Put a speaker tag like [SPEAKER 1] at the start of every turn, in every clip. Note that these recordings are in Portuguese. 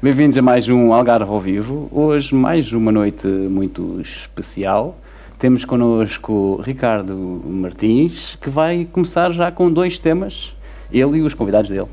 [SPEAKER 1] Bem-vindos a mais um Algarve ao Vivo. Hoje, mais uma noite muito especial. Temos connosco Ricardo Martins, que vai começar já com dois temas, ele e os convidados dele.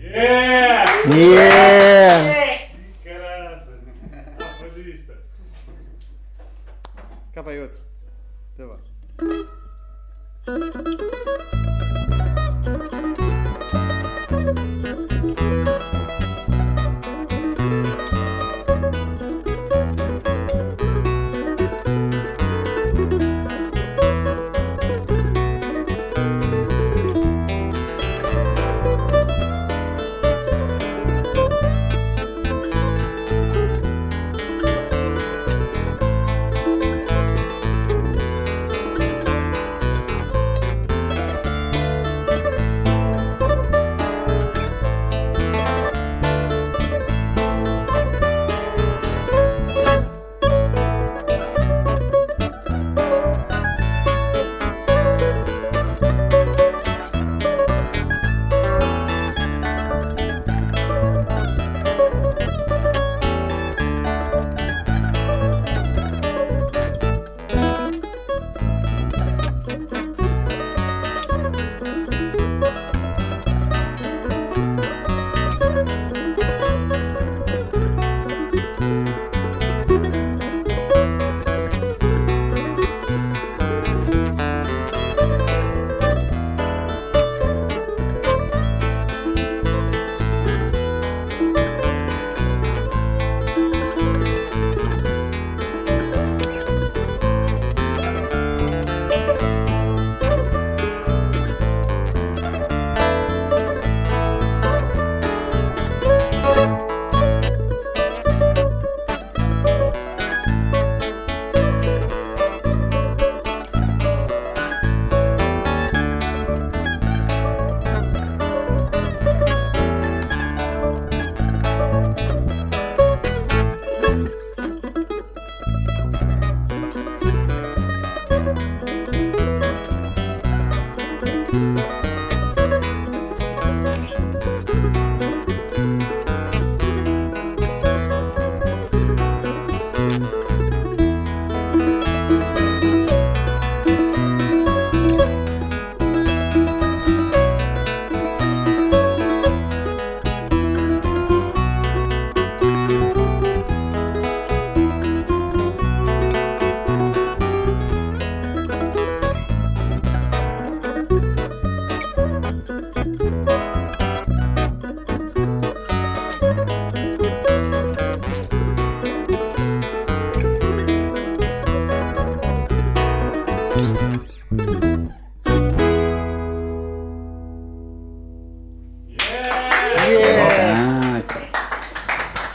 [SPEAKER 2] Yeah!
[SPEAKER 3] Yeah!
[SPEAKER 2] Caraça! Alfadista!
[SPEAKER 3] Cá vai outro. Então Até lá.
[SPEAKER 2] Sim,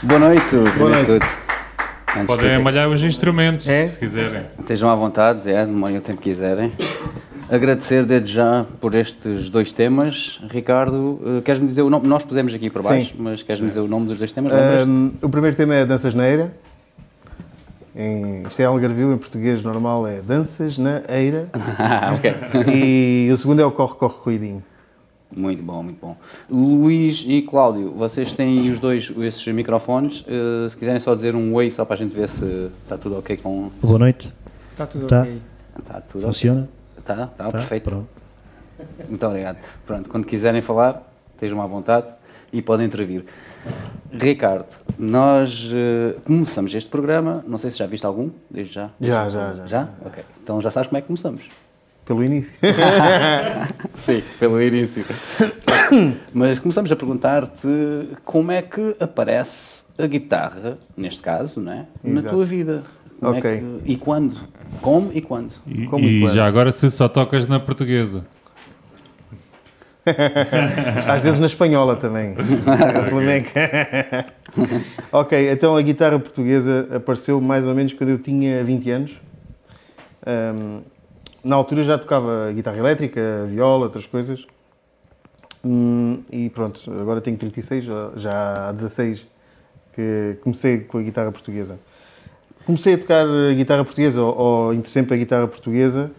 [SPEAKER 1] Boa noite, primeiro
[SPEAKER 3] Ah, Boa
[SPEAKER 1] de
[SPEAKER 3] noite.
[SPEAKER 1] tudo. Antes de
[SPEAKER 2] Podem
[SPEAKER 1] tudo,
[SPEAKER 2] malhar os instrumentos,
[SPEAKER 3] É?
[SPEAKER 2] se quiserem.
[SPEAKER 1] Estejam à vontade, é, demorem o tempo que quiserem. Agradecer desde já por estes dois temas. Ricardo, eh, queres-me dizer o nome? Nós pusemos aqui para baixo,
[SPEAKER 3] Sim.
[SPEAKER 1] mas queres-me dizer o nome dos dois temas? Lembras-te?
[SPEAKER 3] Ahm, o primeiro tema é Danças na Eira. Em, isto é algarvio, em português normal é Danças na Eira.
[SPEAKER 1] ah, ok.
[SPEAKER 3] e o segundo é o Corre, Corre, Corridinho.
[SPEAKER 1] Muito bom, muito bom. Luís e Cláudio, vocês têm os dois esses microfones. eh, se quiserem só dizer um oi, só para a gente ver se está tudo ok com.
[SPEAKER 4] Boa noite.
[SPEAKER 5] Está tudo
[SPEAKER 4] Tá.
[SPEAKER 5] ok.
[SPEAKER 1] Está tudo ok?
[SPEAKER 4] Funciona?
[SPEAKER 1] Está, está,
[SPEAKER 4] Tá?
[SPEAKER 1] perfeito.
[SPEAKER 4] Pronto.
[SPEAKER 1] Muito obrigado. Pronto, quando quiserem falar, estejam à vontade e podem intervir. Ricardo, nós eh, começamos este programa, não sei se já viste algum, desde já.
[SPEAKER 3] Já, já, já.
[SPEAKER 1] Já? Ok. Então já sabes como é que começamos.
[SPEAKER 3] Pelo início.
[SPEAKER 1] Sim, pelo início. Mas começamos a perguntar-te como é que aparece a guitarra, neste caso, não é? na
[SPEAKER 3] Exato.
[SPEAKER 1] tua vida. Como é
[SPEAKER 3] Ok.
[SPEAKER 1] que- e quando? Como e quando?
[SPEAKER 2] E,
[SPEAKER 3] Como
[SPEAKER 2] e
[SPEAKER 3] quando?
[SPEAKER 2] já agora se só tocas na portuguesa.
[SPEAKER 3] Às vezes na espanhola também. O flamengo. é. ok, então a guitarra portuguesa apareceu mais ou menos quando eu tinha 20 anos. Ahm, na altura já tocava guitarra elétrica, viola, outras coisas. Hum, e pronto, agora tenho 36, já- já há 16 que comecei com a guitarra portuguesa. Comecei a tocar eh, guitarra portuguesa, ou, ou interessei-me para a guitarra portuguesa,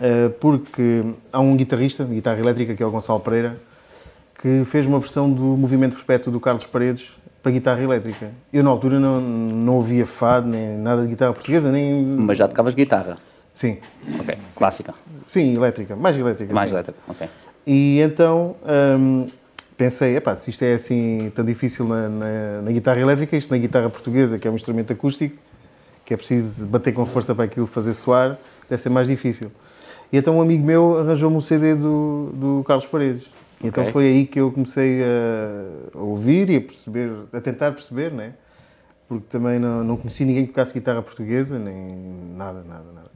[SPEAKER 3] eh, porque há um guitarrista de guitarra elétrica, que é o Gonçalo Pereira, que fez uma versão do Movimento Perpétuo do Carlos Paredes para guitarra elétrica. Eu, na altura, não, não ouvia fado, nem nada de guitarra portuguesa, nem...
[SPEAKER 1] Mas já tocavas guitarra.
[SPEAKER 3] Sim,
[SPEAKER 1] Ok, clássica.
[SPEAKER 3] sim, elétrica, mais elétrica.
[SPEAKER 1] Mais
[SPEAKER 3] sim.
[SPEAKER 1] elétrica. Ok.
[SPEAKER 3] E então hum, pensei, epá, se isto é assim tão difícil na, na- na guitarra elétrica, isto na guitarra portuguesa, que é um instrumento acústico, que é preciso bater com força para aquilo fazer soar, deve ser mais difícil. E então um amigo meu arranjou-me um CD do, do Carlos Paredes. E Então
[SPEAKER 1] Ok.
[SPEAKER 3] foi aí que eu comecei a, a ouvir e a perceber, a tentar perceber, né? Porque também não, não conheci ninguém que tocasse guitarra portuguesa, nem nada, nada, nada.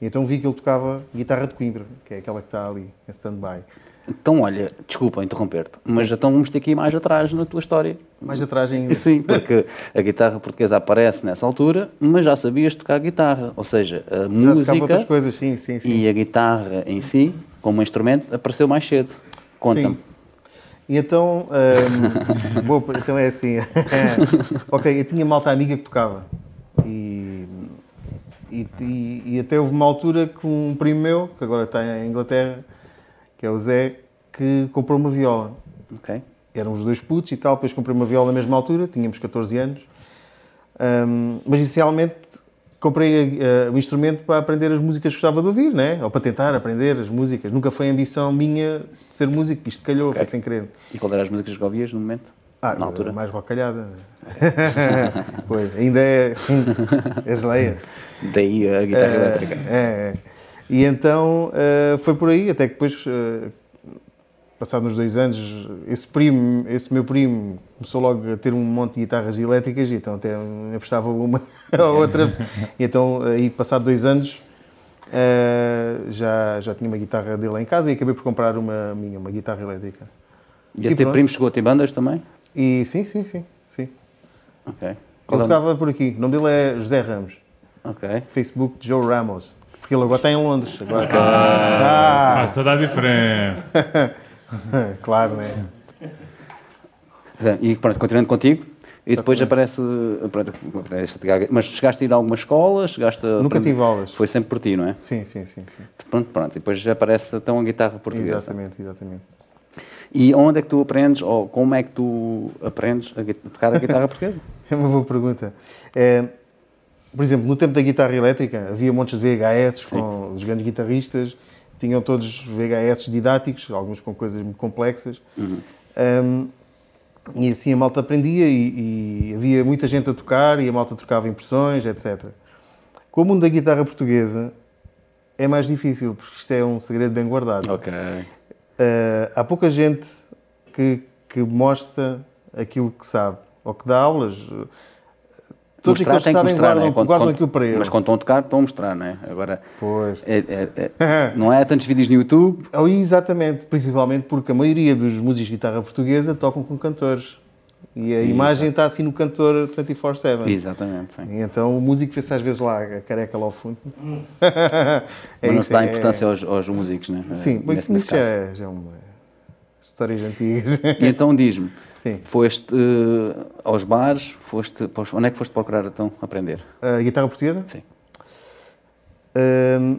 [SPEAKER 3] E então vi que ele tocava guitarra de Coimbra, que é aquela que está ali, em stand-by.
[SPEAKER 1] Então, olha, desculpa interromper-te, mas então vamos ter que ir mais atrás na tua história.
[SPEAKER 3] Mais atrás ainda.
[SPEAKER 1] Sim, porque a guitarra portuguesa aparece nessa altura, mas já sabias tocar guitarra. Ou seja, a
[SPEAKER 3] Já tocava outras
[SPEAKER 1] música
[SPEAKER 3] coisas, sim, sim, sim.
[SPEAKER 1] e a guitarra em si, como instrumento, apareceu mais cedo. Conta-me.
[SPEAKER 3] Sim. E então, hum, bom, então é assim. ok, eu tinha malta amiga que tocava. E, e, e- e até houve uma altura que um primo meu, que agora está em Inglaterra, que é o Zé, que comprou uma viola.
[SPEAKER 1] Ok.
[SPEAKER 3] Éramos dois putos e tal, depois comprei uma viola na mesma altura, tínhamos 14 anos. Hum, mas inicialmente comprei eh, o instrumento para aprender as músicas que gostava de ouvir, né? ou para tentar aprender as músicas. Nunca foi ambição minha ser músico, isto calhou, foi sem querer.
[SPEAKER 1] E qual eram as músicas que ouvias no momento?
[SPEAKER 3] Ah,
[SPEAKER 1] na altura?
[SPEAKER 3] mais bacalhada. Foi, ainda é. És leia.
[SPEAKER 1] Daí a
[SPEAKER 3] Eh,
[SPEAKER 1] guitarra elétrica.
[SPEAKER 3] É, é. E então eh, foi por aí, até que depois, eh, passados uns dois anos, esse primo, esse meu primo, começou logo a ter um monte de guitarras elétricas e então até me emprestava uma a outra. E então, aí, passado dois anos, eh, já, já tinha uma guitarra dele em casa e acabei por comprar uma minha, uma guitarra elétrica.
[SPEAKER 1] E esse teu
[SPEAKER 3] pronto.
[SPEAKER 1] tipo primo chegou a ter bandas também?
[SPEAKER 3] E sim, sim, sim, sim.
[SPEAKER 1] Ok.
[SPEAKER 3] Ele
[SPEAKER 1] Qual é o-
[SPEAKER 3] tocava por aqui. O nome dele é José Ramos.
[SPEAKER 1] Ok.
[SPEAKER 3] Facebook de Joe Ramos. Porque ele agora está em Londres. Agora
[SPEAKER 1] Ah.
[SPEAKER 2] Faz toda a diferença.
[SPEAKER 3] Ah, claro, né?
[SPEAKER 1] E pronto, continuando contigo. E depois aparece. Pronto, mas chegaste a ir a alguma escola? Chegaste a
[SPEAKER 3] Nunca
[SPEAKER 1] aprender-
[SPEAKER 3] tive aulas.
[SPEAKER 1] Foi sempre por ti, não é?
[SPEAKER 3] Sim, sim, sim. sim.
[SPEAKER 1] Pronto, pronto. E depois já aparece então a guitarra portuguesa.
[SPEAKER 3] Exatamente, exatamente.
[SPEAKER 1] E onde é que tu aprendes, ou como é que tu aprendes a gui- tocar a guitarra portuguesa?
[SPEAKER 3] É uma boa pergunta. É, por exemplo, no tempo da guitarra elétrica havia montes de VHS com os grandes guitarristas, tinham todos VHS didáticos, alguns com coisas muito complexas. Um, e assim a malta aprendia e, e havia muita gente a tocar e a malta trocava impressões, etc. Com o mundo da guitarra portuguesa é mais difícil, porque isto é um segredo bem guardado.
[SPEAKER 1] Ok.
[SPEAKER 3] Eh, há pouca gente que, que mostra aquilo que sabe ou que dá aulas. Todos
[SPEAKER 1] mostrar
[SPEAKER 3] aqueles que
[SPEAKER 1] tem que
[SPEAKER 3] sabem
[SPEAKER 1] mostrar,
[SPEAKER 3] guardam,
[SPEAKER 1] não é? Quando-
[SPEAKER 3] guardam
[SPEAKER 1] quando-
[SPEAKER 3] aquilo para eles.
[SPEAKER 1] Mas quando estão a tocar, estão a mostrar, não é? Agora,
[SPEAKER 3] Pois.
[SPEAKER 1] é- é- é- não é tantos vídeos no YouTube.
[SPEAKER 3] Oh, exatamente, principalmente porque a maioria dos músicos de guitarra portuguesa tocam com cantores. E a imagem está assim no cantor 24-7.
[SPEAKER 1] Exatamente, sim.
[SPEAKER 3] E então o músico vê-se às vezes lá a careca lá ao fundo. É
[SPEAKER 1] Mas não
[SPEAKER 3] isso,
[SPEAKER 1] se dá
[SPEAKER 3] é-
[SPEAKER 1] importância aos, aos músicos, né?
[SPEAKER 3] é- Sim,
[SPEAKER 1] Eh,
[SPEAKER 3] mas
[SPEAKER 1] nesse-
[SPEAKER 3] isso
[SPEAKER 1] nesse
[SPEAKER 3] já,
[SPEAKER 1] caso.
[SPEAKER 3] é- já é uma... Histórias antigas.
[SPEAKER 1] E então diz-me,
[SPEAKER 3] Sim.
[SPEAKER 1] foste eh, aos bares, foste, para os- onde é que foste procurar então aprender?
[SPEAKER 3] A guitarra portuguesa?
[SPEAKER 1] Sim.
[SPEAKER 3] Hum,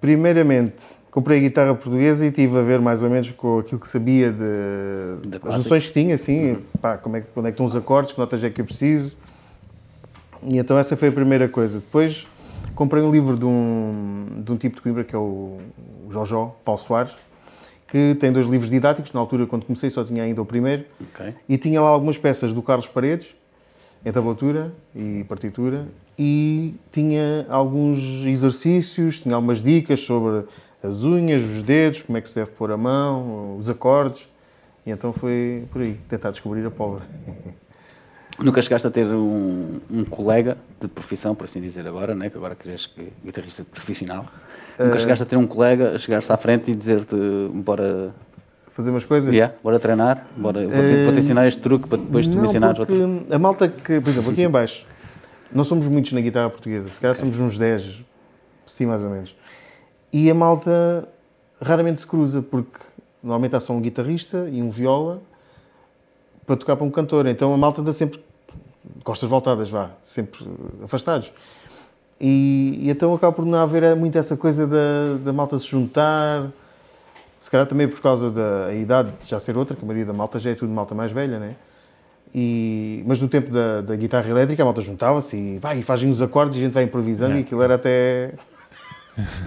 [SPEAKER 3] primeiramente, comprei a guitarra portuguesa e tive a ver mais ou menos com aquilo que sabia de,
[SPEAKER 1] Da
[SPEAKER 3] as
[SPEAKER 1] clássica. Uhum.
[SPEAKER 3] noções que tinha, assim, pá, como é, que- onde é que estão os acordes, que notas é que eu preciso. E então essa foi a primeira coisa. Depois comprei um livro de um, de um tipo de Coimbra que é o, o Jojó, Paulo Soares, que tem dois livros didáticos. Na altura, quando comecei, só tinha ainda o primeiro.
[SPEAKER 1] Ok.
[SPEAKER 3] E tinha lá algumas peças do Carlos Paredes, em tablatura e partitura, e tinha alguns exercícios, tinha algumas dicas sobre as unhas, os dedos, como é que se deve pôr a mão, os acordes. E então foi por aí, tentar descobrir a pólvora.
[SPEAKER 1] Nunca chegaste a ter um, um colega de profissão, por assim dizer agora, né? que agora que já és que- guitarrista profissional,
[SPEAKER 3] Eh,
[SPEAKER 1] nunca chegaste a ter um colega, chegaste à frente e dizer-te, bora,
[SPEAKER 3] Fazer umas coisas?
[SPEAKER 1] yeah, bora treinar, bora, vou, te, vou te ensinar este truque para depois tu me
[SPEAKER 3] Eh, Não,
[SPEAKER 1] ensinares
[SPEAKER 3] porque
[SPEAKER 1] outro.
[SPEAKER 3] a malta que, por exemplo, aqui em baixo, não somos muitos na guitarra portuguesa, se calhar somos uns 10, sim, mais ou menos. E a malta raramente se cruza, porque normalmente há só um guitarrista e um viola para tocar para um cantor. Então a malta dá sempre costas voltadas, vá, sempre afastados. E, e então acaba por não haver muito essa coisa da, da malta se juntar. Se calhar também por causa da idade já ser outra, que a maioria da malta já é tudo malta mais velha, né? E, mas no tempo da, da guitarra elétrica a malta juntava-se e, vai, e fazem os acordes e a gente vai improvisando e aquilo era até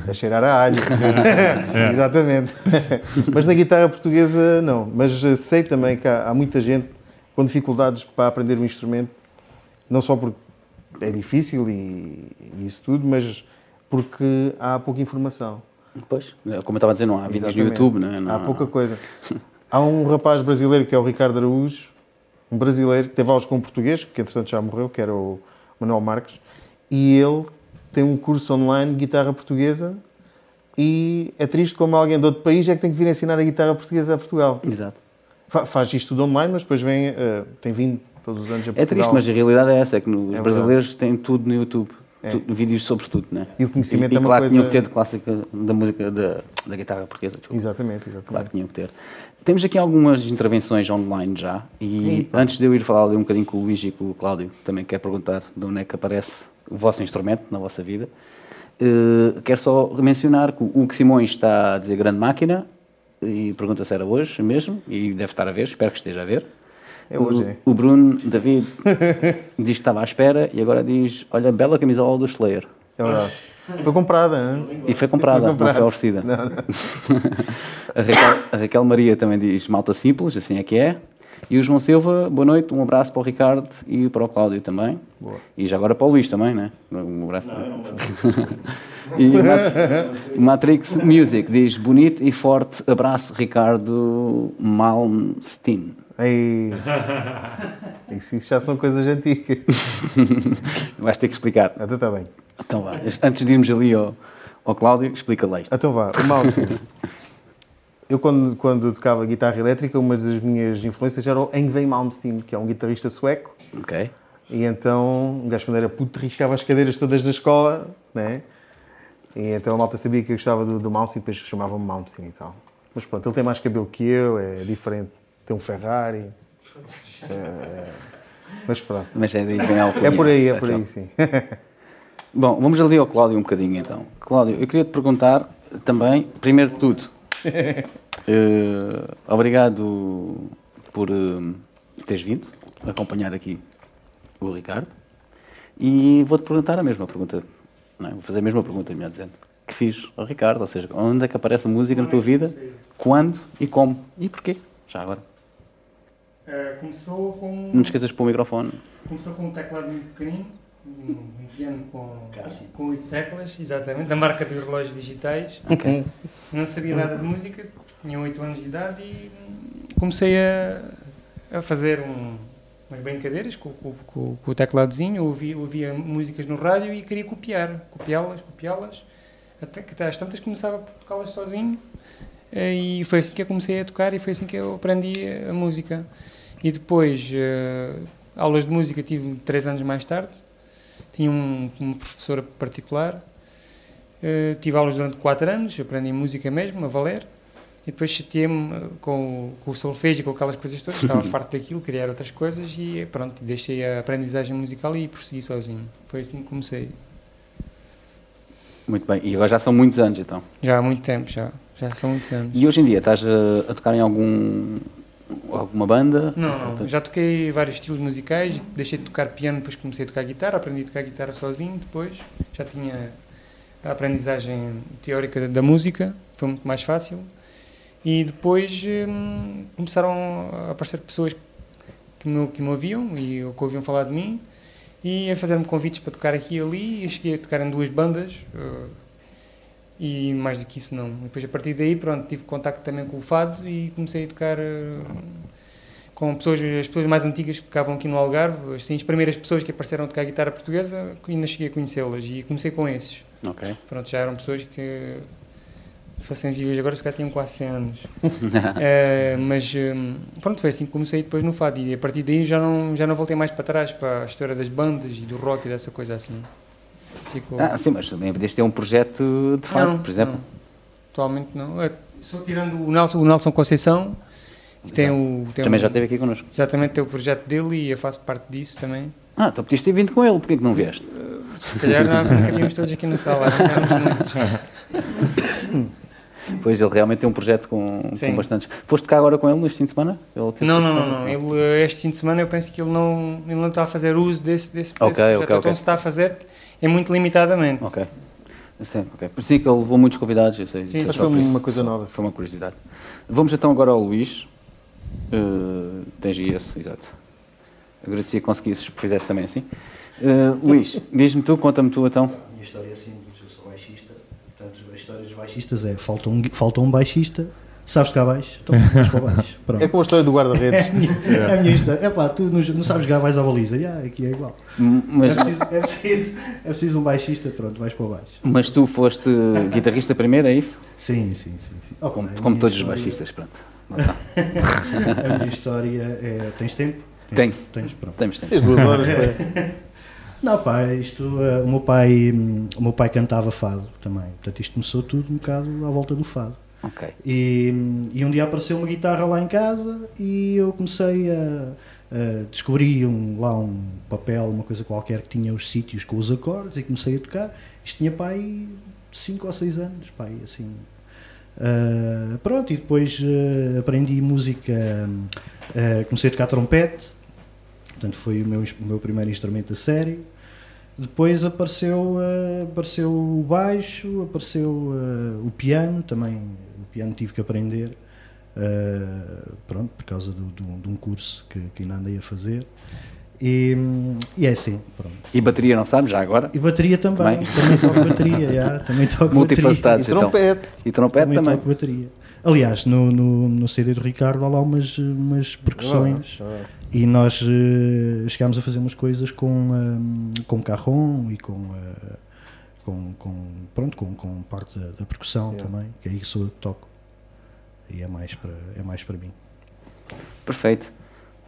[SPEAKER 3] a cheirar a alho. Exatamente. mas na guitarra portuguesa não. Mas eh, sei também que há, há muita gente com dificuldades para aprender um instrumento, não só porque é difícil e, e isso tudo, mas porque há pouca informação.
[SPEAKER 1] Depois, eh, como eu estava a dizer, não há vídeos no
[SPEAKER 3] Exatamente.
[SPEAKER 1] YouTube, né? não
[SPEAKER 3] Há pouca coisa. Há um rapaz brasileiro que é o Ricardo Araújo, um brasileiro que teve aulas com um português, que entretanto já morreu, que era o Manuel Marques, e ele tem um curso online de guitarra portuguesa e é triste como alguém de outro país é que tem que vir ensinar a guitarra portuguesa a Portugal.
[SPEAKER 1] Exato.
[SPEAKER 3] Fa- Faz isto tudo online, mas depois vem, eh, tem vindo todos os anos a Portugal.
[SPEAKER 1] É triste, mas a realidade é essa, é que no- os
[SPEAKER 3] verdade. É.
[SPEAKER 1] brasileiros têm tudo no YouTube. tu- vídeos sobre tudo, né?
[SPEAKER 3] E o conhecimento
[SPEAKER 1] e,
[SPEAKER 3] é uma
[SPEAKER 1] e claro que tinham
[SPEAKER 3] coisa-
[SPEAKER 1] que ter de clássica da música da, da guitarra portuguesa, desculpa.
[SPEAKER 3] Exatamente, exatamente.
[SPEAKER 1] é- Claro que tinham que ter. Temos aqui algumas intervenções online já. E antes de eu ir falar ali um bocadinho com o Luís e com o Cláudio, também quero perguntar de onde é que aparece o vosso instrumento na vossa vida. Eh, quero só mencionar que o Hugo Simões está a dizer grande máquina e pergunta se era hoje mesmo. E deve estar a ver, espero que esteja a ver.
[SPEAKER 3] É
[SPEAKER 1] o,
[SPEAKER 3] hoje, é.
[SPEAKER 1] o Bruno David diz que estava à espera e agora diz: Olha, bela camisola do Slayer.
[SPEAKER 3] É verdade. Foi comprada, hein?
[SPEAKER 1] E foi comprada, não foi oferecida. a, Raquel, a Raquel Maria também diz malta simples, assim é que é. E o João Silva, boa noite, um abraço para o Ricardo e para o Cláudio também. E já agora para o Luís também, né? Um abraço. e Ma- Matrix Music diz bonito e forte abraço, Ricardo Malmsteen.
[SPEAKER 3] Ei. Isso, isso já são coisas antigas.
[SPEAKER 1] Vais ter que explicar.
[SPEAKER 3] Até está bem.
[SPEAKER 1] Então vá, antes de irmos ali ao, ao Cláudio, explica lá isto.
[SPEAKER 3] Então vá, o Malmsteen. Eu, quando, quando tocava guitarra elétrica, uma das minhas influências era o Engve Malmsteen, que é um guitarrista sueco.
[SPEAKER 1] Ok?
[SPEAKER 3] E então, um gajo quando era puto riscava as cadeiras todas na escola, né? E então a malta sabia que eu gostava do, do Malmsteen, depois chamavam-me Malmsteen e tal. Mas pronto, ele tem mais cabelo que eu, é diferente. Tem um Ferrari. É, mas pronto.
[SPEAKER 1] Mas é daí que vem então. a alcunha,
[SPEAKER 3] É por aí, é
[SPEAKER 1] certo?
[SPEAKER 3] por aí, sim.
[SPEAKER 1] Bom, vamos ali ao Cláudio um bocadinho então. Cláudio, eu queria te perguntar também, primeiro de tudo, eh, obrigado por eh, teres vindo acompanhar aqui o Ricardo e vou-te perguntar a mesma pergunta, não é? vou fazer a mesma pergunta, melhor dizendo, que fiz ao Ricardo, ou seja, onde é que aparece a música na tua vida, quando e como e porquê, já agora.
[SPEAKER 4] Eh, começou com
[SPEAKER 1] Não te esqueças de pôr o microfone.
[SPEAKER 4] começou com um teclado muito pequenino, um um piano com, com oito teclas, exatamente, da marca dos relógios digitais. Não sabia nada de música, tinha 8 anos de idade e hum, comecei a, a fazer um- umas brincadeiras com, com- com- com o tecladozinho, ouvia, ouvia músicas no rádio e queria copiar, copiá-las, copiá-las, até que até às tantas começava a tocá-las sozinho eh, e foi assim que eu comecei a tocar e foi assim que eu aprendi a música. E depois, eh, aulas de música tive três anos mais tarde. Tinha um, uma professora particular. Eh, tive aulas durante quatro anos, aprendi música mesmo, a valer. E depois chateei-me eh, com, o- com o solfejo e com aquelas coisas todas. Estava farto daquilo, criar outras coisas e eh, pronto, deixei a aprendizagem musical e prossegui sozinho. Foi assim que comecei.
[SPEAKER 1] Muito bem, e agora já são muitos anos então.
[SPEAKER 4] Já há muito tempo, já. Já são muitos anos.
[SPEAKER 1] E hoje em dia estás a, a tocar em algum alguma banda?
[SPEAKER 4] Não, não. Já toquei vários estilos musicais, deixei de tocar piano, depois comecei a tocar guitarra, aprendi a tocar guitarra sozinho depois. Já tinha a aprendizagem teórica da- da música, foi muito mais fácil. E depois hum, começaram a aparecer pessoas que me, que me ouviam e ou que ouviam falar de mim e a fazer-me convites para tocar aqui e ali. E cheguei a tocar em duas bandas eh, e mais do que isso não. E depois a partir daí, pronto, tive contacto também com o fado e comecei a tocar eh, com pessoas, as pessoas mais antigas que tocavam aqui no Algarve, assim, as primeiras pessoas que apareceram a tocar guitarra portuguesa, ainda cheguei a conhecê-las e comecei com esses.
[SPEAKER 1] Ok.
[SPEAKER 4] Pronto, já eram pessoas que, se fossem vivas agora, se calhar tinham quase 100 anos. Eh, mas hum, pronto, foi assim que comecei depois no fado e a partir daí já não, já não voltei mais para trás, para a história das bandas e do rock e dessa coisa assim. Ficou...
[SPEAKER 1] Ah, sim, mas também podias ter um projeto de fado, por exemplo.
[SPEAKER 4] não. Atualmente não. Eh, Só tirando o Nelson, o Nelson Conceição, que tem o... Tem
[SPEAKER 1] Também
[SPEAKER 4] um-
[SPEAKER 1] já esteve aqui connosco.
[SPEAKER 4] Exatamente, é o projeto dele e eu faço parte disso também.
[SPEAKER 1] Ah, então podias ter vindo com ele, porque é que não vieste?
[SPEAKER 4] Se calhar não cabíamos todos aqui na sala, não éramos muitos.
[SPEAKER 1] Pois ele realmente tem um projeto com, com
[SPEAKER 4] Sim.
[SPEAKER 1] bastantes. Foste cá agora com ele neste fim de semana? Ele teve-
[SPEAKER 4] Não, não, não, não. Ele, eh, este fim de semana eu penso que ele não, ele não está a fazer uso desse, desse,
[SPEAKER 1] Ok,
[SPEAKER 4] desse projeto.
[SPEAKER 1] ok, ok.
[SPEAKER 4] Então se está a fazer é muito limitadamente.
[SPEAKER 1] Ok. Sim, ok. Por isso é que ele levou muitos convidados, eu sei.
[SPEAKER 4] Sim,
[SPEAKER 1] eu
[SPEAKER 4] sim.
[SPEAKER 3] Mas
[SPEAKER 1] só
[SPEAKER 3] foi
[SPEAKER 1] sei isso.
[SPEAKER 3] uma coisa nova.
[SPEAKER 1] Foi uma curiosidade. Vamos então agora ao Luís. Uh, tens aí esse, exato. Agradecia que conseguisses, fizesse também assim. Uh, Luís, diz-me tu, conta-me tu então.
[SPEAKER 5] A minha história é simples, eu sou baixista, portanto a história dos baixistas é, falta um, gui- falta um baixista, sabes tocar baixo, então vais para baixo, pronto.
[SPEAKER 3] É como a história do
[SPEAKER 5] É a
[SPEAKER 3] guarda-redes.
[SPEAKER 5] minha, é a minha história, é pá, tu não, não sabes jogar, vais à baliza, yeah, aqui é igual.
[SPEAKER 1] M- Mas,
[SPEAKER 5] É preciso, é, preciso, é preciso um baixista, pronto, vais para baixo.
[SPEAKER 1] mas tu foste guitarrista primeiro, é isso?
[SPEAKER 5] Sim, sim, sim. sim. Opa,
[SPEAKER 1] Como,
[SPEAKER 5] a
[SPEAKER 1] como
[SPEAKER 5] minha
[SPEAKER 1] todos os
[SPEAKER 5] história-
[SPEAKER 1] baixistas, pronto.
[SPEAKER 5] A minha história é, tens tempo?
[SPEAKER 1] Tenho.
[SPEAKER 5] Tens, pronto.
[SPEAKER 1] Temos tempo.
[SPEAKER 3] Tens duas horas para...
[SPEAKER 5] Não, pá, isto, eh, o meu pai, hum, o meu pai cantava fado também, portanto isto começou tudo um bocado à volta do fado.
[SPEAKER 1] Ok.
[SPEAKER 5] E, e um dia apareceu uma guitarra lá em casa e eu comecei a, a descobrir um, lá um papel, uma coisa qualquer que tinha os sítios com os acordes e comecei a tocar. Isto tinha pai 5 ou 6 anos, pai, assim. Ah, pronto, e depois ah, aprendi música, ah, comecei a tocar trompete, portanto foi o meu, ins- o meu primeiro instrumento a sério. Depois apareceu, eh, apareceu o baixo, apareceu eh, o piano, também o piano tive que aprender, eh, pronto, por causa do- do- de um curso que, que ainda andei a fazer. E, hum, e é assim, pronto.
[SPEAKER 1] E bateria não sabes, já agora?
[SPEAKER 5] E bateria também,
[SPEAKER 1] Também.
[SPEAKER 5] também, toco bateria, já, também toco bateria.
[SPEAKER 1] Multifacetados
[SPEAKER 3] E trompete.
[SPEAKER 1] então. E trompete também.
[SPEAKER 5] toco bateria. Aliás, no, no, no CD do Ricardo há lá umas, umas
[SPEAKER 1] É
[SPEAKER 5] percussões e nós eh, chegámos a fazer umas coisas com, hum, com carrom e com, eh, com, com, pronto, com, com parte da, da percussão também, que é aí que sou eu que toco. E é mais para, é mais para mim.
[SPEAKER 1] Perfeito.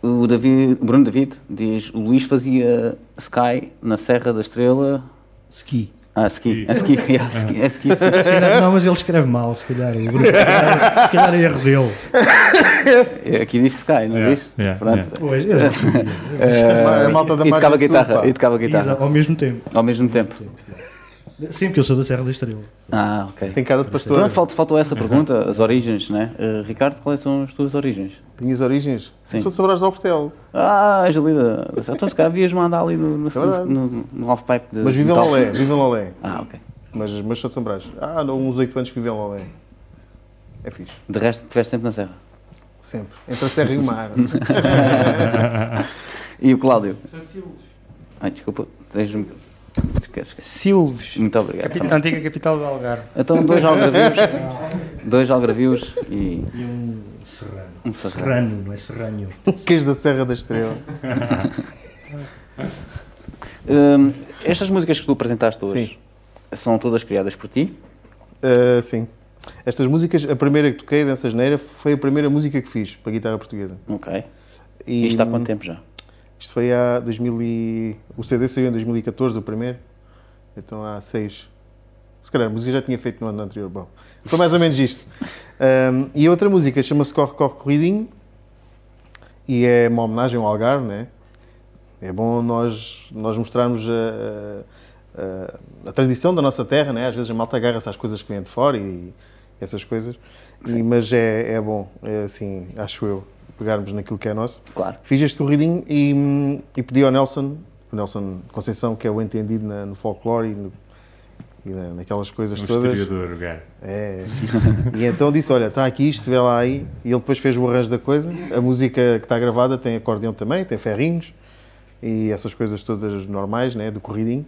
[SPEAKER 1] O Davi- Bruno David diz: o Luís fazia Sky na Serra da Estrela.
[SPEAKER 5] Ski.
[SPEAKER 1] Ah, ski. Ah, ski. yeah, ski. é ski, sim.
[SPEAKER 5] Se calhar- não, mas ele escreve mal, se calhar. o Bruno, se calhar, se calhar é erro dele.
[SPEAKER 1] É, Aqui diz Sky, não
[SPEAKER 2] Yeah,
[SPEAKER 1] diz?
[SPEAKER 2] yeah,
[SPEAKER 1] Pronto.
[SPEAKER 5] Pois, eu não sabia.
[SPEAKER 3] É, A malta da
[SPEAKER 1] E tocava
[SPEAKER 3] Margem Sul,
[SPEAKER 1] guitarra.
[SPEAKER 3] pá.
[SPEAKER 1] E tocava
[SPEAKER 5] Exa-
[SPEAKER 1] É, guitarra.
[SPEAKER 5] ao mesmo tempo.
[SPEAKER 1] Ao mesmo tempo.
[SPEAKER 5] Sim, porque eu sou da Serra da Estrela.
[SPEAKER 1] Ah, ok.
[SPEAKER 3] Tem cara de pastor.
[SPEAKER 1] Pronto, falt- faltou essa pergunta, as origens, né? Eh, Ricardo, quais são as tuas origens?
[SPEAKER 3] Tinhas origens?
[SPEAKER 1] Sim.
[SPEAKER 3] Sou de Sobrais de Alportel.
[SPEAKER 1] Ah, Angelina, então se calhar devias-me andar ali no, no,
[SPEAKER 3] É verdade.
[SPEAKER 1] no, no off-pipe de.
[SPEAKER 3] Mas é. vivem
[SPEAKER 1] metal.
[SPEAKER 3] Lolé, vivem Lolé.
[SPEAKER 1] Ah, ok.
[SPEAKER 3] Mas, mas sou de Sobrais. Ah, não, uns 8 anos que vivem Lolé. É fixe.
[SPEAKER 1] De resto, estiveste sempre na Serra.
[SPEAKER 3] Sempre. Entre a serra e o mar.
[SPEAKER 1] E o Cláudio?
[SPEAKER 4] Sou Silves.
[SPEAKER 1] Ai, desculpa, tens-me. Esquece.
[SPEAKER 4] Silves,
[SPEAKER 1] Muito obrigado.
[SPEAKER 4] capi- antiga capital do Algarve.
[SPEAKER 1] Então, dois algravios. dois algravios e
[SPEAKER 5] E um serrano.
[SPEAKER 1] Um serrano.
[SPEAKER 5] serrano, não é serrano.
[SPEAKER 3] Queijo da Serra da Estrela.
[SPEAKER 1] Hum, estas músicas que tu apresentaste hoje
[SPEAKER 3] Sim.
[SPEAKER 1] são todas criadas por ti?
[SPEAKER 3] Ah, sim. Estas músicas, a primeira que toquei, Dança Geneira, foi a primeira música que fiz para guitarra portuguesa.
[SPEAKER 1] Ok.
[SPEAKER 3] E,
[SPEAKER 1] Isto há quanto tempo já?
[SPEAKER 3] Isto foi há 2000 e... O CD saiu em 2014, o primeiro. Então há seis... Se calhar a música já tinha feito no ano anterior. Bom, foi mais ou menos isto. Ahm, e a outra música chama-se Corre, Corre, Corridinho. E é uma homenagem ao Algarve, né? É bom nós, nós mostrarmos a, a- a tradição da nossa terra, né? Às vezes a malta agarra-se às coisas que vêm de fora e essas coisas. E- mas é, é bom, é assim, acho eu, pegarmos naquilo que é nosso.
[SPEAKER 1] Claro.
[SPEAKER 3] Fiz este corridinho e, hum, e pedi ao Nelson, o Nelson Conceição, que é o entendido na- no folclore e, no- e na- naquelas coisas
[SPEAKER 2] Um
[SPEAKER 3] todas.
[SPEAKER 2] historiador, o gajo.
[SPEAKER 3] É. E então disse, olha, está aqui isto, vê lá aí. E ele depois fez o arranjo da coisa. A música que está gravada tem acordeão também, tem ferrinhos e essas coisas todas normais, né, do corridinho.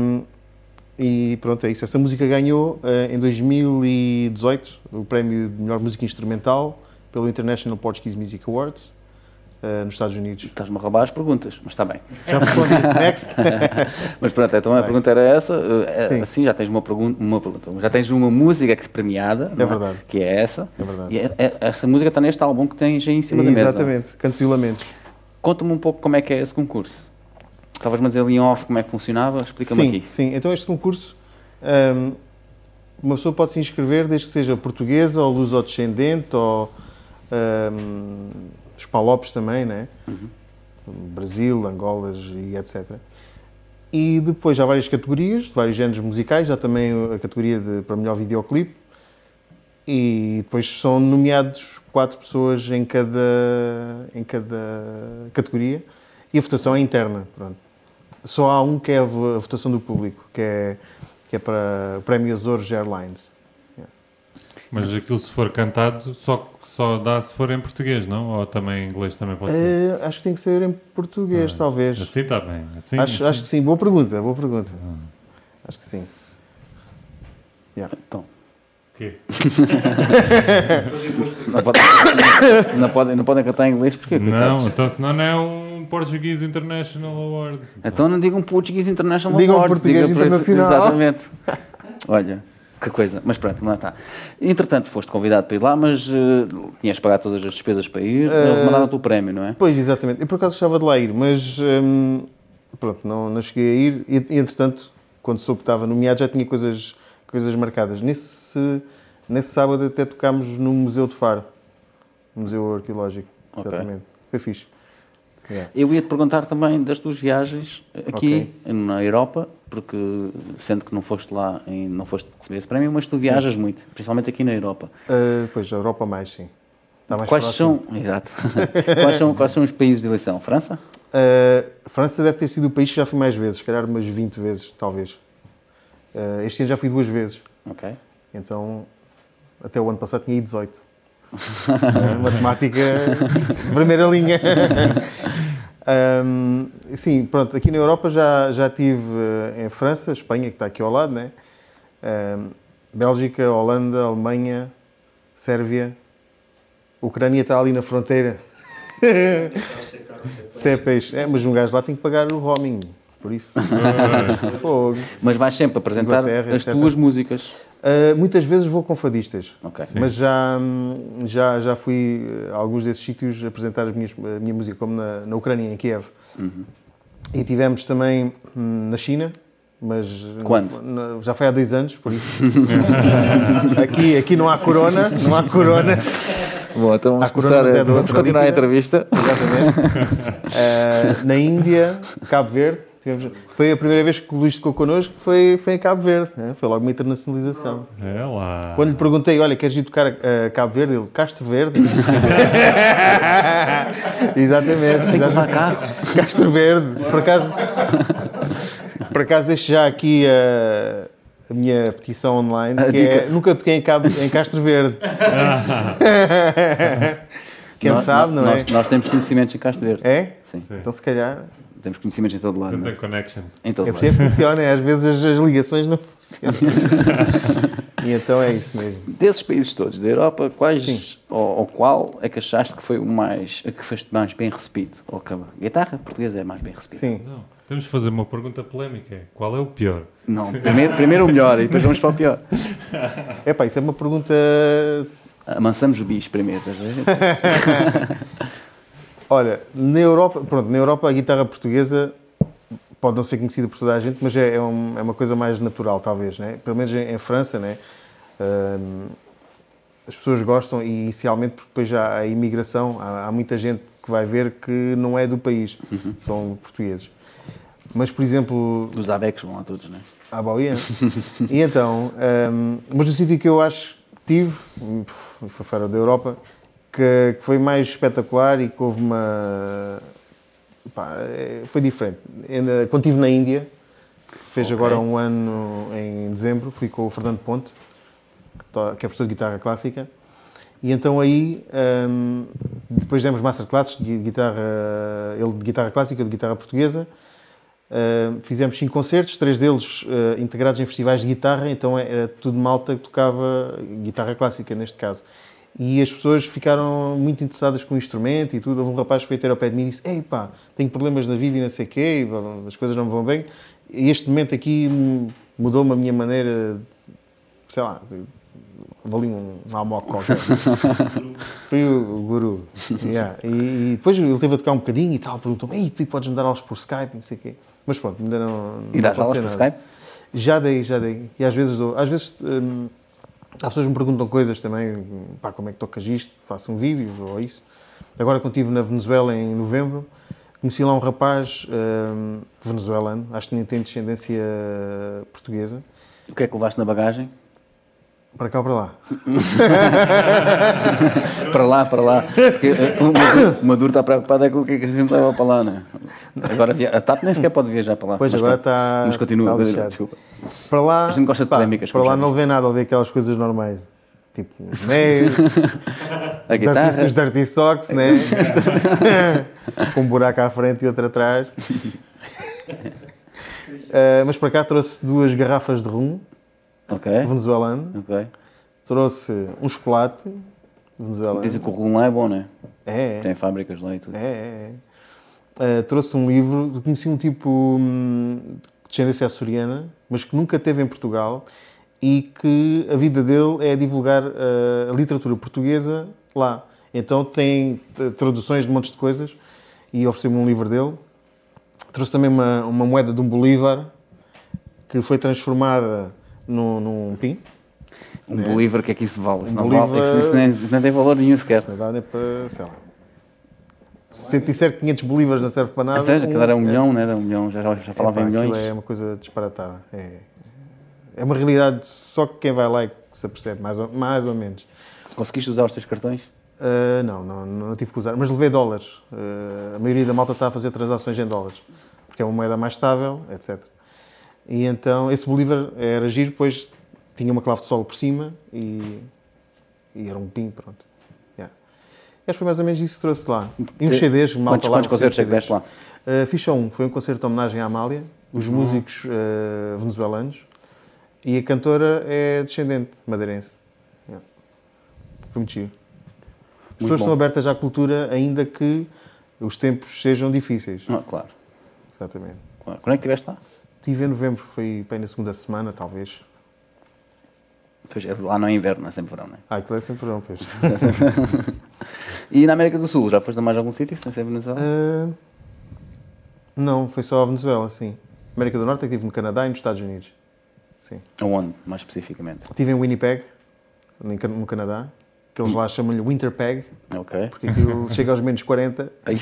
[SPEAKER 3] Hum, e pronto, é isso. Essa música ganhou eh, em 2018 o prémio de melhor música instrumental pelo International Portuguese Music Awards eh, nos Estados Unidos.
[SPEAKER 1] Estás-me a roubar as perguntas, mas está bem.
[SPEAKER 3] Já respondi. Next.
[SPEAKER 1] Mas pronto, então a
[SPEAKER 3] Bem.
[SPEAKER 1] pergunta era essa. uh, é-
[SPEAKER 3] Sim.
[SPEAKER 1] Assim já tens uma, pergun uma pergunta. então, Já tens uma música que premiada. não
[SPEAKER 3] verdade.
[SPEAKER 1] Que é essa.
[SPEAKER 3] É verdade.
[SPEAKER 1] E é- é- essa música está neste álbum que tens aí em cima da mesa.
[SPEAKER 3] Exatamente. Cantos e Lamentos.
[SPEAKER 1] Conta-me um pouco como é que é esse concurso. Estavas-me a dizer ali em off como é que funcionava. Explica-me
[SPEAKER 3] Sim,
[SPEAKER 1] aqui.
[SPEAKER 3] sim. Então este concurso, hum, uma pessoa pode se inscrever desde que seja portuguesa ou luso-descendente ou hum, os palopes também, né?
[SPEAKER 1] Uhum.
[SPEAKER 3] Brasil, Angolas e etc. E depois há várias categorias, de vários géneros musicais, há também a categoria de, para melhor videoclipe. E depois são nomeados quatro pessoas em cada, em cada categoria. E a votação é interna, pronto. Só há um que é a vo- a votação do público, que é, que é para o Prémio Azores Airlines.
[SPEAKER 2] Mas aquilo se for cantado, só, só dá se for em português, não? Ou também em inglês também pode ser?
[SPEAKER 3] Eh, acho que tem que ser em português, talvez.
[SPEAKER 2] Assim está bem. Assim,
[SPEAKER 3] acho,
[SPEAKER 2] assim.
[SPEAKER 3] acho que sim. Boa pergunta, boa pergunta. Acho que sim.
[SPEAKER 1] Então,
[SPEAKER 2] O quê?
[SPEAKER 1] não, pode- não podem, não podem cantar em inglês
[SPEAKER 3] é
[SPEAKER 1] porque
[SPEAKER 2] Não, então senão não é um Portuguese International Awards.
[SPEAKER 1] Então não digam português international
[SPEAKER 3] Digam
[SPEAKER 1] awards,
[SPEAKER 3] português
[SPEAKER 1] diga por esse-
[SPEAKER 3] internacional.
[SPEAKER 1] Exatamente. Olha, que coisa. Mas pronto, lá está. Entretanto, foste convidado para ir lá, mas eh, tinhas de pagar todas as despesas para ir.
[SPEAKER 3] Eh,
[SPEAKER 1] Eles mandaram-te o prémio, não é?
[SPEAKER 3] Pois, exatamente. Eu por acaso gostava de lá ir, mas hum, pronto, não, não cheguei a ir. E, entretanto, quando soube que estava nomeado, já tinha coisas, coisas marcadas. Nesse, nesse sábado até tocámos no Museu de Faro, Museu Arqueológico.
[SPEAKER 1] Ok.
[SPEAKER 3] Exatamente. Foi fixe. Yeah.
[SPEAKER 1] Eu ia te perguntar também das tuas viagens aqui na Europa, porque sendo que não foste lá, em- não foste receber esse prémio, mas tu viajas muito, principalmente aqui na Europa.
[SPEAKER 3] Ah, pois, a Europa mais, sim. Está Tá mais
[SPEAKER 1] quais
[SPEAKER 3] próximo.
[SPEAKER 1] são, exato. quais são, quais são os países de eleição? França?
[SPEAKER 3] Ah, a França deve ter sido o país que já fui mais vezes, se calhar umas 20 vezes, talvez. Ah, este ano já fui duas vezes.
[SPEAKER 1] Ok.
[SPEAKER 3] Então, até o ano passado tinha ido 18. Ah, Matemática, primeira linha. Ahm, sim, pronto, aqui na Europa já, já estive eh, em França, Espanha, que está aqui ao lado, né? Ahm, Bélgica, Holanda, Alemanha, Sérvia, Ucrânia está ali na fronteira. Se é peixe. É, mas um gajo lá tem que pagar o roaming, por isso. Fogo.
[SPEAKER 1] Mas vais sempre apresentar
[SPEAKER 3] Inglaterra,
[SPEAKER 1] as
[SPEAKER 3] etc.
[SPEAKER 1] tuas músicas.
[SPEAKER 3] Uh, muitas vezes vou com fadistas,
[SPEAKER 1] Ok.
[SPEAKER 2] Sim.
[SPEAKER 3] mas já, hum, já, já fui uh, a alguns desses sítios apresentar as minhas, a minha música, como na, na Ucrânia, em Kiev.
[SPEAKER 1] Uhum.
[SPEAKER 3] E tivemos também hum, na China, mas
[SPEAKER 1] Quando?
[SPEAKER 3] na- já foi há dois anos, por isso. aqui, aqui não há corona, não há corona.
[SPEAKER 1] Bom, então vamos
[SPEAKER 3] Há começar a- corona, mas é de vamos outra continuar a líquida.
[SPEAKER 1] entrevista.
[SPEAKER 3] Exatamente. Uh, na Índia, Cabo Verde. tivemos- foi a primeira vez que o Luís tocou connosco, foi, foi em Cabo Verde. né? Foi logo uma internacionalização.
[SPEAKER 2] É lá.
[SPEAKER 3] Quando lhe perguntei, olha, queres ir tocar a Cabo Verde? Ele, Castro Verde. exatamente, exatamente. Castro Verde. Por acaso, por acaso deixo já aqui a, a minha petição online,
[SPEAKER 1] A
[SPEAKER 3] que é,
[SPEAKER 1] dica.
[SPEAKER 3] nunca toquei em, Cabo, em Castro Verde. Quem
[SPEAKER 1] Nós-
[SPEAKER 3] sabe, não
[SPEAKER 1] nós,
[SPEAKER 3] é?
[SPEAKER 1] Nós temos conhecimentos em Castro Verde.
[SPEAKER 3] É?
[SPEAKER 1] Sim.
[SPEAKER 3] Então se calhar...
[SPEAKER 1] Temos conhecimentos em todo lado.
[SPEAKER 2] Tanta
[SPEAKER 1] não é?
[SPEAKER 2] connections.
[SPEAKER 1] Em todo
[SPEAKER 3] É
[SPEAKER 1] lado.
[SPEAKER 3] porque funciona, às vezes as, as ligações não funcionam. e então é isso mesmo.
[SPEAKER 1] Desses países todos da Europa, quais ou, ou qual é que achaste que foi o mais que foste mais bem recebido? Ou que a guitarra portuguesa é mais bem recebida?
[SPEAKER 3] Sim.
[SPEAKER 2] Não, temos de fazer uma pergunta polémica. Qual é o pior?
[SPEAKER 1] Não, primeiro, primeiro o melhor e depois vamos para o pior.
[SPEAKER 3] Epá, isso é uma pergunta
[SPEAKER 1] Amansamos o bicho primeiro, estás a ver?
[SPEAKER 3] Olha, na Europa, pronto, na Europa a guitarra portuguesa pode não ser conhecida por toda a gente, mas é, é, um- é uma coisa mais natural, talvez, né? Pelo menos em, em França, né? Ahm, as pessoas gostam e inicialmente porque depois já há a imigração, há, há muita gente que vai ver que não é do país, são portugueses. Mas, por exemplo,
[SPEAKER 1] Os abecs vão a todos, não é?
[SPEAKER 3] à Bauia. e então, hum, mas o sítio que eu acho que tive, hum, pf, foi fora da Europa, que, que foi mais espetacular e que houve uma. pá, eh, foi diferente. Ainda- Quando estive na Índia, que fez
[SPEAKER 1] Ok.
[SPEAKER 3] agora um ano em dezembro, fui com o Fernando Ponte, que, to- que é professor de guitarra clássica. E então aí, hum, depois demos masterclasses de guitarra, ele de guitarra clássica, eu de guitarra portuguesa, Uh, fizemos cinco concertos, três deles uh, integrados em festivais de guitarra, então era tudo malta que tocava guitarra clássica, neste caso. E as pessoas ficaram muito interessadas com o instrumento e tudo. Houve um rapaz que veio ter ao pé de mim e disse: Ei pá, tenho problemas na vida e não sei o quê, e, blá, blá, as coisas não me vão bem. E este momento aqui hum, mudou-me a minha maneira, de- sei lá, de- vali um, um almoço qualquer. Foi o guru. Yeah. E, e depois ele teve a tocar um bocadinho e tal, perguntou-me, ei, tu podes me dar aulas por Skype, não sei o quê. Mas pronto, ainda não.
[SPEAKER 1] E
[SPEAKER 3] não
[SPEAKER 1] dás aulas
[SPEAKER 3] aconteceu
[SPEAKER 1] por
[SPEAKER 3] nada.
[SPEAKER 1] Skype?
[SPEAKER 3] Já dei, já dei. E às vezes dou. Às vezes hum, há pessoas que me perguntam coisas também, hum, pá, como é que tocas isto? Faço um vídeo ou isso. Agora quando estive na Venezuela em novembro, conheci lá um rapaz hum, venezuelano, acho que nem tem descendência portuguesa.
[SPEAKER 1] O que é que levaste na bagagem?
[SPEAKER 3] Para cá ou para lá?
[SPEAKER 1] Para lá, para lá. Porque eh, o Maduro- o Maduro está preocupado é com o que é que a gente leva para lá, não é? Agora via... a TAP nem sequer pode viajar para lá.
[SPEAKER 3] Pois
[SPEAKER 1] Mas
[SPEAKER 3] agora tá
[SPEAKER 1] pronto.
[SPEAKER 3] está.
[SPEAKER 1] Mas continua,
[SPEAKER 3] está
[SPEAKER 1] mas-
[SPEAKER 3] lixado.
[SPEAKER 1] desculpa.
[SPEAKER 3] Para lá.
[SPEAKER 1] A gente gosta de polémicas,
[SPEAKER 3] Para
[SPEAKER 1] como
[SPEAKER 3] lá
[SPEAKER 1] já
[SPEAKER 3] não vê nada, ele vê aquelas coisas normais. Tipo, meios,
[SPEAKER 1] A
[SPEAKER 3] dirty,
[SPEAKER 1] guitarra.
[SPEAKER 3] os dirty socks, né? Com um buraco à frente e outro atrás. Eh, mas para cá trouxe duas garrafas de rum
[SPEAKER 1] Ok.
[SPEAKER 3] venezuelano,
[SPEAKER 1] Ok.
[SPEAKER 3] trouxe um chocolate venezuelano.
[SPEAKER 1] Dizem que o rum lá é bom, não é?
[SPEAKER 3] É, é.
[SPEAKER 1] Tem fábricas lá e tudo.
[SPEAKER 3] É, é, é. Uh, trouxe um livro, conheci um tipo hum, de descendência açoriana, mas que nunca teve em Portugal e que a vida dele é divulgar uh, a literatura portuguesa lá. Então tem t- traduções de montes de coisas e ofereceu-me um livro dele. Trouxe também uma, uma moeda de um bolívar que foi transformada num, num pin.
[SPEAKER 1] Um Bolívar, o que é que isso vale? Isso,
[SPEAKER 3] Né? Um
[SPEAKER 1] não, vale,
[SPEAKER 3] Bolívar-
[SPEAKER 1] isso, isso nem, isso nem tem valor nenhum sequer.
[SPEAKER 3] Na verdade é para, sei lá. Se eu disser que 500 bolívares não serve para nada.
[SPEAKER 1] Até aquilo era um
[SPEAKER 3] é-
[SPEAKER 1] milhão, não era um milhão, já, já falava em
[SPEAKER 3] Epá, aquilo
[SPEAKER 1] milhões.
[SPEAKER 3] É uma coisa disparatada. É, é uma realidade só que quem vai lá é que se apercebe, mais ou, mais ou menos.
[SPEAKER 1] Conseguiste usar os teus cartões?
[SPEAKER 3] Ah, não, não, não tive que usar, mas levei dólares. Ah, a maioria da malta está a fazer transações em dólares, porque é uma moeda mais estável, etc. E então esse Bolívar era giro, pois tinha uma clave de solo por cima e, e era um pin, pronto. Yeah. Acho que foi mais ou menos isso que trouxe lá. E uns
[SPEAKER 1] Te-
[SPEAKER 3] CDs, malta
[SPEAKER 1] Eh, Quantos,
[SPEAKER 3] lá.
[SPEAKER 1] quantos concertos é que
[SPEAKER 3] recebeu
[SPEAKER 1] deste lá? Uhum.
[SPEAKER 3] Uh, fiz só um, foi um concerto de homenagem à Amália, os músicos uh, venezuelanos e a cantora é descendente madeirense. Yeah. Foi muito giro. As pessoas
[SPEAKER 1] bom.
[SPEAKER 3] estão abertas à cultura, ainda que os tempos sejam difíceis.
[SPEAKER 1] Ah, claro,
[SPEAKER 3] Exatamente.
[SPEAKER 1] claro. Quando é que estiveste lá?
[SPEAKER 3] Estive em novembro, foi bem na segunda semana, talvez.
[SPEAKER 1] Pois é, lá não é inverno, é sempre verão, não é?
[SPEAKER 3] Ah, aquilo é sempre verão, pois.
[SPEAKER 1] E na América do Sul, já foste a mais algum sítio sem ser Venezuela?
[SPEAKER 3] Uh, não, foi só a Venezuela, sim. América do Norte, é que estive no Canadá e nos Estados Unidos. Sim.
[SPEAKER 1] Aonde, mais especificamente?
[SPEAKER 3] Estive em Winnipeg, no Can- no Canadá, que eles lá chamam-lhe Winterpeg,
[SPEAKER 1] Ok.
[SPEAKER 3] porque aquilo chega aos menos 40.
[SPEAKER 1] Ai,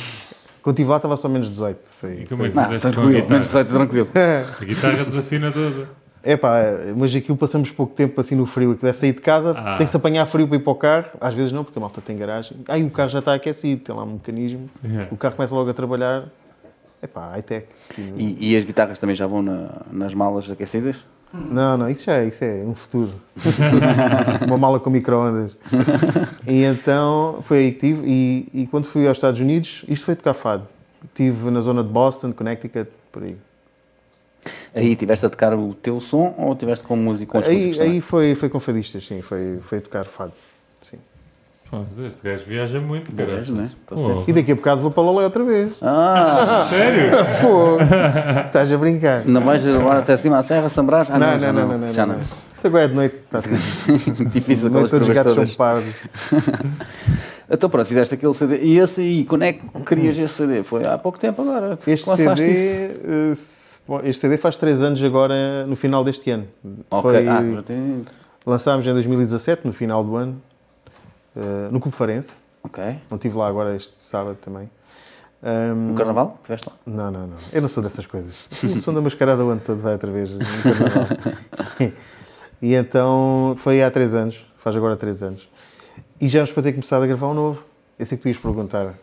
[SPEAKER 3] Quando estive lá estava só menos 18. Foi,
[SPEAKER 2] E como é que
[SPEAKER 1] não,
[SPEAKER 2] fizeste com a
[SPEAKER 1] tranquilo, menos
[SPEAKER 2] guitarra?
[SPEAKER 1] 18, tranquilo.
[SPEAKER 2] A guitarra desafina toda.
[SPEAKER 3] É pá, mas aquilo passamos pouco tempo assim no frio. Aquilo é sair de casa,
[SPEAKER 2] Ah.
[SPEAKER 3] tem que se apanhar frio para ir para o carro. Às vezes não, porque a malta tem garagem. Aí o carro já está aquecido, tem lá um mecanismo.
[SPEAKER 2] Yeah.
[SPEAKER 3] O carro começa logo a trabalhar. É pá, high-tech.
[SPEAKER 1] E, e as guitarras também já vão na- nas malas aquecidas?
[SPEAKER 3] Não, não, isso já é, isso é um futuro. Uma mala com micro-ondas. E então foi aí que tive. E, e quando fui aos Estados Unidos, isto foi tocar fado. Estive na zona de Boston, Connecticut, por aí.
[SPEAKER 1] Aí tiveste a tocar o teu som ou tiveste com música? Com outros
[SPEAKER 3] Aí,
[SPEAKER 1] músicos também?
[SPEAKER 3] aí foi, foi com fadistas, sim, foi, foi tocar fado. Sim.
[SPEAKER 2] Pô, mas este gajo viaja muito,
[SPEAKER 1] Pois,
[SPEAKER 2] caralho.
[SPEAKER 1] né?
[SPEAKER 2] Pô,
[SPEAKER 3] E daqui a bocado vou para Lolé outra vez.
[SPEAKER 1] Ah,
[SPEAKER 2] Sério?
[SPEAKER 3] Pô, estás a brincar.
[SPEAKER 1] não vais lá até cima à serra, sambrar? Ah,
[SPEAKER 3] Não,
[SPEAKER 1] já
[SPEAKER 3] não, não, não, não,
[SPEAKER 1] Já
[SPEAKER 3] não. Isso agora é de noite. Está
[SPEAKER 1] Difícil
[SPEAKER 3] de noite
[SPEAKER 1] aquelas curvas
[SPEAKER 3] todos os gatos
[SPEAKER 1] todas.
[SPEAKER 3] são pardos.
[SPEAKER 1] Então pronto, fizeste aquele CD. E esse aí, quando é que querias esse CD? Foi há pouco tempo agora. que
[SPEAKER 3] Este
[SPEAKER 1] lançaste isso.
[SPEAKER 3] CD, eh, se- bom, este CD faz 3 anos agora, no final deste ano.
[SPEAKER 1] Ok,
[SPEAKER 3] Foi-
[SPEAKER 1] ah, já tem-
[SPEAKER 3] Lançámos em 2017, no final do ano, eh, no Clube Farense.
[SPEAKER 1] Ok.
[SPEAKER 3] Não estive lá agora este sábado também. Ahm,
[SPEAKER 1] No carnaval? Estiveste lá?
[SPEAKER 3] Não, não, não. Eu não sou dessas coisas. Eu sou da mascarada o ano todo, vai outra vez. no carnaval. e então foi há três anos, faz agora três anos. E já nos para ter começado a gravar um novo. Eu sei que tu ias perguntar.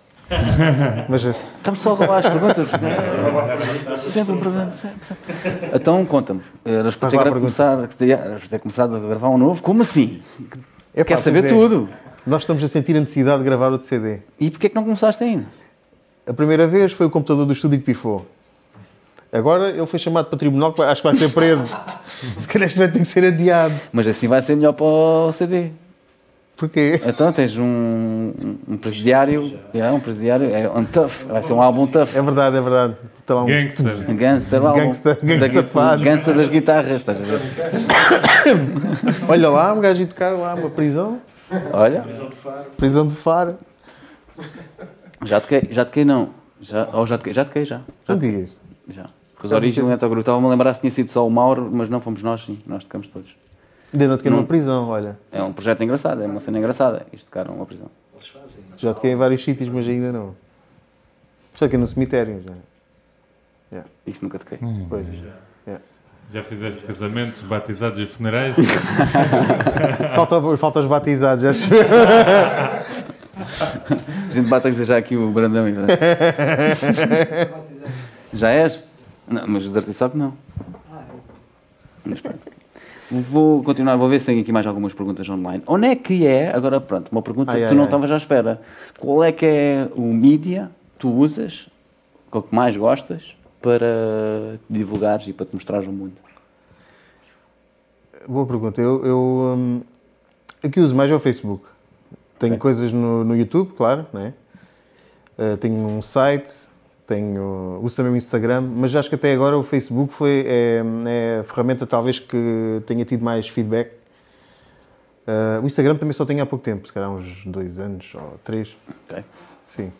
[SPEAKER 3] Mas eh,
[SPEAKER 1] Estamos só a roubar as perguntas. sempre um problema. Sempre, sempre. Então conta-me. Eras para
[SPEAKER 3] Faz lá a
[SPEAKER 1] ter
[SPEAKER 3] pergunta.
[SPEAKER 1] começar, eras para ter começado a gravar um novo? Como assim?
[SPEAKER 3] é
[SPEAKER 1] Quer saber tudo.
[SPEAKER 3] Nós estamos a sentir a necessidade de gravar outro CD.
[SPEAKER 1] E porquê é que não começaste ainda?
[SPEAKER 3] A primeira vez foi o computador do estúdio que pifou. Agora ele foi chamado para tribunal, que vai- acho que vai ser preso. Se calhar isto vai ter que ser adiado.
[SPEAKER 1] Mas assim vai ser melhor para o CD.
[SPEAKER 3] Porquê?
[SPEAKER 1] Então tens um, um- um presidiário, é um presidiário, é um tough, vai ser um álbum tough.
[SPEAKER 3] É verdade, é verdade. Está lá um-
[SPEAKER 2] Gangster.
[SPEAKER 1] Um Gangster álbum.
[SPEAKER 3] Gangsta-
[SPEAKER 1] Da
[SPEAKER 3] gangsta
[SPEAKER 1] gui-
[SPEAKER 3] fado.
[SPEAKER 1] gangsta das guitarras, estás a ver?
[SPEAKER 3] Olha lá, um gajo de tocar lá, uma prisão.
[SPEAKER 1] Olha,
[SPEAKER 3] Prisão de Faro.
[SPEAKER 1] já toquei, já toquei não. Já, ou já toquei, já toquei já.
[SPEAKER 3] Não digas.
[SPEAKER 1] já. Os origens é do Neto Grupo, estava-me a lembrar se tinha sido só o Mauro, mas não fomos nós, sim, nós tocamos todos.
[SPEAKER 3] Ainda não toquei numa prisão, olha.
[SPEAKER 1] É um projeto engraçado, é uma cena engraçada, isto tocaram uma prisão.
[SPEAKER 3] Já toquei em vários sítios, mas ainda não. Só que no cemitério já.
[SPEAKER 1] Isso nunca toquei.
[SPEAKER 3] Pois.
[SPEAKER 2] Já fizeste casamentos, batizados e funerais?
[SPEAKER 3] Falta, falta os batizados, acho.
[SPEAKER 1] A gente bate já aqui o Brandão. e- já és? Não, mas os artistas sabem que não. Mas pronto. Vou continuar, vou ver se tenho aqui mais algumas perguntas online. Onde é que é, agora pronto, uma pergunta
[SPEAKER 3] Ai,
[SPEAKER 1] que tu
[SPEAKER 3] ai,
[SPEAKER 1] não
[SPEAKER 3] ai.
[SPEAKER 1] estavas à espera. Qual é que é o mídia que tu usas, que é o que mais gostas, para te divulgares e para te mostrares o mundo?
[SPEAKER 3] Boa pergunta. Eu, eu hum, a que uso mais é o Facebook. Tenho coisas no, no YouTube, claro, né? Eh, tenho um site, tenho, uso também o Instagram, mas acho que até agora o Facebook foi é, é a ferramenta talvez que tenha tido mais feedback. Eh, o Instagram também só tenho há pouco tempo, se calhar uns dois anos ou três,
[SPEAKER 1] Ok?
[SPEAKER 3] sim.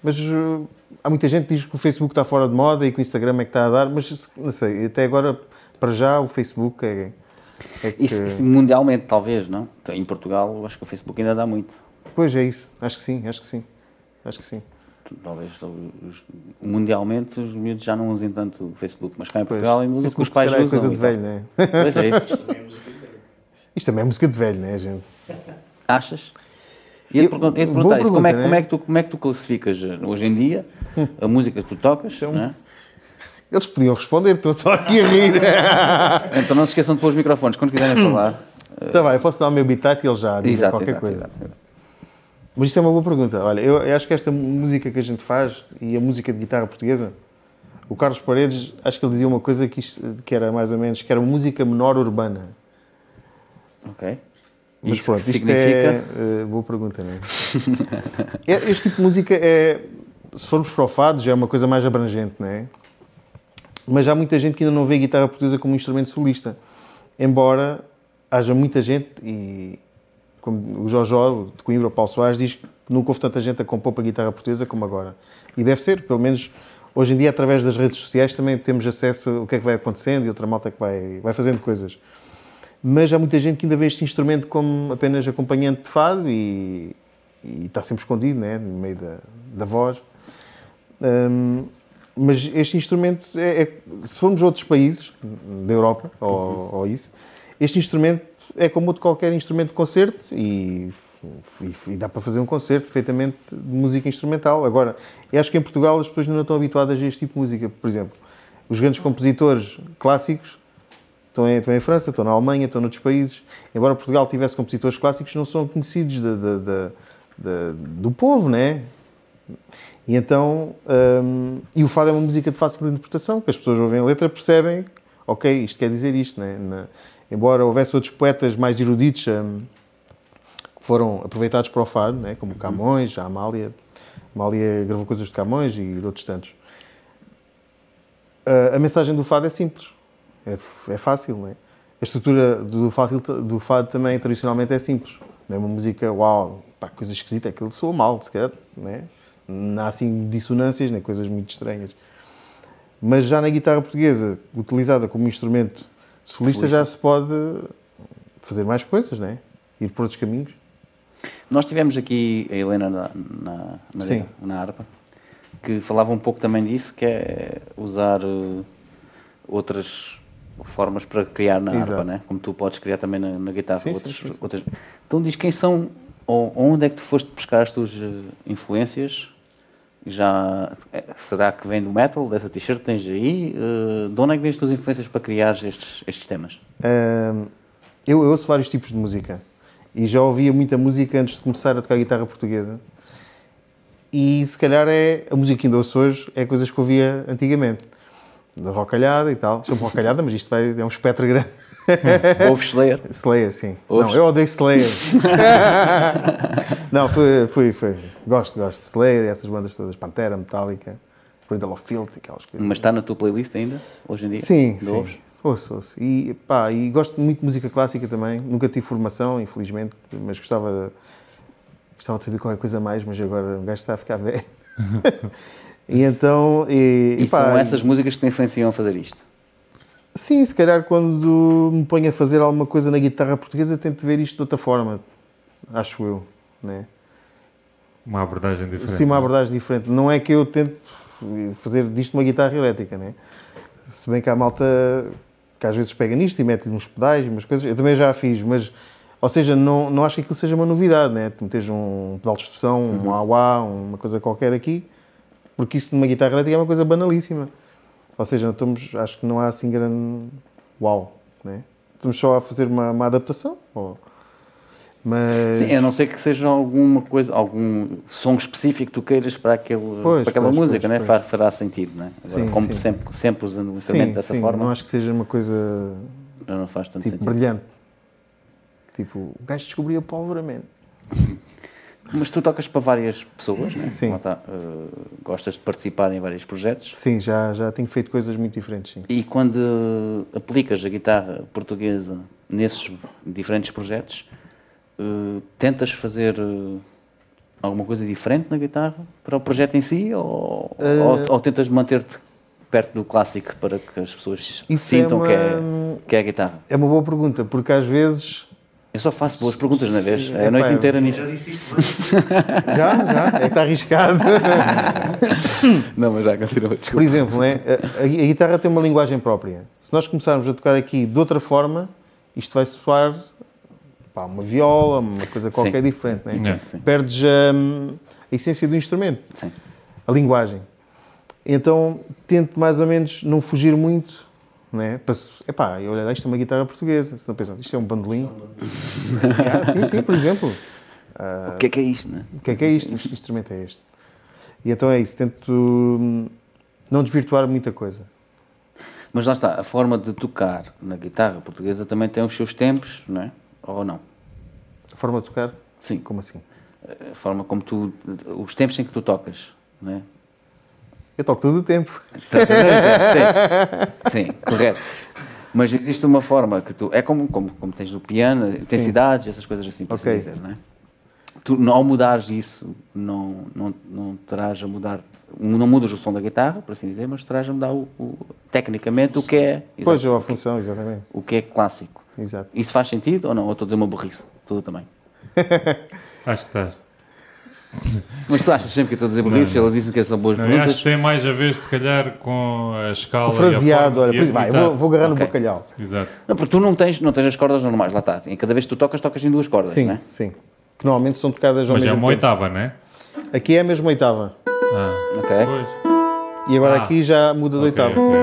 [SPEAKER 3] Mas eh, há muita gente que diz que o Facebook está fora de moda e que o Instagram é que está a dar, mas não sei, até agora, para já, o Facebook é, é que...
[SPEAKER 1] Isso, isso mundialmente, talvez, não? Então, Em Portugal, eu acho que o Facebook ainda dá muito.
[SPEAKER 3] Pois é isso, acho que sim, acho que sim, acho que sim.
[SPEAKER 1] Talvez os- mundialmente os miúdos já não usem tanto o Facebook, mas cá em
[SPEAKER 3] Pois.
[SPEAKER 1] Portugal ainda usam porque
[SPEAKER 3] Facebook,
[SPEAKER 1] os
[SPEAKER 3] se
[SPEAKER 1] pais
[SPEAKER 3] calhar,
[SPEAKER 1] usam.
[SPEAKER 3] é coisa
[SPEAKER 1] e
[SPEAKER 3] de
[SPEAKER 1] tal.
[SPEAKER 3] velho, né?
[SPEAKER 1] Pois é isso.
[SPEAKER 3] Isto também é música de velho, né, gente?
[SPEAKER 1] Achas? E ia-te
[SPEAKER 3] Eu-
[SPEAKER 1] pergun- ia-te
[SPEAKER 3] boa
[SPEAKER 1] perguntar isso, como é,
[SPEAKER 3] pergunta,
[SPEAKER 1] como,
[SPEAKER 3] né?
[SPEAKER 1] é que tu, como é que tu classificas eh, hoje em dia a música que tu tocas?
[SPEAKER 3] Então-
[SPEAKER 1] né?
[SPEAKER 3] Eles podiam responder, estou só aqui a rir.
[SPEAKER 1] Então não se esqueçam de pôr os microfones quando quiserem falar.
[SPEAKER 3] Está Tá bem, eu posso dar o meu habitat e eles já dizem
[SPEAKER 1] Exato,
[SPEAKER 3] qualquer
[SPEAKER 1] exato,
[SPEAKER 3] coisa.
[SPEAKER 1] exato, exato.
[SPEAKER 3] Mas isso é uma boa pergunta. Olha, eu, eu acho que esta música que a gente faz e a música de guitarra portuguesa, o Carlos Paredes, acho que ele dizia uma coisa que, isto- que era mais ou menos, que era música menor urbana.
[SPEAKER 1] Ok.
[SPEAKER 3] Mas
[SPEAKER 1] Isso
[SPEAKER 3] pronto,
[SPEAKER 1] que
[SPEAKER 3] isto
[SPEAKER 1] significa.
[SPEAKER 3] é... eh, boa pergunta, não é? É, este tipo de música é... Se formos para o fado, já é uma coisa mais abrangente, não é? Mas há muita gente que ainda não vê a guitarra portuguesa como um instrumento solista. Embora haja muita gente, e como o Jojó, de Coimbra, o Paulo Soares, diz que nunca houve tanta gente a compor para a guitarra portuguesa como agora. E deve ser, pelo menos hoje em dia, através das redes sociais, também temos acesso ao que é que vai acontecendo e outra malta que vai, vai fazendo coisas mas há muita gente que ainda vê este instrumento como apenas acompanhante de fado e, e está sempre escondido, né? no meio da, da voz. Hum, mas este instrumento, é, é- se formos a outros países da Europa ou, ou isso, este instrumento é como outro qualquer instrumento de concerto e, e- e dá para fazer um concerto perfeitamente de música instrumental. Agora, eu acho que em Portugal as pessoas ainda não estão habituadas a este tipo de música. Por exemplo, os grandes compositores clássicos Estão em, estão em França, estão na Alemanha, estão noutros países. Embora Portugal tivesse compositores clássicos, não são conhecidos da- da- da- da- do povo, né? E então. hum, e o fado é uma música de fácil interpretação, que as pessoas ouvem a letra percebem, ok, isto quer dizer isto, né? Na- embora houvesse outros poetas mais eruditos hum, que foram aproveitados para o fado, né? como Camões, a Amália. Amália gravou coisas de Camões e de outros tantos. Ah, a mensagem do fado é simples. É, é fácil, não é? A estrutura do, fácil, do fado também tradicionalmente é simples. Não é uma música, uau, pá, coisa esquisita, aquilo soa mal, se calhar, né? não há assim dissonâncias nem coisas muito estranhas. Mas já na guitarra portuguesa, utilizada como instrumento solista,
[SPEAKER 1] Solista.
[SPEAKER 3] já se pode fazer mais coisas, né? ir por outros caminhos.
[SPEAKER 1] Nós tivemos aqui a Helena na, na, na,
[SPEAKER 3] Sim.
[SPEAKER 1] na harpa, que falava um pouco também disso, que é usar eh, outras formas para criar na
[SPEAKER 3] Exato.
[SPEAKER 1] harpa, né? como tu podes criar também na, na guitarra.
[SPEAKER 3] Sim, sim,
[SPEAKER 1] outras,
[SPEAKER 3] sim, sim.
[SPEAKER 1] outras- Então diz quem são, ou onde é que tu foste buscar as tuas eh, influências? Já, eh, será que vem do metal, dessa t-shirt que tens aí? Eh, de onde é que vêm as tuas influências para criar estes, estes temas?
[SPEAKER 3] Ahm, eu, eu ouço vários tipos de música e já ouvia muita música antes de começar a tocar guitarra portuguesa. E se calhar é a música que ainda ouço hoje é coisas que ouvia antigamente. Da rocalhada e tal. Chamo rocalhada, mas isto vai, é um espectro grande.
[SPEAKER 1] Ouves Slayer?
[SPEAKER 3] Slayer, sim.
[SPEAKER 1] Ouves?
[SPEAKER 3] Não, eu odeio Slayer. não, fui, fui, fui. Gosto, gosto. Slayer, essas bandas todas. Pantera, Metallica, Cradle of Filth, aquelas coisas.
[SPEAKER 1] Mas está na tua playlist ainda, hoje em dia?
[SPEAKER 3] Sim,
[SPEAKER 1] Ainda
[SPEAKER 3] sim.
[SPEAKER 1] ouves?
[SPEAKER 3] Ouço, ouço. E, pá, e gosto muito de música clássica também. Nunca tive formação, infelizmente, mas gostava, gostava de saber qualquer coisa a mais, mas agora o gajo está a ficar velho. e então. E,
[SPEAKER 1] E
[SPEAKER 3] pá,
[SPEAKER 1] são essas músicas que te influenciam a fazer isto.
[SPEAKER 3] Sim, se calhar quando me ponho a fazer alguma coisa na guitarra portuguesa, tento ver isto de outra forma. Acho eu. Né?
[SPEAKER 2] Uma abordagem diferente.
[SPEAKER 3] Sim,
[SPEAKER 2] não
[SPEAKER 3] uma
[SPEAKER 2] é?
[SPEAKER 3] abordagem diferente. Não é que eu tente fazer disto uma guitarra elétrica, né? Se bem que há malta que às vezes pega nisto e mete-lhe uns pedais e umas coisas. Eu também já a fiz, mas, ou seja, não, não acho que aquilo seja uma novidade, né? Tu meteres um pedal de distorção,
[SPEAKER 1] Uhum.
[SPEAKER 3] um auá, uma coisa qualquer aqui, porque isto numa guitarra elétrica é uma coisa banalíssima. Ou seja, não estamos, acho que não há assim grande uau, né? Estamos só a fazer uma, uma adaptação, ou- Mas...
[SPEAKER 1] Sim, a não ser que seja alguma coisa, algum som específico que tu queiras para, aquele,
[SPEAKER 3] Pois,
[SPEAKER 1] para aquela
[SPEAKER 3] pois,
[SPEAKER 1] música,
[SPEAKER 3] pois,
[SPEAKER 1] né?
[SPEAKER 3] pois.
[SPEAKER 1] Fará, fará sentido, né? Agora,
[SPEAKER 3] Sim,
[SPEAKER 1] como
[SPEAKER 3] sim.
[SPEAKER 1] Sempre, sempre usando um instrumento dessa
[SPEAKER 3] sim,
[SPEAKER 1] forma,
[SPEAKER 3] não acho que seja uma coisa
[SPEAKER 1] já não faz tanto
[SPEAKER 3] Tipo,
[SPEAKER 1] sentido.
[SPEAKER 3] brilhante. Tipo, o gajo descobriu a pólvora, man.
[SPEAKER 1] Mas tu tocas para várias pessoas, né?
[SPEAKER 3] Sim.
[SPEAKER 1] Lá está, eh, gostas de participar em vários projetos.
[SPEAKER 3] Sim, já, já tenho feito coisas muito diferentes, sim.
[SPEAKER 1] E quando aplicas a guitarra portuguesa nesses diferentes projetos, eh, tentas fazer eh, alguma coisa diferente na guitarra para o projeto em si ou,
[SPEAKER 3] Eh,
[SPEAKER 1] ou- ou tentas manter-te perto do clássico para que as pessoas
[SPEAKER 3] Isso
[SPEAKER 1] sintam
[SPEAKER 3] é
[SPEAKER 1] que, é,
[SPEAKER 3] uma-
[SPEAKER 1] que é a guitarra?
[SPEAKER 3] É uma boa pergunta, porque às vezes.
[SPEAKER 1] Eu só faço boas perguntas na vez,
[SPEAKER 3] Sim,
[SPEAKER 1] é a
[SPEAKER 3] epá,
[SPEAKER 1] noite inteira
[SPEAKER 5] Já
[SPEAKER 1] nisto.
[SPEAKER 5] disse isto antes.
[SPEAKER 3] Já, já, é que está arriscado.
[SPEAKER 1] Não, mas já continua, desculpa.
[SPEAKER 3] Por exemplo, né, a, a gui- a guitarra tem uma linguagem própria. Se nós começarmos a tocar aqui de outra forma, isto vai soar pá, uma viola, uma coisa qualquer diferente. Né?
[SPEAKER 2] Yeah.
[SPEAKER 1] Sim.
[SPEAKER 3] Perdes hum, a essência do instrumento,
[SPEAKER 1] Sim.
[SPEAKER 3] a linguagem. Então tento mais ou menos não fugir muito. Né? Para se- Epá, eu olhar, isto é uma guitarra portuguesa. Se não pensam, isto é um bandolim. Ah, sim, sim, por exemplo.
[SPEAKER 1] O que é que é isto, né?
[SPEAKER 3] O que é que é isto? Que instrumento é este? E então é isso, tento hum, não desvirtuar muita coisa.
[SPEAKER 1] Mas lá está, a forma de tocar na guitarra portuguesa também tem os seus tempos, não é? Ou não?
[SPEAKER 3] A forma de tocar?
[SPEAKER 1] Sim.
[SPEAKER 3] Como assim?
[SPEAKER 1] a forma como tu, os tempos em que tu tocas, não é?
[SPEAKER 3] Eu toco todo o tempo.
[SPEAKER 1] Estás a ver? Sim, sim, correto. Mas existe uma forma que tu. É como, como, como tens o piano, intensidades, essas coisas assim, por
[SPEAKER 3] Ok.
[SPEAKER 1] assim dizer, não é? Tu, não- ao mudares isso, não, não, não terás a mudar. Não mudas o som da guitarra, por assim dizer, mas terás a mudar o, o- tecnicamente o que é.
[SPEAKER 3] Pois,
[SPEAKER 1] exato,
[SPEAKER 3] ou a função, exatamente.
[SPEAKER 1] O que é clássico.
[SPEAKER 3] Exato.
[SPEAKER 1] Isso faz sentido ou não? Ou estou a dizer uma burrice? Tudo também.
[SPEAKER 2] Acho que estás.
[SPEAKER 1] Mas tu achas sempre que eu estou a dizer burrice? Ela disse-me que são boas
[SPEAKER 2] Não, eu
[SPEAKER 1] perguntas.
[SPEAKER 2] acho que tem mais a ver, se calhar, com é a escala.
[SPEAKER 3] O fraseado,
[SPEAKER 2] e a forma,
[SPEAKER 3] olha,
[SPEAKER 2] e
[SPEAKER 3] por exemplo,
[SPEAKER 2] a-
[SPEAKER 3] vai, eu
[SPEAKER 2] Exato,
[SPEAKER 3] vou, vou agarrar
[SPEAKER 1] ok.
[SPEAKER 3] no bacalhau.
[SPEAKER 2] Exato.
[SPEAKER 1] Não, porque tu não tens, não tens as cordas normais, lá está. Em cada vez que tu tocas, tocas em duas cordas,
[SPEAKER 3] Sim,
[SPEAKER 1] não é?
[SPEAKER 3] sim. Que normalmente são tocadas ao
[SPEAKER 2] Mas é
[SPEAKER 3] mesmo
[SPEAKER 2] uma
[SPEAKER 3] tempo.
[SPEAKER 2] oitava, não é?
[SPEAKER 3] Aqui é a mesma oitava. É?
[SPEAKER 2] Ah,
[SPEAKER 1] Ok.
[SPEAKER 2] pois.
[SPEAKER 3] E agora
[SPEAKER 2] Ah.
[SPEAKER 3] aqui já muda de
[SPEAKER 2] Ok,
[SPEAKER 3] oitava.
[SPEAKER 2] ok,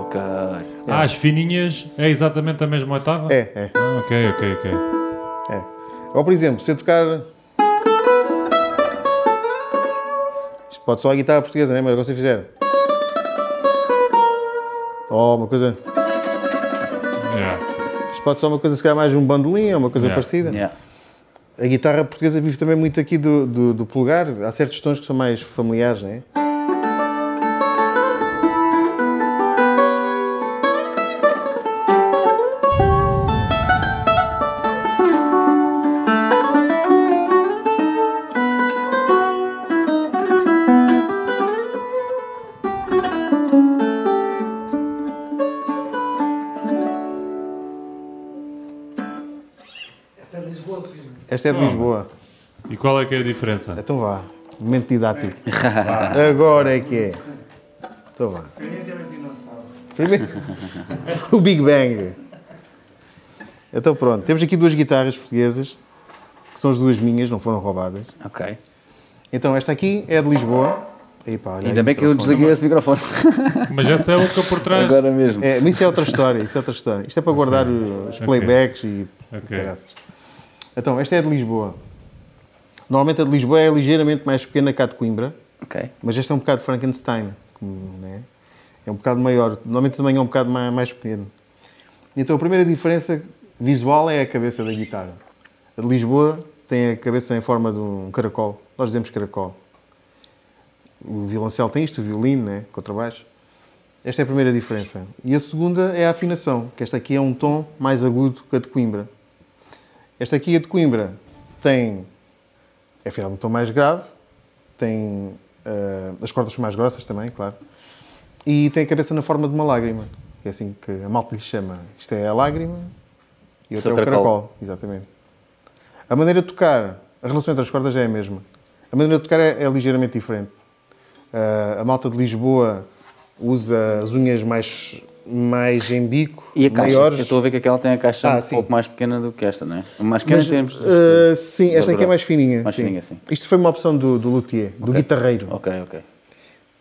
[SPEAKER 2] ok.
[SPEAKER 1] Ok.
[SPEAKER 2] Ah, as fininhas é exatamente a mesma oitava?
[SPEAKER 3] É, é,
[SPEAKER 2] Ah, ok, ok, ok.
[SPEAKER 3] é. Ou, por exemplo, se eu tocar... Isto pode só a guitarra portuguesa, né? Mas agora se eu fizer... Oh, uma coisa...
[SPEAKER 2] Yeah.
[SPEAKER 3] Isto pode ser uma coisa, se calhar, mais um bandolim, ou uma coisa
[SPEAKER 2] Yeah.
[SPEAKER 3] parecida.
[SPEAKER 1] Yeah.
[SPEAKER 3] A guitarra portuguesa vive também muito aqui do, do, do pulgar. Há certos tons que são mais familiares, não é? Esta é de
[SPEAKER 2] Toma.
[SPEAKER 3] Lisboa.
[SPEAKER 2] E qual é que é a diferença?
[SPEAKER 3] Então vá. Momento didático. Agora é que é. Então vá.
[SPEAKER 4] Caneta é os dinossauros.
[SPEAKER 3] Primeiro. o Big Bang. Então pronto. Temos aqui duas guitarras portuguesas, que são as duas minhas, não foram roubadas.
[SPEAKER 1] Ok.
[SPEAKER 3] Então esta aqui é de Lisboa. Epá, olha aí
[SPEAKER 1] Ainda
[SPEAKER 3] o
[SPEAKER 1] bem que eu
[SPEAKER 3] microfone.
[SPEAKER 1] desliguei esse microfone
[SPEAKER 2] Mas essa é o que por trás.
[SPEAKER 1] agora mesmo.
[SPEAKER 3] É, mas isso é outra história, isso é outra história. Isto é para guardar os playbacks e
[SPEAKER 2] Ok.
[SPEAKER 3] caraças. Então, esta é de Lisboa. Normalmente a de Lisboa é ligeiramente mais pequena que a de Coimbra,
[SPEAKER 1] Ok.
[SPEAKER 3] mas esta é um bocado Frankenstein, como, né? é um bocado maior. Normalmente também é um bocado mais, mais pequeno. Então a primeira diferença visual é a cabeça da guitarra. A de Lisboa tem a cabeça em forma de um caracol. Nós dizemos caracol. O violoncelo tem isto, o violino, né? contrabaixo. Esta é a primeira diferença. E a segunda é a afinação, que esta aqui é um tom mais agudo que a de Coimbra. Esta aqui, a de Coimbra, tem. É afinal um tom mais grave, tem. ah, as cordas são mais grossas também, claro. E tem a cabeça na forma de uma lágrima. É assim que a malta lhe chama. Isto é a lágrima e
[SPEAKER 1] Isso
[SPEAKER 3] outra é
[SPEAKER 1] é
[SPEAKER 3] o
[SPEAKER 1] o
[SPEAKER 3] caracol.
[SPEAKER 1] caracol.
[SPEAKER 3] Exatamente. A maneira de tocar, a relação entre as cordas é a mesma. A maneira de tocar é- é ligeiramente diferente. Ah, a malta de Lisboa usa as unhas mais, mais em bico,
[SPEAKER 1] E a caixa?
[SPEAKER 3] maiores.
[SPEAKER 1] Eu estou a ver que aquela tem a caixa
[SPEAKER 3] Ah,
[SPEAKER 1] um
[SPEAKER 3] sim.
[SPEAKER 1] pouco mais pequena do que esta, não é? Mais pequena
[SPEAKER 3] Mas,
[SPEAKER 1] em termos. de-
[SPEAKER 3] ah, sim, esta aqui é mais fininha.
[SPEAKER 1] Mais
[SPEAKER 3] sim.
[SPEAKER 1] fininha, sim.
[SPEAKER 3] Isto foi uma opção do, do luthier, do guitarreiro.
[SPEAKER 1] Ok, Oh. ok.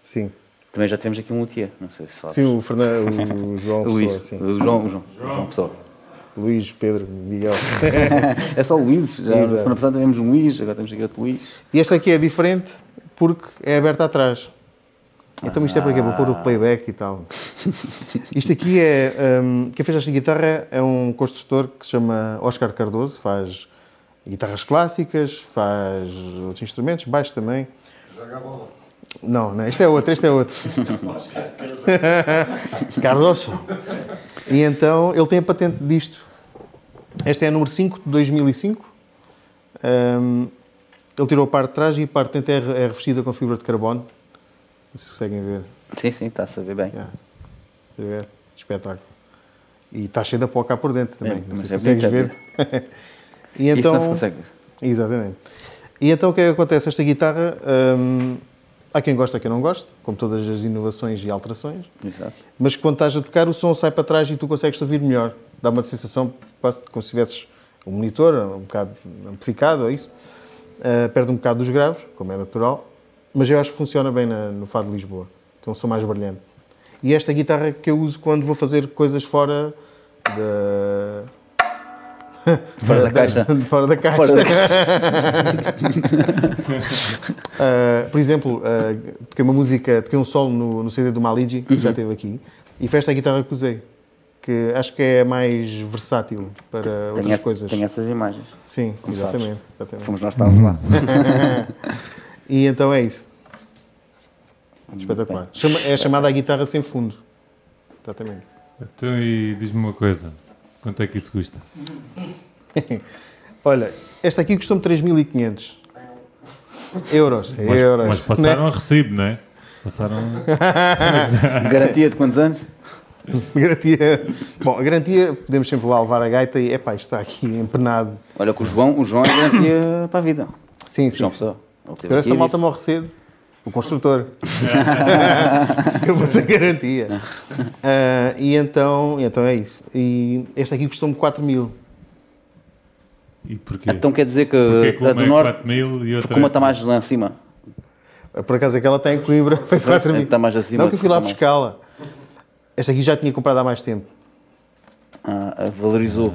[SPEAKER 3] Sim.
[SPEAKER 1] Também já temos aqui um luthier, não sei se sabe.
[SPEAKER 3] Sim, o, Fernando, o João
[SPEAKER 1] Luís.
[SPEAKER 3] Pessoa, sim.
[SPEAKER 1] O João, o João. João Pessoa.
[SPEAKER 3] Luís, Pedro, Miguel.
[SPEAKER 1] É só Luís. Já na semana passada tivemos um Luís, agora temos aqui outro Luís.
[SPEAKER 3] e esta aqui é diferente porque é aberta atrás. Então isto é para quê? Para pôr o playback e tal. Isto aqui é. hum, quem fez esta guitarra é um construtor que se chama Oscar Cardoso, faz guitarras clássicas, faz outros instrumentos, baixo também. Joga a bola. Não, não, este é outro, este é outro. Cardoso. E então ele tem a patente disto. Esta é a número 5 de 2005. Hum, ele tirou a parte de trás e a parte de dentro é re- é revestida com fibra de carbono. Não sei se conseguem ver.
[SPEAKER 1] Sim, sim, está a saber bem.
[SPEAKER 3] Yeah. Está a ver? Espetáculo. E está cheio de pó cá por dentro também.
[SPEAKER 1] É,
[SPEAKER 3] não sei
[SPEAKER 1] mas
[SPEAKER 3] se
[SPEAKER 1] é
[SPEAKER 3] consegues
[SPEAKER 1] bonito,
[SPEAKER 3] ver. e então,
[SPEAKER 1] Isso não se consegue ver.
[SPEAKER 3] Exatamente. E então o que é que acontece? Esta guitarra, hum, há quem gosta, há quem não gosta, como todas as inovações e alterações,
[SPEAKER 1] Exato.
[SPEAKER 3] mas quando estás a tocar o som sai para trás e tu consegues ouvir melhor. Dá uma sensação quase como se tivesses um monitor, um bocado amplificado, ou isso. Ah, perde um bocado dos graves, como é natural, mas eu acho que funciona bem na- no Fado de Lisboa. Tem um som mais brilhante. E esta é a guitarra que eu uso quando vou fazer coisas fora da...
[SPEAKER 1] Fora da caixa.
[SPEAKER 3] fora da caixa.
[SPEAKER 1] Fora da-
[SPEAKER 3] Uh, por exemplo, uh, toquei uma música, toquei um solo no, no CD do Maligi, que
[SPEAKER 1] Uhum.
[SPEAKER 3] já esteve aqui, e foi esta guitarra que usei, que acho que é mais versátil para outras
[SPEAKER 1] Tem, essa-
[SPEAKER 3] coisas.
[SPEAKER 1] tem essas imagens.
[SPEAKER 3] Sim,
[SPEAKER 1] como sabes.
[SPEAKER 3] exatamente. exatamente.
[SPEAKER 1] Fomos nós que estávamos lá.
[SPEAKER 3] E então é isso. Espetacular. Chama- é chamada a guitarra sem fundo. Exatamente.
[SPEAKER 2] Então, e diz-me uma coisa. Quanto é que isso custa?
[SPEAKER 3] Olha, esta aqui custou-me 3.500 euros.
[SPEAKER 2] Mas,
[SPEAKER 3] euros.
[SPEAKER 2] mas passaram a recibo, não é? Passaram...
[SPEAKER 1] Garantia de quantos anos?
[SPEAKER 3] é? Garantia. Bom, a garantia, podemos sempre lá levar a gaita e, epá, isto está aqui empenado.
[SPEAKER 1] Olha, que o João, o João é garantia para a vida.
[SPEAKER 3] Sim, sim.
[SPEAKER 1] João
[SPEAKER 3] sim.
[SPEAKER 1] Pessoa. Ele teve
[SPEAKER 3] Agora
[SPEAKER 1] aqui
[SPEAKER 3] essa
[SPEAKER 1] e
[SPEAKER 3] malta
[SPEAKER 1] disse-
[SPEAKER 3] morre cedo. O construtor. Eu vou sem garantia. Ah, e então, e então é isso. E esta aqui custou-me 4 mil.
[SPEAKER 2] E porquê?
[SPEAKER 1] Então quer dizer que
[SPEAKER 2] Porquê que
[SPEAKER 1] a
[SPEAKER 2] uma
[SPEAKER 1] do
[SPEAKER 2] é
[SPEAKER 1] Norte,
[SPEAKER 2] 4 mil e outra
[SPEAKER 1] como está mais lá em cima.
[SPEAKER 3] Por acaso aquela está em Coimbra, foi 4 mil.
[SPEAKER 1] está é, tá mais acima,
[SPEAKER 3] Não que eu fui lá
[SPEAKER 1] está mais-
[SPEAKER 3] buscá-la. Esta aqui já tinha comprado há mais tempo.
[SPEAKER 1] Ah, valorizou.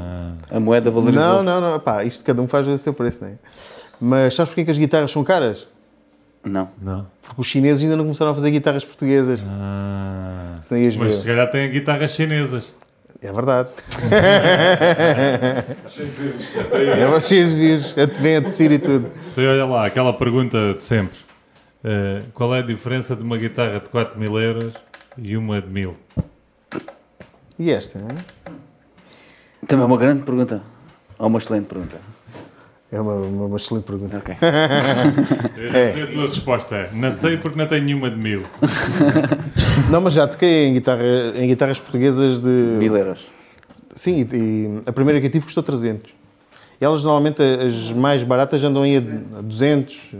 [SPEAKER 1] A moeda valorizou.
[SPEAKER 3] Ah. Não, não, não. Pá, isto cada um faz o seu preço, não é? Mas sabes porquê que as guitarras são caras?
[SPEAKER 1] Não.
[SPEAKER 2] Não.
[SPEAKER 3] Porque os chineses ainda não começaram a fazer guitarras portuguesas.
[SPEAKER 2] Ah.
[SPEAKER 3] Senão ias
[SPEAKER 2] Mas
[SPEAKER 3] ver.
[SPEAKER 2] se calhar têm guitarras chinesas.
[SPEAKER 3] É verdade. é mais cheios de vírus. Eu te venho a tossir e tudo.
[SPEAKER 2] Então, olha lá, aquela pergunta de sempre. Eh, qual é a diferença de uma guitarra de 4 mil euros e uma de mil?
[SPEAKER 3] E esta, hein?
[SPEAKER 1] Também é uma grande pergunta. Ou uma excelente pergunta.
[SPEAKER 3] é uma, uma, uma excelente pergunta.
[SPEAKER 1] Ok.
[SPEAKER 2] Eu já sei a tua resposta. é, Não sei porque não tenho nenhuma de mil.
[SPEAKER 3] Não, mas já toquei em, guitarra, em guitarras portuguesas de...
[SPEAKER 1] Mil euros.
[SPEAKER 3] Sim, e, e a primeira que eu tive custou 300. Elas normalmente as mais baratas andam aí a 200, eh,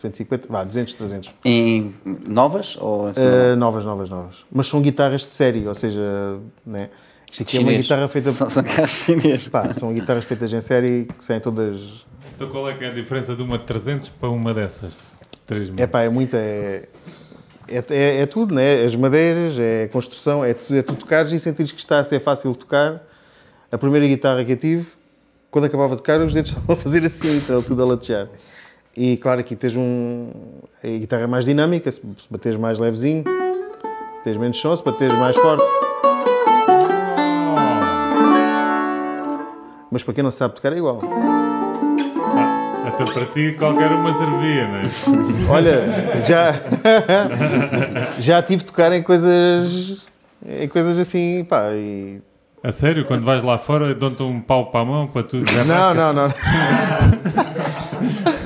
[SPEAKER 3] 150, vá, 200, 300.
[SPEAKER 1] Em novas ou
[SPEAKER 3] Eh, novas, novas, novas. Mas são guitarras de série, ou seja, né? Isto aqui é uma
[SPEAKER 1] Chinês.
[SPEAKER 3] guitarra feita.
[SPEAKER 1] São, são carros chineses.
[SPEAKER 3] Pá, são guitarras feitas em série que saem todas.
[SPEAKER 2] Então qual é que é a diferença de uma de 300 para uma dessas? 3 mil.
[SPEAKER 3] É pá, é muita. É, é, é- é tudo, né? As madeiras, é a construção, é tu, é tu tocares e sentires que está a ser fácil de tocar. A primeira guitarra que eu tive, quando acabava de tocar, os dedos estavam a fazer assim, então tudo a latejar. E claro, aqui tens um. A guitarra é mais dinâmica, se se bateres mais levezinho, tens menos som, se bateres mais forte. Mas para quem não sabe tocar é igual.
[SPEAKER 2] Até para ti qualquer uma servia, não é?
[SPEAKER 3] Olha, já, já tive de tocar em coisas. em coisas assim, pá. E...
[SPEAKER 2] A sério, quando vais lá fora, dão-te um pau para a mão para tu. Já
[SPEAKER 3] Não, não, não.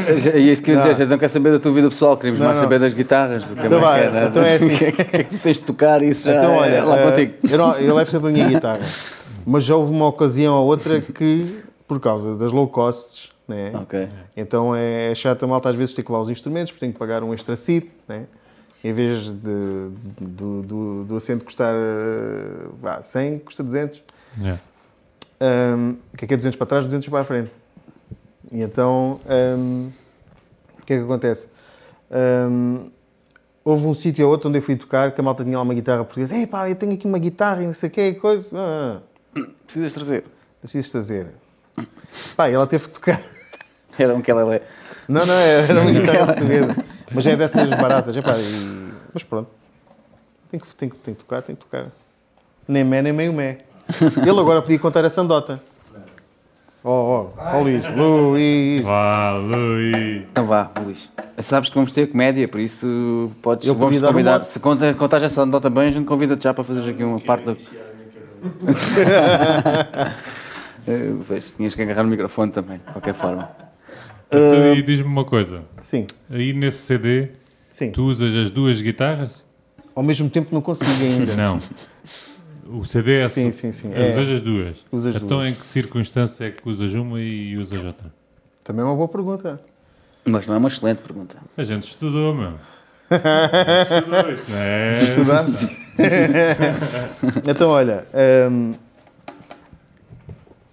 [SPEAKER 1] É isso que eu ia dizer, a gente não quer saber da tua vida pessoal, queremos mais
[SPEAKER 3] não.
[SPEAKER 1] saber das guitarras. do que
[SPEAKER 3] Então
[SPEAKER 1] mais
[SPEAKER 3] vai,
[SPEAKER 1] quer, né?
[SPEAKER 3] então é assim.
[SPEAKER 1] O que que é que tu tens de tocar isso já?
[SPEAKER 3] Então, olha,
[SPEAKER 1] é lá
[SPEAKER 3] eh,
[SPEAKER 1] contigo.
[SPEAKER 3] eu, não- eu levo sempre a minha guitarra, mas já houve uma ocasião ou outra que, por causa das low costs, né?
[SPEAKER 1] Ok.
[SPEAKER 3] Então é chato a malta às vezes ter que levar os instrumentos, porque tem que pagar um extra seat, né? Em vez de, de- do, do, do assento custar eh, vá, 100, custa 200.
[SPEAKER 2] Yeah.
[SPEAKER 3] Ahm, o que é que é 200 para trás, 200 para a frente. E então, ahm, o que é que acontece? Ahm, houve um sítio ou outro onde eu fui tocar que a malta tinha lá uma guitarra portuguesa. Ei pá, eu tenho aqui uma guitarra e não sei o que, coisa. Ah,
[SPEAKER 1] Precisas trazer.
[SPEAKER 3] preciso trazer. Pá, e ela teve de tocar.
[SPEAKER 1] Era um que ela é.
[SPEAKER 3] Não, não, era uma guitarra portuguesa. Mas é dessas baratas. Epá, e- Mas pronto. Tem que, tem, que, tem que tocar, tem que tocar. Nem mé, nem meio mé. Ele agora podia contar essa andota. Oh, oh, oh Luís, Luís.
[SPEAKER 2] Vá, Luís!
[SPEAKER 1] Então vá, Luís. Sabes que vamos ter comédia, por isso podes
[SPEAKER 3] Eu
[SPEAKER 1] vamos
[SPEAKER 3] podia dar um
[SPEAKER 1] convidar.
[SPEAKER 3] mote.
[SPEAKER 1] Se conta, contares essa anedota bem, a gente convida-te já para fazeres aqui uma parte da. Eh, pois, tinhas que agarrar o microfone também, de qualquer forma.
[SPEAKER 2] Então,
[SPEAKER 3] Ah.
[SPEAKER 2] e diz-me uma coisa:
[SPEAKER 3] Sim,
[SPEAKER 2] aí nesse CD,
[SPEAKER 3] sim.
[SPEAKER 2] tu usas as duas guitarras?
[SPEAKER 3] Ao mesmo tempo não consigo ainda.
[SPEAKER 2] Não. O CD é
[SPEAKER 3] Sim,
[SPEAKER 2] só-
[SPEAKER 3] sim, sim. É,
[SPEAKER 2] Usas as duas.
[SPEAKER 3] Uso as
[SPEAKER 2] então
[SPEAKER 3] duas.
[SPEAKER 2] em que circunstância é que usas uma e usas outra?
[SPEAKER 3] também é uma boa pergunta.
[SPEAKER 1] Mas não é uma excelente pergunta.
[SPEAKER 2] A gente estudou, meu. A gente estudou isto, não é?
[SPEAKER 3] Estudar? então, olha, hum,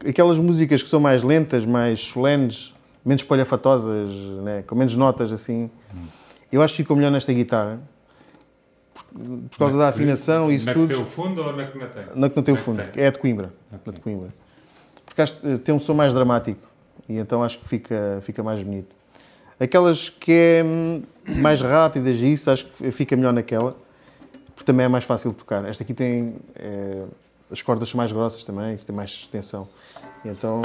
[SPEAKER 3] aquelas músicas que são mais lentas, mais solenes, menos palhafatosas, né, com menos notas, assim, eu acho que ficou melhor nesta guitarra. Por, por causa da afinação e isso
[SPEAKER 2] na que tem
[SPEAKER 3] tudo.
[SPEAKER 2] o fundo ou na que não tem?
[SPEAKER 3] Na que não tem o
[SPEAKER 2] na que
[SPEAKER 3] fundo,
[SPEAKER 2] tem.
[SPEAKER 3] é a de Coimbra. A de Coimbra. Porque acho, eh, tem um som mais dramático e então acho que fica, fica mais bonito. Aquelas que é hum, mais rápidas e isso, acho que fica melhor naquela, porque também é mais fácil de tocar. Esta aqui tem. eh, as cordas são mais grossas também, isto tem mais tensão. E então.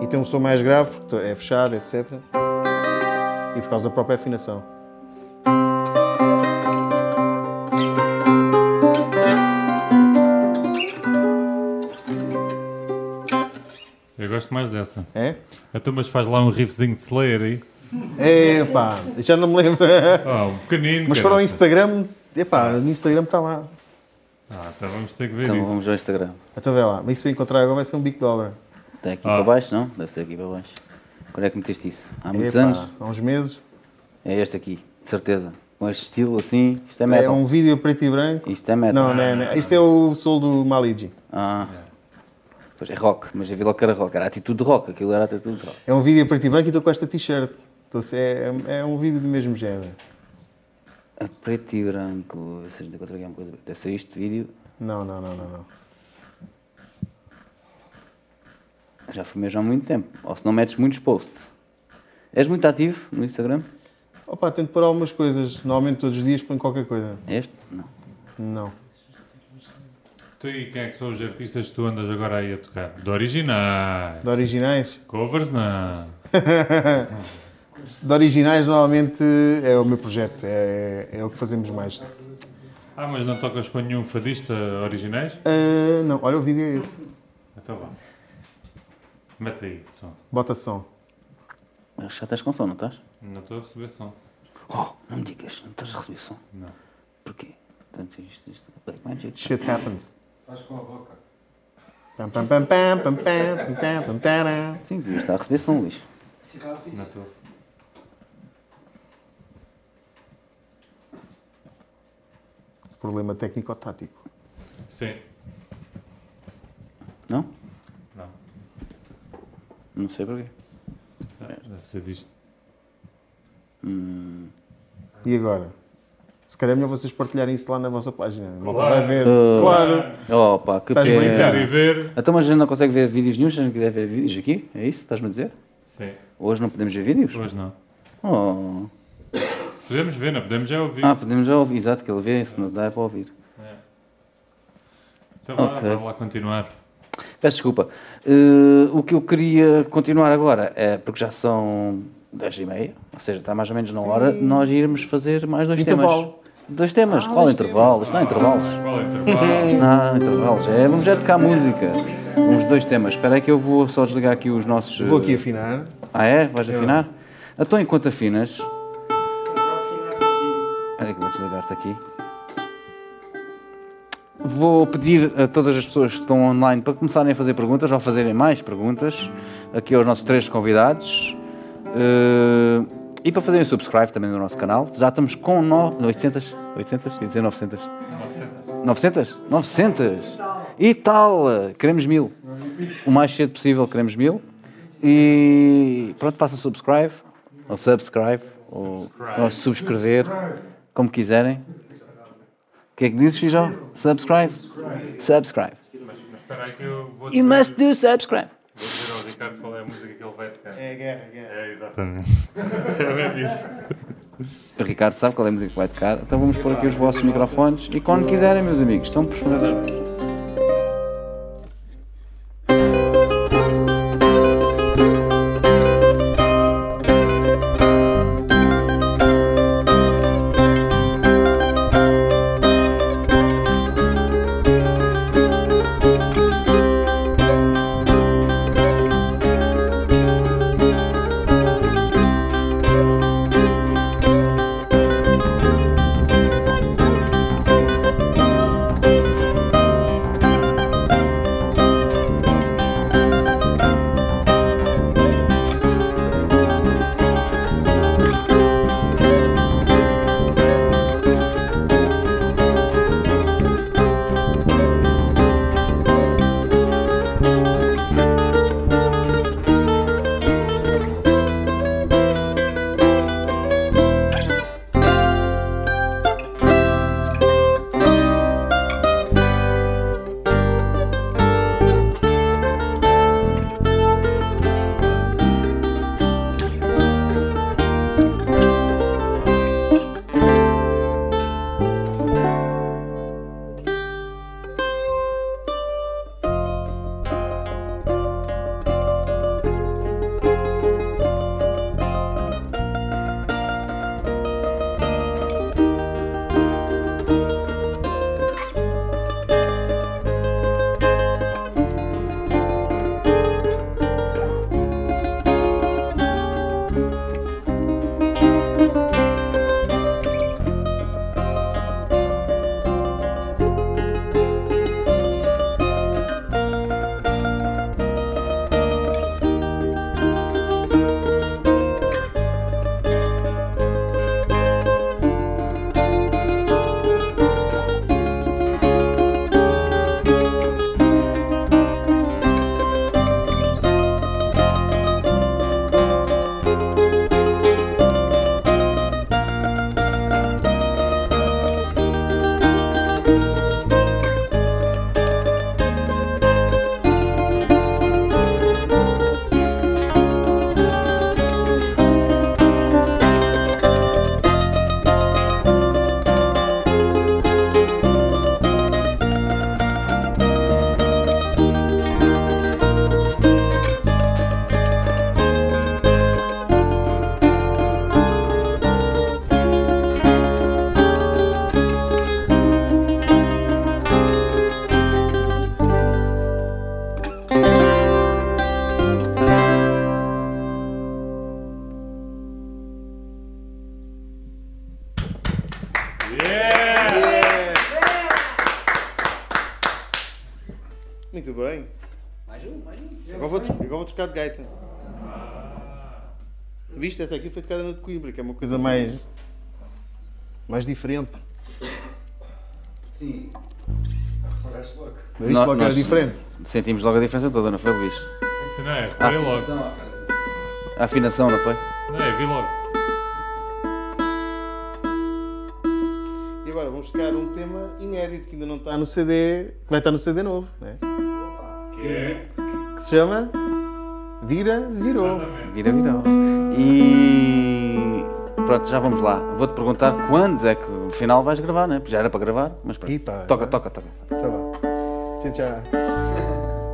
[SPEAKER 3] E tem um som mais grave, porque é fechado, etc. E por causa da própria afinação.
[SPEAKER 2] Eu gosto mais dessa.
[SPEAKER 3] É?
[SPEAKER 2] Então, mas faz lá um riffzinho de Slayer aí.
[SPEAKER 3] Epá, já não me lembro.
[SPEAKER 2] Ah, um pequenino.
[SPEAKER 3] Mas
[SPEAKER 2] caraca.
[SPEAKER 3] foram ao Instagram, epá, no Instagram está lá.
[SPEAKER 2] Ah, então vamos ter que ver
[SPEAKER 1] Então
[SPEAKER 2] isso.
[SPEAKER 1] vamos ao Instagram.
[SPEAKER 3] Então vê lá, mas isso para encontrar agora vai ser um bico de obra.
[SPEAKER 1] Está aqui
[SPEAKER 2] Ah.
[SPEAKER 1] para baixo, não? Deve ser aqui para baixo. Quando é que meteste isso? Há muitos
[SPEAKER 3] Epá,
[SPEAKER 1] anos?
[SPEAKER 3] Há uns meses.
[SPEAKER 1] É este aqui, de certeza. Com este estilo assim, isto é
[SPEAKER 3] É
[SPEAKER 1] metal.
[SPEAKER 3] um vídeo preto e branco.
[SPEAKER 1] Isto é metal.
[SPEAKER 3] Não, não, é, não. Isso é o sol do Maligi.
[SPEAKER 1] Ah. Pois é rock, mas havia logo que era rock. Era atitude de rock, aquilo era atitude de rock.
[SPEAKER 3] É um vídeo preto e branco e estou com esta t-shirt. Então, se É, é um vídeo do mesmo género.
[SPEAKER 1] A preto e branco. Se a gente encontrar aqui alguma coisa. Deve ser este vídeo.
[SPEAKER 3] Não, não, não, não. não.
[SPEAKER 1] Já foi mesmo há muito tempo. Ou se não metes muitos posts. És muito ativo no Instagram?
[SPEAKER 3] Opa, tento pôr algumas coisas. Normalmente todos os dias ponho qualquer coisa.
[SPEAKER 1] Este? Não.
[SPEAKER 3] Não.
[SPEAKER 2] Tu e quem é que são os artistas que tu andas agora aí a tocar? De originais.
[SPEAKER 3] De originais?
[SPEAKER 2] Covers não.
[SPEAKER 3] De originais normalmente é o meu projeto. É, é o que fazemos mais.
[SPEAKER 2] Ah, mas não tocas com nenhum fadista originais?
[SPEAKER 3] Ah, não, olha o vídeo é esse.
[SPEAKER 2] Então vá. Mete aí som.
[SPEAKER 3] Bota som.
[SPEAKER 1] Mas já estás com som, não estás?
[SPEAKER 2] Não estou a receber som.
[SPEAKER 1] Oh, não me digas. Não estás a receber som.
[SPEAKER 2] Não.
[SPEAKER 1] Porquê? Portanto, isto, isto. Black Magic.
[SPEAKER 3] Shit happens.
[SPEAKER 6] Faz com a boca.
[SPEAKER 3] Pam, pam, pam, pam, pam, pam, tam, tam, tam, tará.
[SPEAKER 1] Sim, devias estar a receber São Luís.
[SPEAKER 6] Se calhar fiz.
[SPEAKER 2] Na tua.
[SPEAKER 3] Problema técnico-tático.
[SPEAKER 2] Sim.
[SPEAKER 1] Não?
[SPEAKER 2] Não.
[SPEAKER 1] Não sei porquê.
[SPEAKER 2] Ah, Deve ser disto.
[SPEAKER 3] E agora? Se calhar é melhor vocês partilharem isso lá na vossa página. Malta
[SPEAKER 2] Claro.
[SPEAKER 3] Vai ver.
[SPEAKER 1] Ah.
[SPEAKER 3] Claro.
[SPEAKER 1] Opa, que
[SPEAKER 3] Estás
[SPEAKER 2] Iniciar e
[SPEAKER 1] pena.
[SPEAKER 2] ver.
[SPEAKER 1] Então, mas a gente não consegue ver vídeos nenhum, a gente quiser ver vídeos aqui? É isso? Estás-me a dizer?
[SPEAKER 2] Sim.
[SPEAKER 1] Hoje não podemos ver vídeos?
[SPEAKER 2] Hoje não.
[SPEAKER 1] Oh.
[SPEAKER 2] Podemos ver, não podemos já ouvir.
[SPEAKER 1] Ah, podemos já ouvir, exato, que ele vê, se não dá é para ouvir.
[SPEAKER 2] Então vá,
[SPEAKER 1] ok.
[SPEAKER 2] vá lá continuar.
[SPEAKER 1] Peço desculpa. Eh, o que eu queria continuar agora é, porque já são 10 e meia, ou seja, está mais ou menos na hora de nós irmos fazer mais dois
[SPEAKER 3] Intervalo. Ah,
[SPEAKER 1] temas. Dois temas? Qual intervalo? Isto não há intervalos.
[SPEAKER 2] Qual é o intervalo?
[SPEAKER 1] Isto não há intervalos. É, vamos já tocar música. Uns dois temas. Espera aí que eu vou só desligar aqui os nossos. eh,
[SPEAKER 3] Vou aqui afinar.
[SPEAKER 1] Ah é? Vais afinar? Então enquanto afinas. Espera aí que eu vou desligar-te aqui. Vou pedir a todas as pessoas que estão online para começarem a fazer perguntas ou fazerem mais perguntas aqui aos nossos três convidados. Eh, e para fazerem subscribe também no nosso canal. Já estamos com no... 800? 800? Ia dizer 900? 900? 900? E tal! Queremos mil. O mais cedo possível, queremos mil. E pronto, façam subscribe, ou subscribe, ou, ou subscrever, como quiserem. O que é que dizes, Fijó? Subscribe? Subscribe.
[SPEAKER 2] Mas espera aí que eu vou
[SPEAKER 1] You
[SPEAKER 2] dizer,
[SPEAKER 1] must do subscribe.
[SPEAKER 2] vou dizer ao Ricardo qual é a música que ele vai tocar.
[SPEAKER 3] É guerra, guerra.
[SPEAKER 2] É, exatamente. é mesmo isso.
[SPEAKER 1] O Ricardo sabe qual é a música que vai tocar, então vamos pôr aqui os vossos microfones e quando quiserem, meus amigos, estão disponíveis.
[SPEAKER 7] Thank
[SPEAKER 3] Muito bem.
[SPEAKER 1] Mais um, mais um.
[SPEAKER 3] Agora vou, tro- agora vou trocar de gaita. Viste, essa aqui foi tocada na de Coimbra, que é uma coisa mais. mais diferente.
[SPEAKER 1] Sim.
[SPEAKER 3] Não viste logo que era diferente?
[SPEAKER 1] Sentimos logo a diferença toda, não foi, Luís?
[SPEAKER 2] Se não é, reparei logo.
[SPEAKER 1] A afinação, não foi?
[SPEAKER 2] Não é, vi logo.
[SPEAKER 3] E agora vamos tocar um tema inédito que ainda não está no CD. que vai estar no CD novo, né?
[SPEAKER 2] Que é.
[SPEAKER 3] Que se chama. Vira, virou.
[SPEAKER 1] Vira, vira. E. Pronto, já vamos lá. Vou-te perguntar quando é que no final vais gravar, né? Porque já era para gravar, mas pronto.
[SPEAKER 3] Epá.
[SPEAKER 1] toca, toca, toca.
[SPEAKER 3] Tá bom. Tchau, tchau.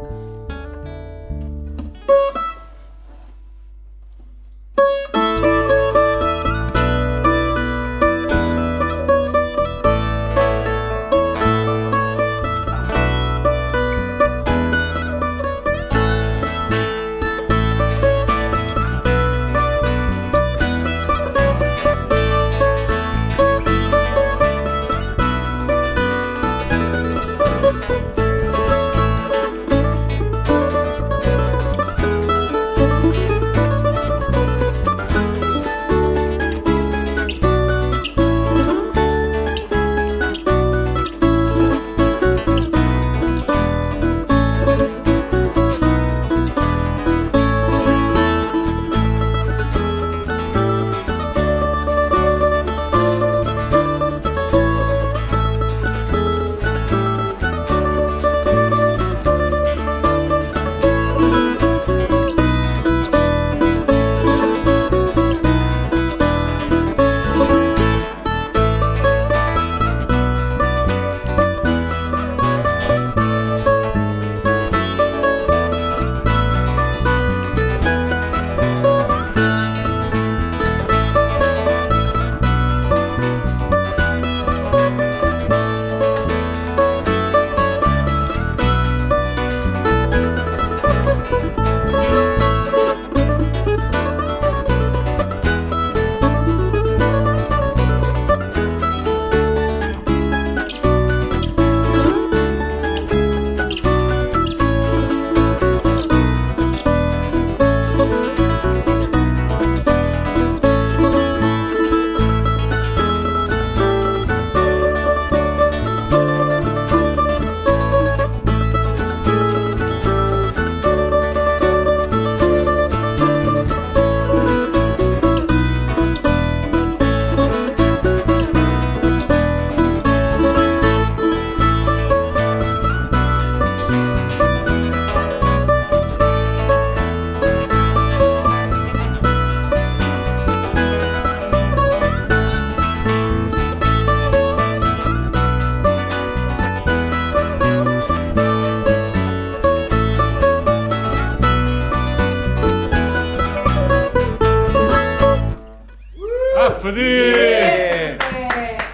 [SPEAKER 2] Ah, fodido!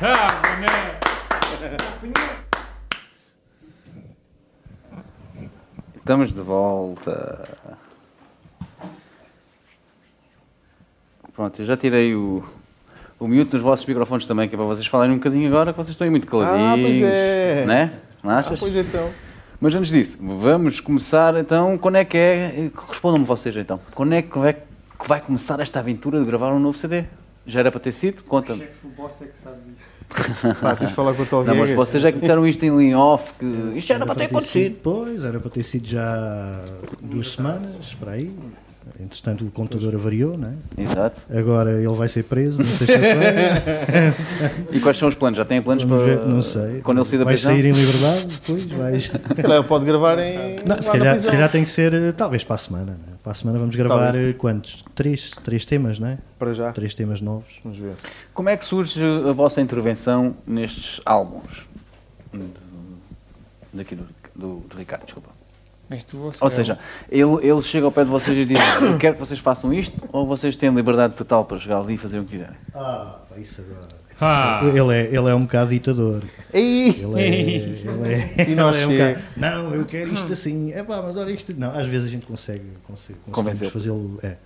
[SPEAKER 2] Ah, mané!
[SPEAKER 1] Estamos de volta. Pronto, eu já tirei o, o mute nos vossos microfones também, que é para vocês falarem um bocadinho agora, que vocês estão aí muito caladinhos.
[SPEAKER 3] Ah, é.
[SPEAKER 1] Né? Não
[SPEAKER 3] Ah,
[SPEAKER 1] achas?
[SPEAKER 3] pois então.
[SPEAKER 1] Mas antes disso, vamos começar então. Quando é que é? Respondam-me vocês então. Quando é que vai, que vai começar esta aventura de gravar um novo CD? Já era para ter sido?
[SPEAKER 4] O
[SPEAKER 1] Conta-me.
[SPEAKER 4] chefe, o boss é que sabe disto.
[SPEAKER 3] Pá, tens de falar com o Tom
[SPEAKER 1] Não, mas vocês é que disseram isto em lean off, que isto já era para ter acontecido.
[SPEAKER 5] sido, Pois, era para ter sido já duas semanas, para aí. Entretanto, o computador avariou, né?
[SPEAKER 1] Exato.
[SPEAKER 5] Agora ele vai ser preso na sexta-feira.
[SPEAKER 1] E quais são os planos? Já têm planos
[SPEAKER 5] Vamos
[SPEAKER 1] para.
[SPEAKER 5] ver, não sei.
[SPEAKER 1] Quando ele sair da
[SPEAKER 5] vais
[SPEAKER 1] prisão?
[SPEAKER 5] sair em liberdade, depois vais.
[SPEAKER 3] Se calhar pode gravar em.
[SPEAKER 5] Não, se,
[SPEAKER 3] lá na
[SPEAKER 5] calhar, se
[SPEAKER 3] prisão.
[SPEAKER 5] calhar tem que ser, eh, talvez para a semana. né? Para a semana vamos gravar eh, quantos? Três, três temas, não é?
[SPEAKER 3] Para já.
[SPEAKER 5] Três temas novos.
[SPEAKER 3] Vamos ver.
[SPEAKER 1] Como é que surge a vossa intervenção nestes álbuns? Do- Daqui do, do- do Ricardo, desculpa.
[SPEAKER 4] Mas tu ou,
[SPEAKER 1] Ou seja, ele, ele chega ao pé de vocês e diz: Eu quero que vocês façam isto, ou vocês têm liberdade total para chegar ali e fazer o que quiserem?
[SPEAKER 5] Ah, isso agora.
[SPEAKER 2] Ah.
[SPEAKER 5] Ele, é, ele é um bocado ditador.
[SPEAKER 3] Ei!
[SPEAKER 5] Ele é, ele é,
[SPEAKER 3] E nós
[SPEAKER 5] ele é um
[SPEAKER 3] chega.
[SPEAKER 5] bocado, não, eu quero isto assim, é pá, mas olha isto. Não, às vezes a gente consegue, consegue conseguimos
[SPEAKER 1] Convencer.
[SPEAKER 5] fazê-lo, é,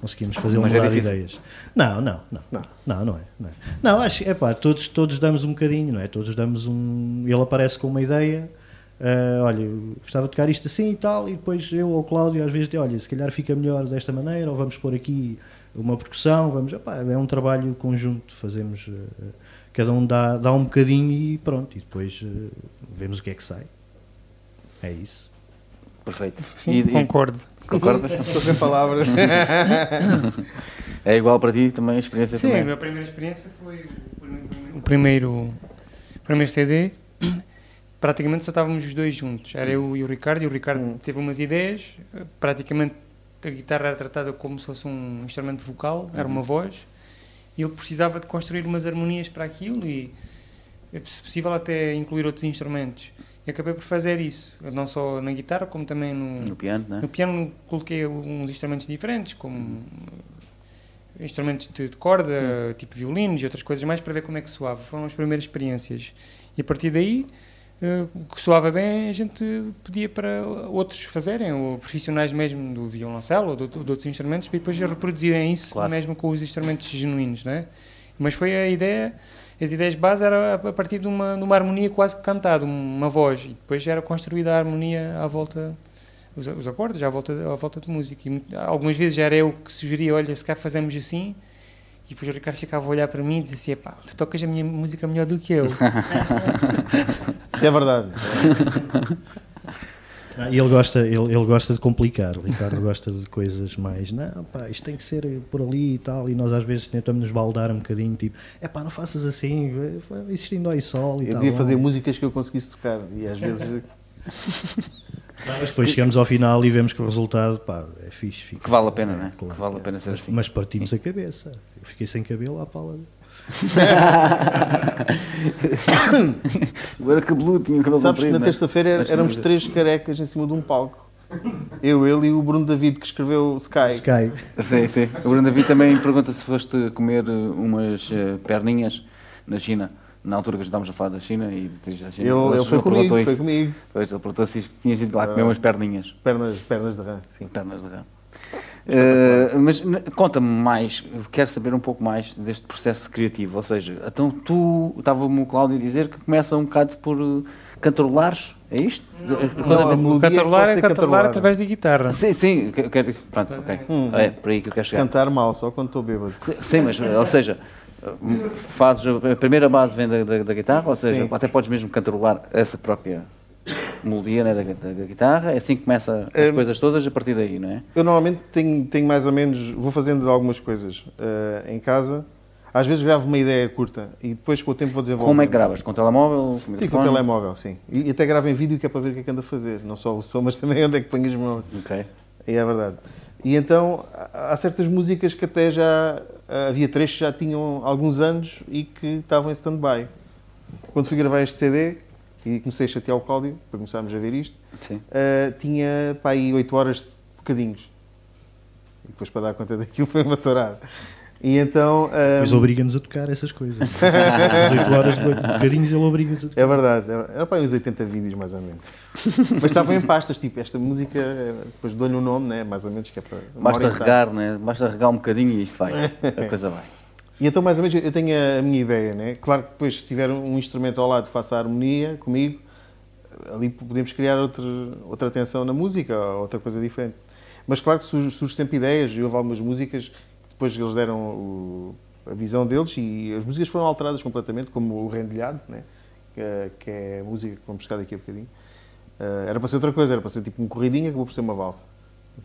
[SPEAKER 5] conseguimos fazê-lo
[SPEAKER 1] Mas é
[SPEAKER 5] mudar
[SPEAKER 1] difícil.
[SPEAKER 5] ideias. Não, não, não, não, não, é, não é. Não, acho, é pá, todos, todos damos um bocadinho, não é? Todos damos um. Ele aparece com uma ideia, ah, olha, eu gostava de tocar isto assim e tal, e depois eu ou o Cláudio às vezes digo, olha, se calhar fica melhor desta maneira, ou vamos pôr aqui uma percussão, vamos, epá, é um trabalho conjunto, fazemos, ah, cada um dá, dá um bocadinho e pronto, e depois ah, vemos o que é que sai. É isso.
[SPEAKER 1] Perfeito.
[SPEAKER 6] Sim,
[SPEAKER 1] E- e-
[SPEAKER 6] concordo.
[SPEAKER 1] concordas?
[SPEAKER 3] Estou sem palavras.
[SPEAKER 7] É igual para ti também a experiência
[SPEAKER 6] é
[SPEAKER 4] Sim, a
[SPEAKER 7] também.
[SPEAKER 4] minha primeira experiência foi o primeiro, o primeiro CD. Praticamente só estávamos os dois juntos. Era eu e o Ricardo, e o Ricardo teve umas ideias. Praticamente a guitarra era tratada como se fosse um instrumento vocal, era uma voz. E ele precisava de construir umas harmonias para aquilo e, se possível, até incluir outros instrumentos. E acabei por fazer isso, não só na guitarra, como também no,
[SPEAKER 1] No piano, né?
[SPEAKER 4] no piano coloquei uns instrumentos diferentes, como eh, instrumentos de, de corda,
[SPEAKER 1] Hum.
[SPEAKER 4] tipo violinos e outras coisas mais, para ver como é que soava. Foram as primeiras experiências. E a partir daí, eh, o que soava bem, a gente pedia para outros fazerem, ou profissionais mesmo do violoncelo ou de, outro- de outros instrumentos, para depois reproduzirem isso
[SPEAKER 1] Claro.
[SPEAKER 4] mesmo com os instrumentos genuínos, não é? Mas foi a ideia, as ideias base era a- a partir de uma, de uma harmonia quase que cantada, uma voz, e depois era construída a harmonia à volta os, os acordes à volta, à volta de música. E muito- algumas vezes já era eu que sugeria, olha, se cá fazemos assim. E depois o Ricardo ficava a olhar para mim e dizia assim, epá, tu tocas a minha música melhor do que eu.
[SPEAKER 3] Isso é verdade.
[SPEAKER 5] Então Ah, ele, gosta, ele, ele gosta de complicar, o Ricardo gosta de coisas mais, não, pá, isto tem que ser por ali e tal, e nós às vezes tentamos nos baldar um bocadinho, tipo, é pá, não faças assim, vai- vai existindo ao sol e
[SPEAKER 3] Eu
[SPEAKER 5] tal. um".
[SPEAKER 3] devia fazer músicas que eu conseguisse tocar. E às vezes.
[SPEAKER 5] Mas depois chegamos ao final e vemos que o resultado, pá, é fixe. Fica,
[SPEAKER 1] Que vale a pena, né?
[SPEAKER 5] claro.
[SPEAKER 1] Que vale a pena ser
[SPEAKER 5] mas,
[SPEAKER 1] assim.
[SPEAKER 5] mas partimos a cabeça. Eu fiquei sem cabelo à pala.
[SPEAKER 1] Agora cabeludo, tinha o cabelo
[SPEAKER 3] Sabes que
[SPEAKER 1] comprido,
[SPEAKER 3] na
[SPEAKER 1] né?
[SPEAKER 3] terça-feira é- éramos três carecas em cima de um palco. Eu, ele e o Bruno David, que escreveu Sky.
[SPEAKER 5] Sky.
[SPEAKER 1] Sim, sim. O Bruno David também pergunta se foste comer eh, umas eh, perninhas na China, na altura que já estávamos a falar da China e de três da China.
[SPEAKER 3] Ele, ele foi
[SPEAKER 1] perguntou
[SPEAKER 3] comigo,
[SPEAKER 1] isso.
[SPEAKER 3] foi comigo. Ah.
[SPEAKER 1] Pois, ele perguntou se tinha gente lá a comer umas perninhas,
[SPEAKER 3] Pernas, pernas de rã, sim.
[SPEAKER 1] pernas de rã. Eh, mas n- conta-me mais, eu quero saber um pouco mais deste processo criativo. Ou seja, então tu, estava-me o Cláudio a dizer que começa um bocado por eh, cantarolares, é isto?
[SPEAKER 3] Não, a melodia
[SPEAKER 4] cantarolar
[SPEAKER 3] pode
[SPEAKER 4] é
[SPEAKER 3] ser
[SPEAKER 4] cantarolar
[SPEAKER 3] cantarolar.
[SPEAKER 4] através da guitarra.
[SPEAKER 1] Ah, Sim, sim, eu quero- quero, pronto, ok.
[SPEAKER 3] Hum.
[SPEAKER 1] É por aí que eu quero chegar.
[SPEAKER 3] Cantar mal, só quando estou bêbado.
[SPEAKER 1] Sim, mas, eh, ou seja, fazes a a primeira base vem da, da- da guitarra, ou seja,
[SPEAKER 3] Sim.
[SPEAKER 1] até podes mesmo cantarolar essa própria melodia né, da, da- da guitarra, é assim que começa as
[SPEAKER 3] Hum.
[SPEAKER 1] coisas todas a partir daí, não é?
[SPEAKER 3] Eu normalmente tenho, tenho mais ou menos, vou fazendo algumas coisas eh, em casa. Às vezes gravo uma ideia curta e depois com o tempo vou desenvolvendo.
[SPEAKER 1] Como é que gravas? Com o telemóvel?
[SPEAKER 3] Sim, com o telemóvel, sim. E, e até gravo em vídeo que é para ver o que é que ando a fazer. Não só o som, mas também onde é que ponho as mãos.
[SPEAKER 1] Ok.
[SPEAKER 3] E é verdade. E então há há certas músicas que até já havia trechos que já tinham alguns anos e que estavam em stand-by. Quando fui gravar este CD e comecei a chatear o Cláudio para começarmos a ver isto,
[SPEAKER 1] Sim.
[SPEAKER 3] ah, tinha para aí 8 horas de bocadinhos. E depois para dar conta daquilo foi uma tourada. E então.
[SPEAKER 1] Um.
[SPEAKER 3] ah,
[SPEAKER 5] Depois obriga-nos a tocar essas coisas. Às 8 horas, oito bocadinhos, ele obriga-nos a tocar.
[SPEAKER 3] É verdade, era era para aí uns 80 vídeos mais ou menos. Mas estavam em pastas, tipo, esta música, eh, depois dou-lhe um nome, né? mais ou menos, que é para. uma hora
[SPEAKER 1] Basta
[SPEAKER 3] e tal.
[SPEAKER 1] regar, né? Basta regar um bocadinho e isto vai. A coisa vai.
[SPEAKER 3] E então, mais ou menos, eu tenho a minha ideia, né? Claro que depois, se tiver um instrumento ao lado, faça a harmonia comigo, ali podemos criar outro, outra tensão na música, ou outra coisa diferente. Mas claro que surge, surge sempre ideias, e houve algumas músicas, que depois eles deram o- a visão deles e as músicas foram alteradas completamente, como o Rendilhado, né? que, é- que é a música que vamos buscar daqui a bocadinho. Ah, era para ser outra coisa, era para ser tipo um corridinho, acabou por ser uma valsa.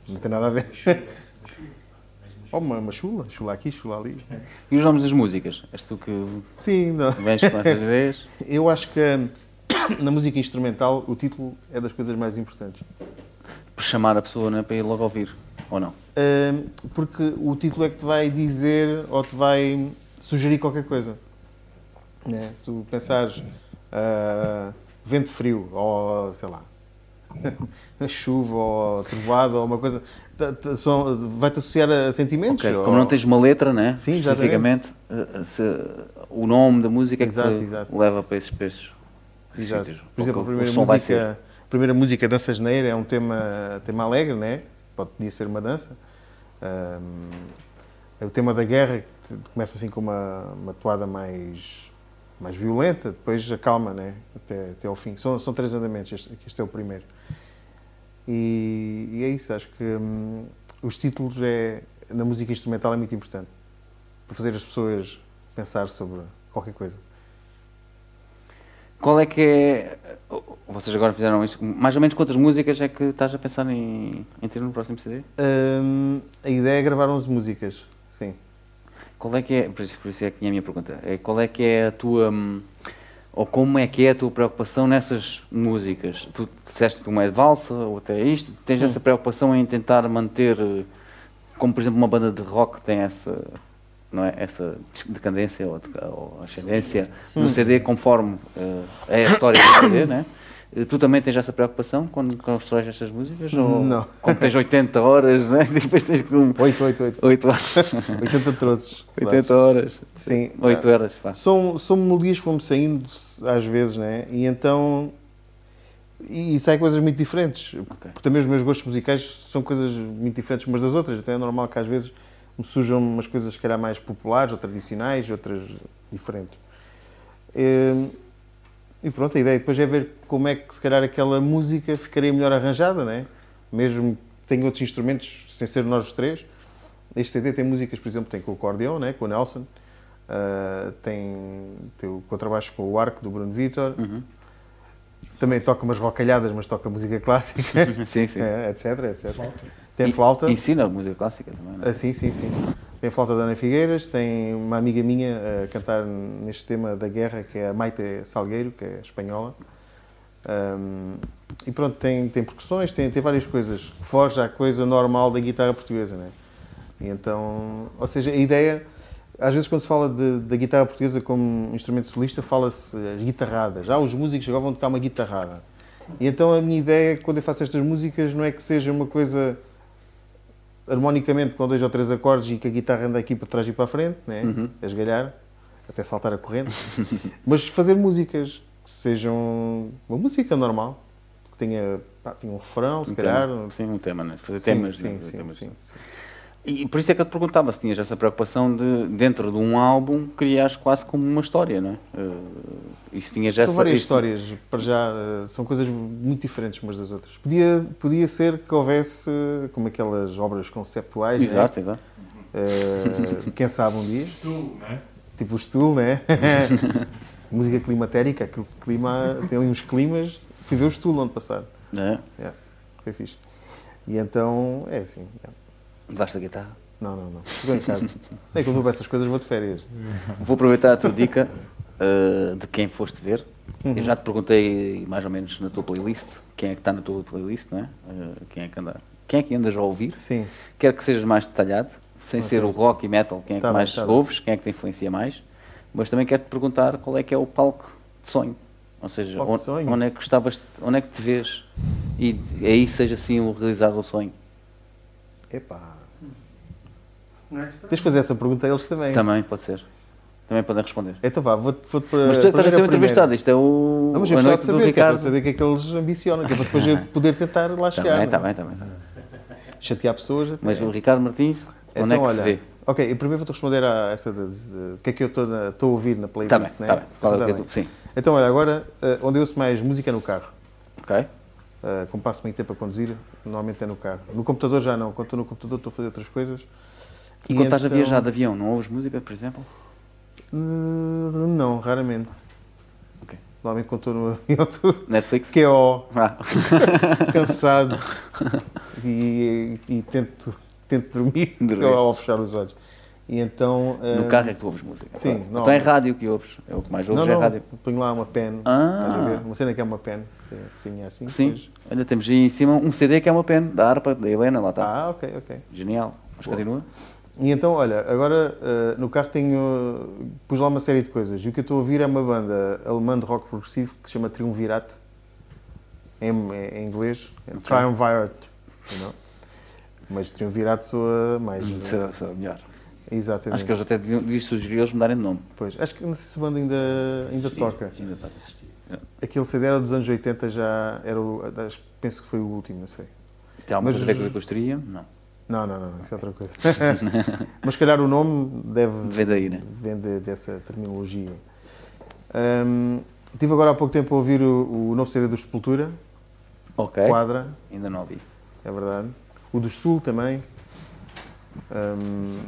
[SPEAKER 3] Não tem nada a ver. Oh, uma, uma chula, chula aqui, chula ali.
[SPEAKER 1] E os nomes das músicas? És tu que
[SPEAKER 3] Sim, não.
[SPEAKER 1] vens com essas ideias?
[SPEAKER 3] Eu acho que hum, na música instrumental o título é das coisas mais importantes.
[SPEAKER 1] Por chamar a pessoa né? para ir logo ouvir, ou não?
[SPEAKER 3] Hum, porque o título é que te vai dizer ou te vai sugerir qualquer coisa. Né? Se tu pensares ah, vento frio ou sei lá, chuva ou trovoada ou uma coisa, ta- ta- são- vai-te associar a sentimentos.
[SPEAKER 1] Ok,
[SPEAKER 3] ou-
[SPEAKER 1] Como não tens uma letra, né?
[SPEAKER 3] Sim,
[SPEAKER 1] especificamente, eh, se- o nome da música é que
[SPEAKER 3] Exato,
[SPEAKER 1] te
[SPEAKER 3] exato.
[SPEAKER 1] leva para esses peixes.
[SPEAKER 3] Exato. Por
[SPEAKER 1] Ou
[SPEAKER 3] exemplo, a
[SPEAKER 1] que o
[SPEAKER 3] primeira
[SPEAKER 1] som vai ser.
[SPEAKER 3] música, a primeira música Dança Janeira é um tema, tema alegre, né? Pode, podia ser uma dança. Ahm, é o tema da guerra, que te- começa assim com uma, uma toada mais mais violenta, depois acalma, né? até, até ao fim. São, são três andamentos, este, este é o primeiro. E, e é isso, acho que hum, os títulos é, na música instrumental é muito importante para fazer as pessoas pensar sobre qualquer coisa.
[SPEAKER 1] Qual é que é. Vocês agora fizeram isto. Mais ou menos quantas músicas é que estás a pensar em, em ter no próximo CD?
[SPEAKER 3] Hum, a ideia é gravar 11 músicas, sim.
[SPEAKER 1] Qual é que é, por isso, por isso é que tinha a minha pergunta, é qual é que é a tua, hum, ou como é que é a tua preocupação nessas músicas? Tu disseste que uma é de valsa, outra é isto, tens essa preocupação em tentar manter, eh, como por exemplo uma banda de rock tem essa, não é, essa decadência ou, deca- ou ascendência no CD conforme eh, é a história do CD, né? Eh, Tu também tens essa preocupação quando constróis estas músicas? Ou
[SPEAKER 3] Não.
[SPEAKER 1] Como tens 80 horas, né? depois tens que... Um,
[SPEAKER 3] 8, 8, 8.
[SPEAKER 1] 8 horas.
[SPEAKER 3] 80 troços.
[SPEAKER 1] 80 horas.
[SPEAKER 3] Sim.
[SPEAKER 1] 8 horas, pá.
[SPEAKER 3] São, são melodias que vão-me saindo às vezes, né? E então. E, e saem coisas muito diferentes. Porque também os meus gostos musicais são coisas muito diferentes umas das outras. Então é normal que às vezes me surjam umas coisas, se calhar, mais populares ou tradicionais, outras diferentes. Eh, E pronto, a ideia depois é ver como é que, se calhar, aquela música ficaria melhor arranjada, né? Mesmo que tenha outros instrumentos, sem ser nós os três. Este CD tem músicas, por exemplo, tem com o acordeão, né? com o Nelson, Ah, tem, tem o contrabaixo com o arco do Bruno Vitor,
[SPEAKER 1] Uhum.
[SPEAKER 3] também toca umas rocalhadas, mas toca música clássica,
[SPEAKER 1] Sim, sim.
[SPEAKER 3] eh, etc, etc. Tem flauta,
[SPEAKER 1] E- Ensina música clássica também, não é?
[SPEAKER 3] ah, sim, sim, sim. Tem a flauta da Ana Figueiras, tem uma amiga minha a cantar neste tema da guerra, que é a Maite Salgueiro, que é espanhola. Ahm, e pronto, tem, tem percussões, tem, tem várias coisas. Foge à coisa normal da guitarra portuguesa, né? E então, ou seja, a ideia, às vezes quando se fala de- da guitarra portuguesa como instrumento solista, fala-se as guitarradas. Já os músicos agora vão tocar uma guitarrada. E então a minha ideia, quando eu faço estas músicas, não é que seja uma coisa harmonicamente com dois ou três acordes e que a guitarra anda aqui para trás e para a frente, né?
[SPEAKER 1] Uhum.
[SPEAKER 3] a esgalhar, até saltar a corrente, mas fazer músicas que sejam uma música normal, que tenha, pá, tenha um refrão, se
[SPEAKER 1] Um
[SPEAKER 3] calhar.
[SPEAKER 1] tema. Sim, um tema, né? Fazer
[SPEAKER 3] Sim,
[SPEAKER 1] temas.
[SPEAKER 3] sim,
[SPEAKER 1] né? Fazer
[SPEAKER 3] sim,
[SPEAKER 1] temas.
[SPEAKER 3] sim.
[SPEAKER 1] E por isso é que eu te perguntava se tinhas essa preocupação de, dentro de um álbum, criares quase como uma história, não é? Eh, isso tinhas essa...
[SPEAKER 3] São várias
[SPEAKER 1] isso-
[SPEAKER 3] histórias, para já, eh, são coisas muito diferentes umas das outras. Podia, podia ser que houvesse, eh, como aquelas obras conceptuais, né?
[SPEAKER 1] Exato, exato.
[SPEAKER 3] Eh, quem sabe um dia,
[SPEAKER 2] Estudo, não é?
[SPEAKER 3] tipo o estilo, né? Música climatérica, aquele clima, tem ali uns climas. Fui ver o estilo ano passado.
[SPEAKER 1] É.
[SPEAKER 3] Yeah, foi fixe. E então, é assim. yeah.
[SPEAKER 1] Levaste a guitarra.
[SPEAKER 3] Não, não, não. Ficou em casa. Nem quando eu vou essas coisas, vou de férias.
[SPEAKER 1] Vou aproveitar a tua dica eh, de quem foste ver.
[SPEAKER 3] Uhum.
[SPEAKER 1] Eu já te perguntei mais ou menos na tua playlist, quem é que está na tua playlist, não é? Eh, quem, é que anda, quem é que andas a ouvir?
[SPEAKER 3] Sim.
[SPEAKER 1] Quero que sejas mais detalhado, sem ser o rock e metal, quem é que
[SPEAKER 3] Tá bem,
[SPEAKER 1] mais
[SPEAKER 3] tá bem.
[SPEAKER 1] ouves, quem é que te influencia mais, mas também quero te perguntar qual é que é o palco de sonho. Ou seja,
[SPEAKER 3] Palco de
[SPEAKER 1] onde,
[SPEAKER 3] sonho?
[SPEAKER 1] onde é que gostavas, onde é que te vês e aí seja assim o realizar o sonho.
[SPEAKER 3] Epá.
[SPEAKER 4] Não é de
[SPEAKER 3] Tens
[SPEAKER 4] esperar.
[SPEAKER 3] de fazer essa pergunta a eles também.
[SPEAKER 1] Também pode ser. Também podem responder.
[SPEAKER 3] Então vá, vou-te vou para.
[SPEAKER 1] Mas tu estás a ser entrevistado,
[SPEAKER 3] entrevistadas
[SPEAKER 1] isto é o
[SPEAKER 3] Não, mas eu
[SPEAKER 1] a
[SPEAKER 3] gostava
[SPEAKER 1] noite do
[SPEAKER 3] de saber, que é para
[SPEAKER 1] Ricardo.
[SPEAKER 3] saber o que é que eles ambicionam, que é para depois eu poder tentar lá
[SPEAKER 1] Está
[SPEAKER 3] chegar.
[SPEAKER 1] bem,
[SPEAKER 3] né?
[SPEAKER 1] está bem, está bem.
[SPEAKER 3] Chatear pessoas. até.
[SPEAKER 1] Mas o Ricardo Martins, onde é que se vê?
[SPEAKER 3] Então, Ok, eu primeiro vou-te responder a essa de, de- de que é que eu estou na- estou a ouvir na playlist,
[SPEAKER 1] Está bem,
[SPEAKER 3] né?
[SPEAKER 1] está bem. Qual é
[SPEAKER 3] Tá
[SPEAKER 1] que é
[SPEAKER 3] bem.
[SPEAKER 1] tu? Sim,
[SPEAKER 3] Então, olha, agora, eh, onde eu ouço mais música é no carro.
[SPEAKER 1] ok.
[SPEAKER 3] Uh, como passo muito tempo a conduzir, normalmente é no carro. No computador já não, quando estou no computador estou a fazer outras coisas.
[SPEAKER 1] E, quando estás a
[SPEAKER 3] então-
[SPEAKER 1] viajar de avião, não ouves música, por exemplo?
[SPEAKER 3] Uh, não, raramente.
[SPEAKER 1] Ok.
[SPEAKER 3] Normalmente quando estou no avião estou
[SPEAKER 1] Netflix?
[SPEAKER 3] que é ó,
[SPEAKER 1] Ah,
[SPEAKER 3] cansado e, e tento, tento dormir,
[SPEAKER 1] Dormir.
[SPEAKER 3] ao fechar os olhos. E então.
[SPEAKER 1] No
[SPEAKER 3] uh,
[SPEAKER 1] carro é que tu ouves música.
[SPEAKER 3] Sim,
[SPEAKER 1] Pronto.
[SPEAKER 3] não.
[SPEAKER 1] Então é rádio que ouves. É o que mais ouves
[SPEAKER 3] Não,
[SPEAKER 1] é
[SPEAKER 3] não,
[SPEAKER 1] rádio.
[SPEAKER 3] ponho lá uma pen.
[SPEAKER 1] Ah.
[SPEAKER 3] Estás a ver? Uma cena que é uma pen. Que é assim, é assim.
[SPEAKER 1] Sim.
[SPEAKER 3] depois-
[SPEAKER 1] Olha, temos aí em cima um CD que é uma pena, da harpa, da Helena, lá está.
[SPEAKER 3] Ah, ok, ok.
[SPEAKER 1] Genial. Mas continua.
[SPEAKER 3] E então, olha, agora eh, no carro tenho. pus lá uma série de coisas. E o que eu estou a ouvir é uma banda alemã de rock progressivo que se chama Triumvirate, em, em inglês. É Triumvirate, you know? Mas Triumvirate soa mais. né?
[SPEAKER 1] Será- será melhor.
[SPEAKER 3] Exatamente.
[SPEAKER 1] Acho que eles até deviam, deviam sugerir eles mudarem de nome.
[SPEAKER 3] Pois, acho que não sei se a banda ainda, ainda toca.
[SPEAKER 1] Ainda está.
[SPEAKER 3] Aquele CD era dos anos 80, já era o. acho- penso que foi o último, não sei.
[SPEAKER 1] Tem alguma
[SPEAKER 3] Mas
[SPEAKER 1] coisa a ver com a costaria? Não.
[SPEAKER 3] Não, não, não, não, isso é outra coisa. Mas se calhar o nome deve,
[SPEAKER 1] Vem daí, né?
[SPEAKER 3] vem de- dessa terminologia. Um, tive agora há pouco tempo a ouvir o, o novo CD do Sepultura,
[SPEAKER 1] Ok,
[SPEAKER 3] Quadra,
[SPEAKER 1] ainda não ouvi.
[SPEAKER 3] é verdade. O do Sul também. Um,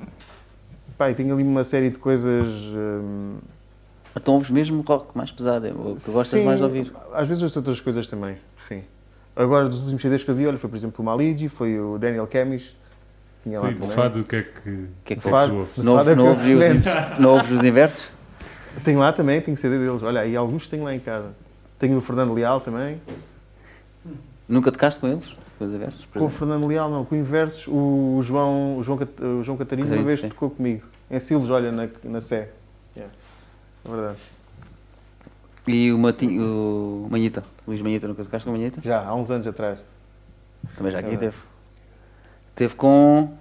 [SPEAKER 3] pá, e tenho ali uma série de coisas. um,
[SPEAKER 1] Então ouves mesmo rock mais pesado, é o que tu gostas
[SPEAKER 3] Sim,
[SPEAKER 1] mais de ouvir.
[SPEAKER 3] Às vezes ouço outras coisas também, sim. Agora, dos últimos CDs que eu vi, olha, foi por exemplo o Maligi, foi o Daniel Kemis. Tinha lá
[SPEAKER 2] E de
[SPEAKER 3] também.
[SPEAKER 2] fado, o que é que.
[SPEAKER 1] O que é que
[SPEAKER 3] De
[SPEAKER 1] ouves?
[SPEAKER 3] fado,
[SPEAKER 2] ouves?
[SPEAKER 3] de
[SPEAKER 1] Não,
[SPEAKER 3] fado é
[SPEAKER 1] ouves- não,
[SPEAKER 3] que eu
[SPEAKER 1] ouves os,
[SPEAKER 3] recomendo.
[SPEAKER 1] in- não ouves os inversos?
[SPEAKER 3] Tenho lá também, tenho CD deles. Olha, e alguns tenho lá em casa. Tenho o Fernando Leal também.
[SPEAKER 1] Nunca tocaste com eles? Com os inversos? por
[SPEAKER 3] Com o
[SPEAKER 1] exemplo?
[SPEAKER 3] Fernando Leal, não, com o Inversos, o João, o João, Cat- o João Catarino uma
[SPEAKER 1] Catarino,
[SPEAKER 3] vez
[SPEAKER 1] sim.
[SPEAKER 3] tocou comigo. Em Silves, olha, na, na Sé. Yeah. É verdade.
[SPEAKER 1] E o, Mati, o Manhita, Luís Manhita, nunca tocaste com o Manhita?
[SPEAKER 3] Já, há uns anos atrás.
[SPEAKER 1] Também já aqui
[SPEAKER 3] É verdade.
[SPEAKER 1] teve. Teve com,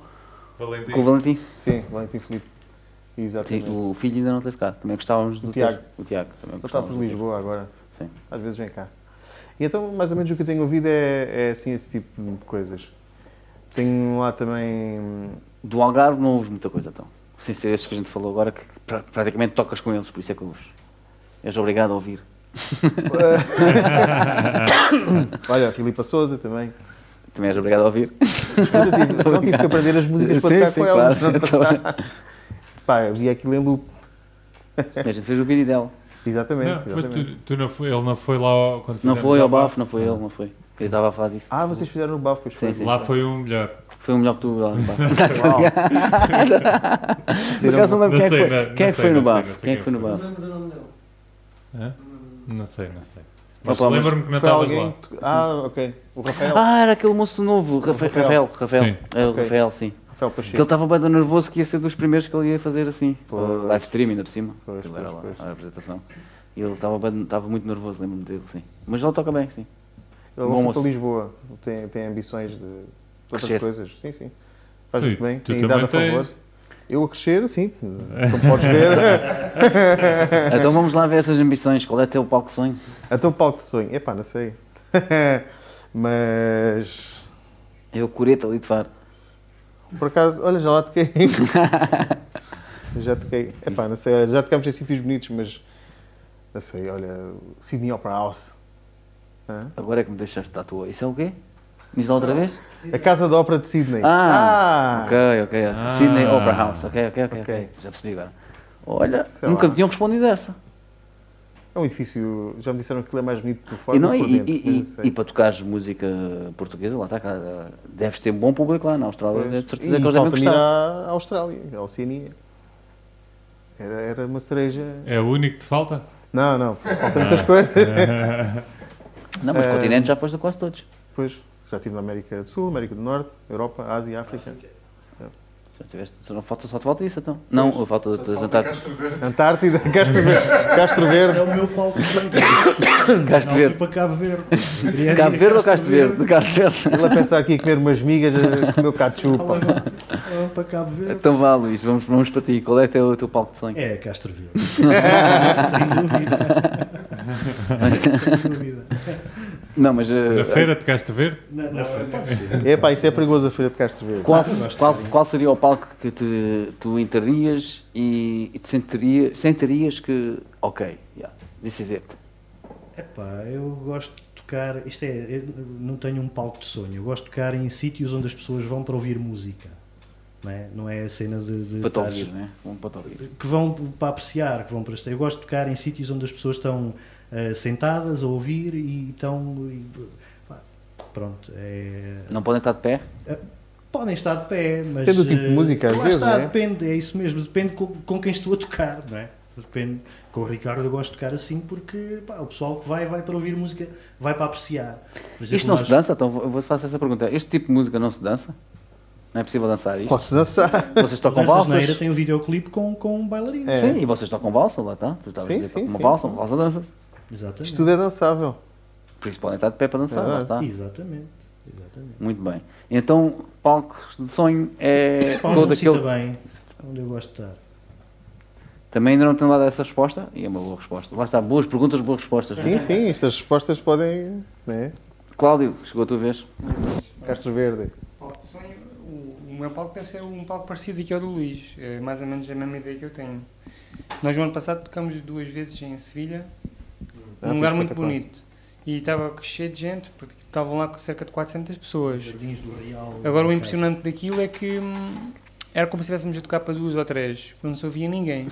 [SPEAKER 2] Valentim.
[SPEAKER 1] com o Valentim.
[SPEAKER 3] Sim, Valentim Filipe. Exatamente.
[SPEAKER 1] Sim, o filho ainda não teve cá. Também gostávamos do
[SPEAKER 3] Tiago.
[SPEAKER 1] O Tiago também.
[SPEAKER 3] Ele está por
[SPEAKER 1] gostávamos do
[SPEAKER 3] Lisboa agora.
[SPEAKER 1] Tiago. Sim.
[SPEAKER 3] Às vezes vem cá. E então, mais ou menos o que eu tenho ouvido é, é assim, esse tipo de coisas. Tenho lá também. hum,
[SPEAKER 1] Do Algarve não ouves muita coisa, então. Sem ser esses que a gente falou agora, que pra- praticamente tocas com eles, por isso é que ouves. És obrigado a ouvir.
[SPEAKER 3] Olha, Filipa Souza também.
[SPEAKER 1] Também és obrigado a ouvir.
[SPEAKER 3] Portanto, eu tive, então tive que aprender as músicas para
[SPEAKER 1] Sim,
[SPEAKER 3] tocar
[SPEAKER 1] sim,
[SPEAKER 3] com
[SPEAKER 1] claro.
[SPEAKER 3] ela.
[SPEAKER 1] Então,
[SPEAKER 3] Portanto, para tocar. Pá, eu vi aquilo em loop.
[SPEAKER 1] Mas a gente fez o vídeo dela.
[SPEAKER 3] Exatamente.
[SPEAKER 2] Não, mas
[SPEAKER 3] exatamente.
[SPEAKER 2] tu, tu não foi, ele não foi lá ao-
[SPEAKER 1] Não
[SPEAKER 2] quando fizemos
[SPEAKER 1] foi
[SPEAKER 2] ao
[SPEAKER 1] ao bafo, não foi ele, não foi. Eu estava a falar disso.
[SPEAKER 3] Ah, vocês fizeram o bafo, pois
[SPEAKER 1] Sim,
[SPEAKER 3] foi.
[SPEAKER 1] sim.
[SPEAKER 2] Lá foi um melhor.
[SPEAKER 1] Foi o melhor que tu. lá no bafo. Por
[SPEAKER 3] Sim,
[SPEAKER 1] acaso não lembro quem é
[SPEAKER 2] Não
[SPEAKER 1] que foi.
[SPEAKER 2] sei, não-
[SPEAKER 1] Quem é que
[SPEAKER 2] não
[SPEAKER 1] foi
[SPEAKER 2] sei,
[SPEAKER 1] no
[SPEAKER 2] não sei,
[SPEAKER 1] bafo?
[SPEAKER 2] não sei
[SPEAKER 1] Quem é que
[SPEAKER 2] quem
[SPEAKER 1] foi no
[SPEAKER 2] foi.
[SPEAKER 4] Não
[SPEAKER 1] bafo?
[SPEAKER 4] lembro do nome dele.
[SPEAKER 2] Hã? Não sei, não sei. Mas
[SPEAKER 3] Opa, mas
[SPEAKER 2] lembro-me que não
[SPEAKER 3] foi
[SPEAKER 2] estavas
[SPEAKER 3] alguém.
[SPEAKER 2] lá.
[SPEAKER 3] que- Ah, ok. O Rafael.
[SPEAKER 1] Ah, era aquele moço novo, Rafa-
[SPEAKER 3] Rafael.
[SPEAKER 1] Rafael. Rafael.
[SPEAKER 2] Sim.
[SPEAKER 1] Era o
[SPEAKER 3] Ok.
[SPEAKER 1] Rafael, sim.
[SPEAKER 3] Rafael
[SPEAKER 1] Que ele
[SPEAKER 3] Pacheco.
[SPEAKER 1] estava bem do nervoso que ia ser dos primeiros que ele ia fazer assim.
[SPEAKER 3] Pois.
[SPEAKER 1] o Live stream ainda por cima.
[SPEAKER 3] Pois,
[SPEAKER 1] Aquilo
[SPEAKER 3] pois,
[SPEAKER 1] era lá,
[SPEAKER 3] pois.
[SPEAKER 1] a apresentação. E ele estava bem- estava muito nervoso, lembro-me dele, sim. Mas ele toca bem, sim.
[SPEAKER 3] Ele
[SPEAKER 1] Bom
[SPEAKER 3] foi para
[SPEAKER 1] moço.
[SPEAKER 3] Lisboa. Tem, tem ambições de- de outras
[SPEAKER 1] Crescer.
[SPEAKER 3] coisas. Sim, sim. Faz
[SPEAKER 2] Tu-
[SPEAKER 3] muito bem.
[SPEAKER 2] tu
[SPEAKER 3] Tem idade a
[SPEAKER 2] também
[SPEAKER 3] favor.
[SPEAKER 2] tens.
[SPEAKER 3] Eu a crescer, sim. Como podes ver.
[SPEAKER 1] Então vamos lá ver essas ambições. Qual é teu palco sonho?
[SPEAKER 3] Então, palco de sonho. Epá, não sei. Mas.
[SPEAKER 1] É o Cureta ali de Faro.
[SPEAKER 3] Por acaso, olha, já lá toquei. já toquei. Epá, não sei. olha, Já tocámos em sítios bonitos, mas. Não sei, olha. Sydney Opera House. Hã?
[SPEAKER 1] Agora é que me deixaste tatuar. Isso é o quê? Diz lá
[SPEAKER 3] Ah,
[SPEAKER 1] outra vez?
[SPEAKER 3] A Casa da Ópera de Sydney.
[SPEAKER 1] Ah, ok, ok. Sydney Opera House. Ok, ok, ok.
[SPEAKER 3] Ok.
[SPEAKER 1] ok. Já percebi agora. Olha,
[SPEAKER 3] Sei
[SPEAKER 1] nunca
[SPEAKER 3] lá.
[SPEAKER 1] me tinham respondido essa.
[SPEAKER 3] É um edifício. Já me disseram que ele é mais bonito por fora
[SPEAKER 1] E,
[SPEAKER 3] do
[SPEAKER 1] não,
[SPEAKER 3] que
[SPEAKER 1] e,
[SPEAKER 3] por dentro.
[SPEAKER 1] e-
[SPEAKER 3] mas
[SPEAKER 1] e-
[SPEAKER 3] não sei.
[SPEAKER 1] e para tocares música portuguesa, lá está, cá, deves ter um bom público lá na Austrália,
[SPEAKER 3] Pois.
[SPEAKER 1] de certeza
[SPEAKER 3] e
[SPEAKER 1] que eles devem
[SPEAKER 3] falta-me ir
[SPEAKER 1] gostar.
[SPEAKER 3] à à Austrália, à Oceania. Era, era uma cereja.
[SPEAKER 2] É o único que te falta?
[SPEAKER 3] Não, não, falta
[SPEAKER 1] Ah.
[SPEAKER 3] muitas coisas.
[SPEAKER 1] Não, mas
[SPEAKER 3] Eh,
[SPEAKER 1] continente já foste a quase todos.
[SPEAKER 3] Pois, já estive na América do Sul, América do Norte, Europa, Ásia, África,
[SPEAKER 1] Já tiveste, tu não falta, só te falta isso então. Não, falta de Antártico.
[SPEAKER 3] Antártida, Castro Verde. Castro
[SPEAKER 5] Esse é
[SPEAKER 3] Verde.
[SPEAKER 5] o meu palco.
[SPEAKER 1] Castro
[SPEAKER 5] Não,
[SPEAKER 1] Verde.
[SPEAKER 5] fui para Cabo Verde. Queria ir a
[SPEAKER 1] Cabo Verde ou Castro Verde? Castro Verde.
[SPEAKER 3] Ele a pensar aqui a comer umas migas, eh, um a comer o
[SPEAKER 5] Ela
[SPEAKER 3] cachupa.
[SPEAKER 5] vai- ela vai para Cabo Verde.
[SPEAKER 1] Então vá, Luís, vamos, vamos para ti. Qual é o teu, teu palco de sonho?
[SPEAKER 5] É, Castro Verde. Sem dúvida. Sem dúvida.
[SPEAKER 1] Não, mas. eh,
[SPEAKER 2] Na feira de Castro Verde?
[SPEAKER 5] Na, na frente, é pode ser.
[SPEAKER 3] Epá, isso é perigoso a feira de Castro Verde.
[SPEAKER 1] eh, Qual,
[SPEAKER 5] eu gosto
[SPEAKER 1] qual, qual seria o palco que te, tu entrarias e, e te sentirias, sentirias que. Ok, yeah, this is it.
[SPEAKER 5] Epá, eu gosto de tocar, isto é, eu não tenho um palco de sonho, eu gosto de tocar em sítios onde as pessoas vão para ouvir música, não é, não é a cena de, de
[SPEAKER 1] Para te
[SPEAKER 5] estares-
[SPEAKER 1] ouvir, né? Um para te ouvir.
[SPEAKER 5] que vão para apreciar, que vão para este- eu gosto de tocar em sítios onde as pessoas estão eh, sentadas a ouvir e estão e, pá, pronto, é,
[SPEAKER 1] Não podem estar de pé?
[SPEAKER 5] Podem estar de pé, mas.
[SPEAKER 3] Depende do tipo de
[SPEAKER 5] eh,
[SPEAKER 3] música, às
[SPEAKER 5] lá
[SPEAKER 3] vezes,
[SPEAKER 5] está,
[SPEAKER 3] não é?
[SPEAKER 5] depende, é isso mesmo, depende com, com quem estou a tocar, não é? Depende. Com o Ricardo eu gosto de tocar assim porque pá, o pessoal que vai, vai para ouvir música, vai para apreciar. Por exemplo,
[SPEAKER 1] Isto não
[SPEAKER 5] nós-
[SPEAKER 1] se dança? Então vou- vou-te fazer essa pergunta. Este tipo de música não se dança? Não é possível dançar isto?
[SPEAKER 3] Posso dançar?
[SPEAKER 1] Vocês
[SPEAKER 5] o
[SPEAKER 1] tocam
[SPEAKER 5] Danças na
[SPEAKER 1] valsas?
[SPEAKER 5] Eira tem um videoclipe com, com um bailarino.
[SPEAKER 3] É.
[SPEAKER 1] Sim, e vocês tocam valsa, lá está. Tu estavas
[SPEAKER 3] Sim,
[SPEAKER 1] a dizer
[SPEAKER 3] sim,
[SPEAKER 1] uma
[SPEAKER 3] sim,
[SPEAKER 1] valsa,
[SPEAKER 3] sim.
[SPEAKER 1] uma valsa dança-se.
[SPEAKER 5] Exatamente.
[SPEAKER 3] Isto tudo é dançável.
[SPEAKER 1] Por isso podem estar de pé para dançar,
[SPEAKER 3] É
[SPEAKER 1] lá está.
[SPEAKER 3] verdade.
[SPEAKER 5] Exatamente. Exatamente.
[SPEAKER 1] Muito bem. Então, palco de sonho é
[SPEAKER 5] Pá,
[SPEAKER 1] todo
[SPEAKER 5] onde se
[SPEAKER 1] aquele...
[SPEAKER 5] sinta bem, onde eu gosto de estar.
[SPEAKER 1] Também ainda não tenho dado essa resposta, e é uma boa resposta. Lá está, boas perguntas, boas respostas.
[SPEAKER 3] Sim, sim, estas respostas podem. Né?
[SPEAKER 1] Cláudio, chegou a tua vez.
[SPEAKER 3] Castro Verde.
[SPEAKER 4] Palco de sonho, o, o meu palco deve ser um palco parecido aqui ao do Luís. É mais ou menos a mesma ideia que eu tenho. Nós, no ano passado, tocamos duas vezes em Sevilha,
[SPEAKER 3] Ah,
[SPEAKER 4] um
[SPEAKER 3] foi
[SPEAKER 4] lugar muito
[SPEAKER 3] espetacular.
[SPEAKER 4] bonito. E estava cheio de gente, porque estavam lá com cerca de 400 pessoas.
[SPEAKER 5] Jardins do Real.
[SPEAKER 4] Agora, o
[SPEAKER 5] casa.
[SPEAKER 4] impressionante daquilo é que hum, era como se estivéssemos a tocar para duas ou três, porque não se ouvia ninguém.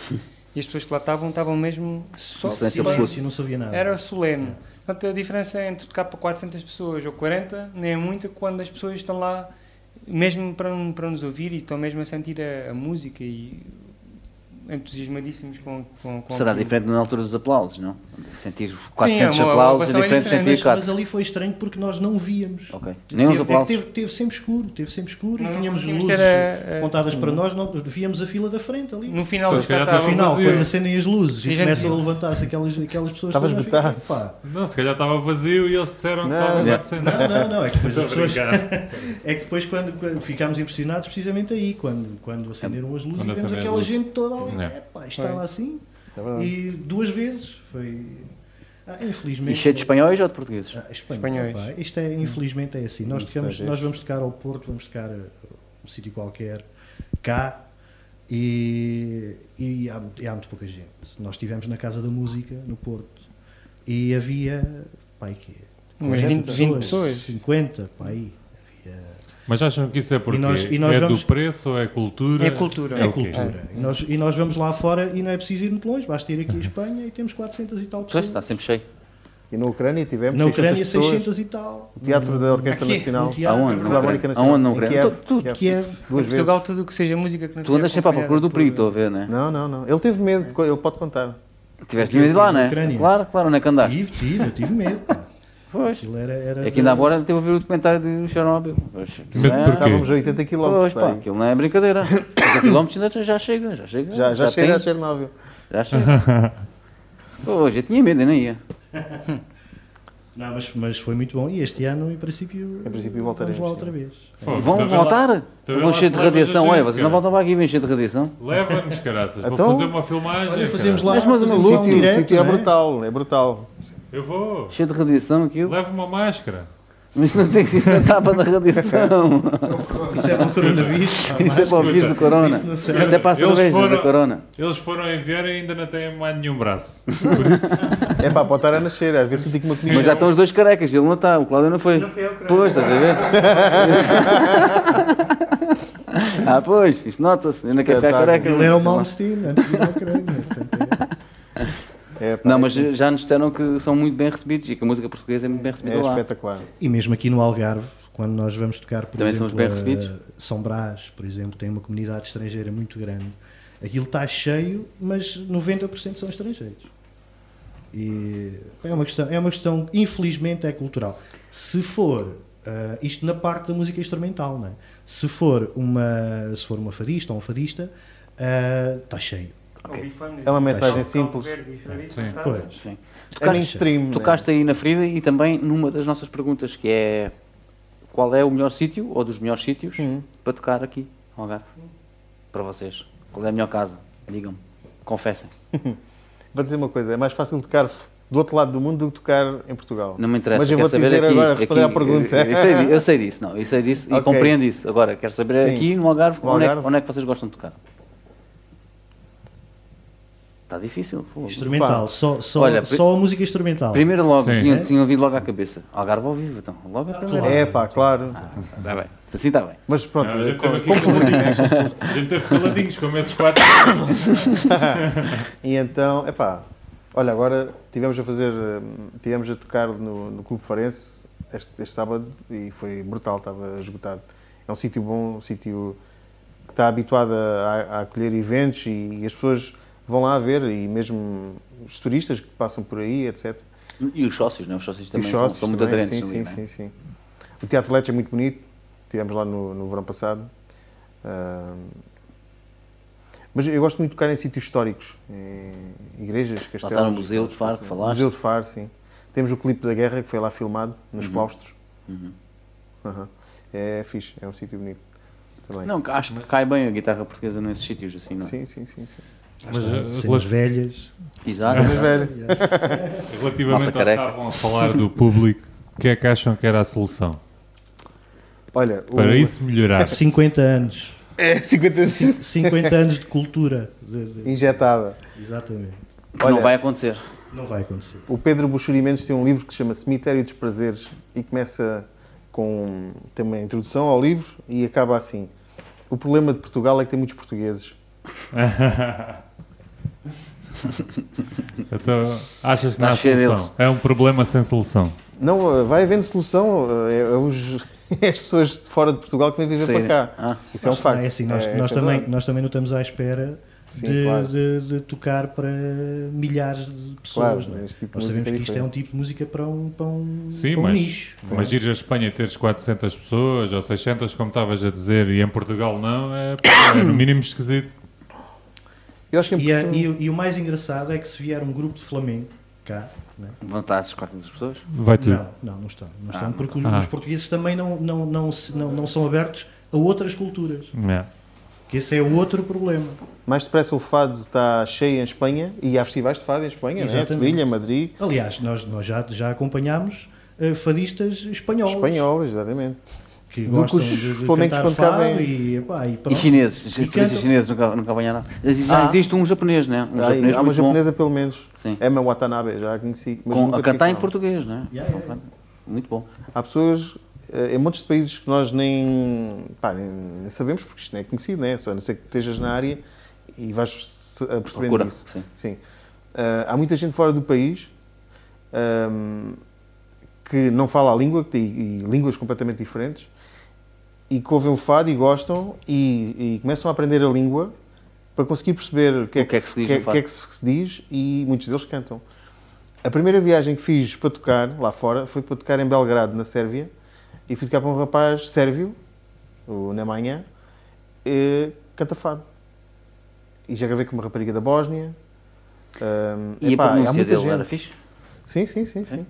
[SPEAKER 4] E as pessoas que lá estavam, estavam mesmo só
[SPEAKER 1] Um
[SPEAKER 4] de
[SPEAKER 1] silêncio
[SPEAKER 4] silêncio.
[SPEAKER 1] absoluto.
[SPEAKER 5] Silêncio, não sabia nada.
[SPEAKER 4] Era solene. Portanto, a diferença é entre tocar para 400 pessoas ou 40 nem é muita quando as pessoas estão lá mesmo para, para nos ouvir e estão mesmo a sentir a, a música e entusiasmadíssimos com, com, com
[SPEAKER 1] Será
[SPEAKER 4] aquilo.
[SPEAKER 1] diferente na altura dos aplausos, não? Sentir 400
[SPEAKER 4] é uma- uma
[SPEAKER 1] aplausos
[SPEAKER 4] ovação
[SPEAKER 1] é
[SPEAKER 4] é
[SPEAKER 1] diferente de
[SPEAKER 4] diferente,
[SPEAKER 1] sentir
[SPEAKER 5] mas, mas
[SPEAKER 1] 4.
[SPEAKER 5] ali foi estranho porque nós não víamos.
[SPEAKER 1] Ok. Nem uns
[SPEAKER 5] teve, é que
[SPEAKER 1] aplausos.
[SPEAKER 5] teve, teve sempre escuro, teve sempre escuro
[SPEAKER 4] Não,
[SPEAKER 5] e tínhamos
[SPEAKER 4] tínhamos
[SPEAKER 5] luzes
[SPEAKER 4] de ter a- a-
[SPEAKER 5] apontadas
[SPEAKER 1] Uhum.
[SPEAKER 5] para nós, não, víamos a fila da frente ali.
[SPEAKER 4] No final do
[SPEAKER 2] Pois, se calhar no
[SPEAKER 5] No
[SPEAKER 4] espetáculo.
[SPEAKER 5] final,
[SPEAKER 2] vazio.
[SPEAKER 5] quando acendem as luzes
[SPEAKER 4] E a
[SPEAKER 5] e
[SPEAKER 4] gente-
[SPEAKER 5] começam a levantar-se aquelas, aquelas pessoas
[SPEAKER 3] Estava
[SPEAKER 5] todas, fica,
[SPEAKER 3] esgotado.
[SPEAKER 5] pá,
[SPEAKER 2] Não, se calhar estava vazio e eles disseram que
[SPEAKER 3] Não,
[SPEAKER 2] estava
[SPEAKER 1] não.
[SPEAKER 2] 400.
[SPEAKER 5] Não, não, não, é que depois as
[SPEAKER 2] Estou a
[SPEAKER 5] pessoas.
[SPEAKER 2] brincar.
[SPEAKER 5] É que depois quando, quando ficámos impressionados precisamente aí, quando, quando acenderam as
[SPEAKER 2] Quando
[SPEAKER 5] luzes e vemos
[SPEAKER 2] acendem as
[SPEAKER 5] aquela
[SPEAKER 2] luzes.
[SPEAKER 5] gente toda ali,
[SPEAKER 2] É.
[SPEAKER 5] é. pá, estava
[SPEAKER 4] Foi.
[SPEAKER 5] assim,
[SPEAKER 3] É verdade.
[SPEAKER 5] e duas vezes foi. Ah,
[SPEAKER 1] E
[SPEAKER 5] infelizmente.
[SPEAKER 1] cheio de espanhóis ou de portugueses?
[SPEAKER 5] Ah, Espanha,
[SPEAKER 4] Espanhóis.
[SPEAKER 5] pá, Isto é, infelizmente é assim. Nós,
[SPEAKER 3] Vamos
[SPEAKER 5] tocamos,
[SPEAKER 3] trazer.
[SPEAKER 5] nós vamos tocar ao Porto, vamos tocar a um sítio qualquer cá e, e há, e há muito pouca gente. Nós estivemos na Casa da Música, no Porto, e havia, pá, e quê?
[SPEAKER 4] Umas
[SPEAKER 5] 40
[SPEAKER 4] 20 pessoas.
[SPEAKER 5] 50, pá, aí. Havia,
[SPEAKER 2] Mas acham que isso é porque
[SPEAKER 5] E nós- e nós
[SPEAKER 2] é
[SPEAKER 5] vamos-
[SPEAKER 2] do preço, é cultura?
[SPEAKER 4] É cultura.
[SPEAKER 5] é
[SPEAKER 2] o quê?
[SPEAKER 5] cultura. E nós, e nós vamos lá fora e não é preciso ir muito longe, basta ir aqui à Espanha e temos 400 e tal
[SPEAKER 1] Pois,
[SPEAKER 5] pessoas.
[SPEAKER 1] está sempre cheio.
[SPEAKER 3] E na Ucrânia tivemos
[SPEAKER 5] Na Ucrânia,
[SPEAKER 3] 600 pessoas.
[SPEAKER 5] 600 e tal.
[SPEAKER 3] O Teatro da Orquestra
[SPEAKER 4] Aqui,
[SPEAKER 3] Nacional.
[SPEAKER 5] no teatro.
[SPEAKER 1] Aonde?
[SPEAKER 3] Filarmónica Nacional.
[SPEAKER 1] Aonde não
[SPEAKER 3] Em
[SPEAKER 1] Ucrânia?
[SPEAKER 3] Kiev.
[SPEAKER 1] Tu, tu,
[SPEAKER 5] Kiev.
[SPEAKER 3] Duas
[SPEAKER 4] em
[SPEAKER 3] vezes.
[SPEAKER 4] Portugal, tudo o que seja música que não
[SPEAKER 1] tu andas
[SPEAKER 4] seja
[SPEAKER 1] sempre à procura do
[SPEAKER 4] acompanhada
[SPEAKER 1] perigo,
[SPEAKER 4] por-
[SPEAKER 1] estou Então a ver, né?
[SPEAKER 3] Não, não, não. Ele teve medo, de co- ele pode contar.
[SPEAKER 1] Tiveste medo de ir lá, né?
[SPEAKER 5] Ucrânia.
[SPEAKER 1] Claro, claro, onde é que andaste?
[SPEAKER 5] Tive, tive, eu tive medo. pá.
[SPEAKER 1] Pois.
[SPEAKER 5] Aquilo era. era
[SPEAKER 1] É que ainda agora teve a ver o documentário de Chernobyl. Pois,
[SPEAKER 2] Medo
[SPEAKER 1] não é-
[SPEAKER 2] porquê?
[SPEAKER 3] Estávamos a 80
[SPEAKER 1] Pois,
[SPEAKER 3] km.
[SPEAKER 1] pá, aquilo não é brincadeira. 80 km ainda já chega, já chega.
[SPEAKER 3] Já, já,
[SPEAKER 1] tem-
[SPEAKER 3] cheguei a Chernobyl.
[SPEAKER 1] Já chega. Pois, eu tinha medo, eu nem ia.
[SPEAKER 5] Não, mas, mas foi muito bom. E este ano, em princípio,
[SPEAKER 3] Em princípio, voltaremos,
[SPEAKER 5] vamos lá
[SPEAKER 3] sim.
[SPEAKER 5] outra vez.
[SPEAKER 2] Fogo,
[SPEAKER 1] vão
[SPEAKER 2] então vê lá-
[SPEAKER 1] voltar?
[SPEAKER 2] vê
[SPEAKER 1] Vão
[SPEAKER 2] lá
[SPEAKER 1] cheio
[SPEAKER 2] se
[SPEAKER 1] de
[SPEAKER 2] levas a
[SPEAKER 1] radiação,
[SPEAKER 2] gente,
[SPEAKER 1] é? Vocês não
[SPEAKER 2] cara.
[SPEAKER 1] voltam para aqui e vêm cheio de radiação?
[SPEAKER 2] Leva-nos, caraças, para
[SPEAKER 3] Então-
[SPEAKER 2] fazer uma filmagem.
[SPEAKER 5] Olha, fazemos
[SPEAKER 2] cara.
[SPEAKER 5] lá,
[SPEAKER 1] Mas, mas,
[SPEAKER 5] fazemos
[SPEAKER 1] mas,
[SPEAKER 5] lá
[SPEAKER 3] O
[SPEAKER 5] um
[SPEAKER 3] sítio, o
[SPEAKER 5] direto,
[SPEAKER 3] sítio é
[SPEAKER 5] não
[SPEAKER 3] brutal, é brutal.
[SPEAKER 2] Eu vou.
[SPEAKER 1] Cheio de radiação aquilo?
[SPEAKER 2] Leva uma máscara.
[SPEAKER 1] Mas isso não tem isso não tapa na radiação.
[SPEAKER 5] Isso é para o coronavírus. pá,
[SPEAKER 1] Isso é para o vírus do corona.
[SPEAKER 5] Isso não
[SPEAKER 1] Isso
[SPEAKER 5] serve.
[SPEAKER 1] é para a
[SPEAKER 2] Eles
[SPEAKER 1] cerveja
[SPEAKER 2] foram-
[SPEAKER 1] da corona.
[SPEAKER 2] Eles foram em Vieira e ainda não têm mais nenhum braço.
[SPEAKER 3] É pá, pode estar a nascer. Às vezes eu digo uma
[SPEAKER 1] Mas já
[SPEAKER 3] comida.
[SPEAKER 1] estão os dois carecas, ele não está, o Cláudio não foi.
[SPEAKER 4] Não foi eu, creio.
[SPEAKER 1] Pois, estás a ver? ah, pois, isto nota-se, eu não quero ficar
[SPEAKER 3] Espetáculo.
[SPEAKER 1] careca.
[SPEAKER 5] Ele era o né? Malmsteen, antes de ir à Ucrânia. Portanto,
[SPEAKER 3] É, pá,
[SPEAKER 1] Não, mas já nos disseram que são muito bem recebidos e que a música portuguesa é muito bem recebida
[SPEAKER 3] É
[SPEAKER 1] lá.
[SPEAKER 3] espetacular.
[SPEAKER 5] é- E mesmo aqui no Algarve, quando nós vamos tocar, por
[SPEAKER 1] Também
[SPEAKER 5] exemplo,
[SPEAKER 1] somos bem
[SPEAKER 5] a-
[SPEAKER 1] recebidos?
[SPEAKER 5] São Brás, por exemplo, tem uma comunidade estrangeira muito grande. Aquilo está cheio, mas 90% são estrangeiros. E é uma questão, é uma questão infelizmente, é cultural. Se for, ah, isto na parte da música instrumental, não é? Se for uma, se for uma fadista ou um fadista, ah, está cheio.
[SPEAKER 1] Ok.
[SPEAKER 3] É uma mensagem simples.
[SPEAKER 2] Sim.
[SPEAKER 5] Pois.
[SPEAKER 4] Tá.
[SPEAKER 1] Sim.
[SPEAKER 3] É
[SPEAKER 1] Tocaste,
[SPEAKER 3] mainstream. né?
[SPEAKER 1] tocaste aí na ferida e também numa das nossas perguntas que é qual é o melhor sítio ou dos melhores sítios
[SPEAKER 3] Hum.
[SPEAKER 1] para tocar aqui no Algarve? Para vocês. Qual é a melhor casa? Digam-me. Confessem.
[SPEAKER 3] Vou dizer uma coisa, é mais fácil tocar do outro lado do mundo do que tocar em Portugal.
[SPEAKER 1] Não me interessa.
[SPEAKER 3] Mas eu
[SPEAKER 1] quero
[SPEAKER 3] vou-te
[SPEAKER 1] saber
[SPEAKER 3] dizer
[SPEAKER 1] aqui,
[SPEAKER 3] agora, responder
[SPEAKER 1] aqui-
[SPEAKER 3] à pergunta.
[SPEAKER 1] Eu, eu sei, eu sei disso, não. Eu sei disso e
[SPEAKER 3] Ok.
[SPEAKER 1] compreendo isso. Agora, quero saber
[SPEAKER 3] Sim.
[SPEAKER 1] aqui no Algarve,
[SPEAKER 3] No
[SPEAKER 1] onde, É, que-
[SPEAKER 3] Algarve.
[SPEAKER 1] onde é que vocês gostam de tocar? Está difícil. pô.
[SPEAKER 5] Instrumental, só, só,
[SPEAKER 1] Olha, pri-
[SPEAKER 5] só a música instrumental.
[SPEAKER 1] Primeiro logo,
[SPEAKER 2] Sim.
[SPEAKER 1] tinham, tinham vindo logo à cabeça. Algarve ao vivo, então. Logo a primeira.
[SPEAKER 3] É pá, claro.
[SPEAKER 1] Está bem. Assim está bem.
[SPEAKER 3] Mas pronto,
[SPEAKER 2] Não, Ah, a gente
[SPEAKER 3] com-
[SPEAKER 2] teve aqui caladinhos. A gente teve caladinhos como esses quatro.
[SPEAKER 3] E então, epá, olha, agora tivemos a fazer, hum, tivemos a tocar no, no Clube Farense este, este sábado e foi brutal, estava esgotado. É um sítio bom, um sítio que está habituado a, a acolher eventos e, e as pessoas vão lá ver e mesmo os turistas que passam por aí, etc.
[SPEAKER 1] E os sócios, né? Os sócios também
[SPEAKER 3] os
[SPEAKER 1] são-
[SPEAKER 3] sócios
[SPEAKER 1] são muito
[SPEAKER 3] também,
[SPEAKER 1] aderentes.
[SPEAKER 3] é? Sim,
[SPEAKER 1] ali,
[SPEAKER 3] sim,
[SPEAKER 1] né?
[SPEAKER 3] sim, sim. O Teatro Leite é muito bonito, tivemos lá no, no verão passado. Ah, mas eu gosto muito de tocar em sítios históricos, em igrejas,
[SPEAKER 1] Lá
[SPEAKER 3] castelos.
[SPEAKER 1] está no Museu de Faro que falaste.
[SPEAKER 3] Museu de Faro, sim. Temos o clipe da guerra que foi lá filmado, nos
[SPEAKER 1] Uhum.
[SPEAKER 3] claustros. Aham. É fixe, é um sítio bonito. Também.
[SPEAKER 1] Não, acho que cai bem a guitarra portuguesa nesses sítios, assim, não é?
[SPEAKER 3] Sim, sim, sim. sim.
[SPEAKER 2] Mas eh,
[SPEAKER 5] Cenas
[SPEAKER 2] rela-
[SPEAKER 5] velhas.
[SPEAKER 1] Exato.
[SPEAKER 3] Mas, velho,
[SPEAKER 2] relativamente
[SPEAKER 1] Malta
[SPEAKER 2] ao que
[SPEAKER 1] careca.
[SPEAKER 2] estavam a falar do público, o que é que acham que era a solução?
[SPEAKER 3] olha, o-
[SPEAKER 2] Para isso melhorar.
[SPEAKER 5] 50 anos.
[SPEAKER 3] É, 55.
[SPEAKER 5] Cin- 50 anos de cultura. De- de-
[SPEAKER 3] Injetada.
[SPEAKER 5] Exatamente.
[SPEAKER 1] Que
[SPEAKER 3] Olha.
[SPEAKER 1] não vai acontecer.
[SPEAKER 5] Não vai acontecer.
[SPEAKER 3] O Pedro Buxuri Mendes tem um livro que se chama Cemitério dos Prazeres e começa com. tem uma introdução ao livro e acaba assim. O problema de Portugal é que tem muitos portugueses.
[SPEAKER 2] Então, achas que
[SPEAKER 1] Está
[SPEAKER 2] não há
[SPEAKER 1] cheio
[SPEAKER 2] solução? É um problema sem solução.
[SPEAKER 3] Não, eh, vai havendo solução. eh, É, é os- é as pessoas de fora de Portugal que vêm viver
[SPEAKER 1] Saírem.
[SPEAKER 3] para cá.
[SPEAKER 1] Ah.
[SPEAKER 3] Isso é um facto.
[SPEAKER 5] É assim, nós,
[SPEAKER 3] É,
[SPEAKER 5] nós
[SPEAKER 3] essa é
[SPEAKER 5] também,
[SPEAKER 3] verdade.
[SPEAKER 5] nós também não estamos à espera
[SPEAKER 3] Sim,
[SPEAKER 5] de,
[SPEAKER 3] claro.
[SPEAKER 5] de- de tocar para milhares de pessoas.
[SPEAKER 3] Claro,
[SPEAKER 5] não é?
[SPEAKER 3] este tipo de
[SPEAKER 5] Nós
[SPEAKER 3] música
[SPEAKER 5] sabemos
[SPEAKER 3] é
[SPEAKER 5] que isto é um
[SPEAKER 3] diferente.
[SPEAKER 5] tipo de música para um, para um,
[SPEAKER 2] Sim,
[SPEAKER 5] para um
[SPEAKER 2] mas-
[SPEAKER 5] nicho.
[SPEAKER 2] É. Mas ires a Espanha e teres 400 pessoas ou 600, como estavas a dizer, e em Portugal não, é, é no mínimo esquisito.
[SPEAKER 3] Eu acho que é em
[SPEAKER 5] E, a-
[SPEAKER 3] Portugal-
[SPEAKER 5] e o- e o mais engraçado é que se vier um grupo de Flamengo cá, né?
[SPEAKER 1] Vão estar as 400 pessoas?
[SPEAKER 2] Vai tudo.
[SPEAKER 5] não, não, não estão. Não estão porque os,
[SPEAKER 2] Ah.
[SPEAKER 5] os portugueses também não, não, não, se- não, não são abertos a outras culturas.
[SPEAKER 2] É.
[SPEAKER 5] Que esse é outro problema.
[SPEAKER 3] Mais depressa o fado está cheio em Espanha e há festivais de fado em Espanha, né? em
[SPEAKER 5] Exatamente.
[SPEAKER 3] Sevilha, Madrid,
[SPEAKER 5] Aliás, nós, nós já, já acompanhámos eh, fadistas espanhóis
[SPEAKER 3] espanhóis, exatamente.
[SPEAKER 5] que
[SPEAKER 3] Do
[SPEAKER 5] gostam
[SPEAKER 3] que os
[SPEAKER 5] de, de
[SPEAKER 3] flamencos
[SPEAKER 5] cantar
[SPEAKER 3] quando
[SPEAKER 5] fado
[SPEAKER 3] cabem-
[SPEAKER 5] e, epá, e
[SPEAKER 1] E
[SPEAKER 5] pronto.
[SPEAKER 1] chineses, os
[SPEAKER 5] E
[SPEAKER 1] polícias
[SPEAKER 5] cantam-
[SPEAKER 1] chineses nunca, nunca apanharam. Já existe, já
[SPEAKER 3] Ah.
[SPEAKER 1] existe um japonês, né? Um
[SPEAKER 3] Há-
[SPEAKER 1] japonês
[SPEAKER 3] há uma
[SPEAKER 1] muito
[SPEAKER 3] japonesa pelo menos.
[SPEAKER 1] Sim.
[SPEAKER 3] É uma Watanabe, já a conheci.
[SPEAKER 1] bom,
[SPEAKER 3] mas
[SPEAKER 1] com,
[SPEAKER 3] nunca
[SPEAKER 1] a cantar
[SPEAKER 3] toquei
[SPEAKER 1] em
[SPEAKER 3] com ela.
[SPEAKER 1] português, né?
[SPEAKER 5] Yeah, yeah.
[SPEAKER 1] Muito bom.
[SPEAKER 3] Há pessoas eh, em montes de países que nós nem, pá, nem- nem sabemos, porque isto não é conhecido, né? só a não ser que estejas na área e vais se- a percebendo
[SPEAKER 1] Procura,
[SPEAKER 3] isso.
[SPEAKER 1] sim.
[SPEAKER 3] Ah, há muita gente fora do país ehm, ahm, que não fala a língua que tem, e línguas completamente diferentes e que ouvem o fado e gostam e, e começam a aprender a língua para conseguir perceber o que é que, se-
[SPEAKER 1] diz
[SPEAKER 3] que é-
[SPEAKER 1] no fado.
[SPEAKER 3] que é que se diz e muitos deles cantam. A primeira viagem que fiz para tocar lá fora foi para tocar em Belgrado, na Sérvia, e fui tocar para um rapaz sérvio, o Nemanha, eh, canta fado. E já gravei com uma rapariga da Bósnia. Ahm,
[SPEAKER 1] E
[SPEAKER 3] epá,
[SPEAKER 1] a
[SPEAKER 3] há
[SPEAKER 1] pronúncia
[SPEAKER 3] muita
[SPEAKER 1] dele
[SPEAKER 3] gente.
[SPEAKER 1] era fixe?
[SPEAKER 3] Sim, sim, sim, sim.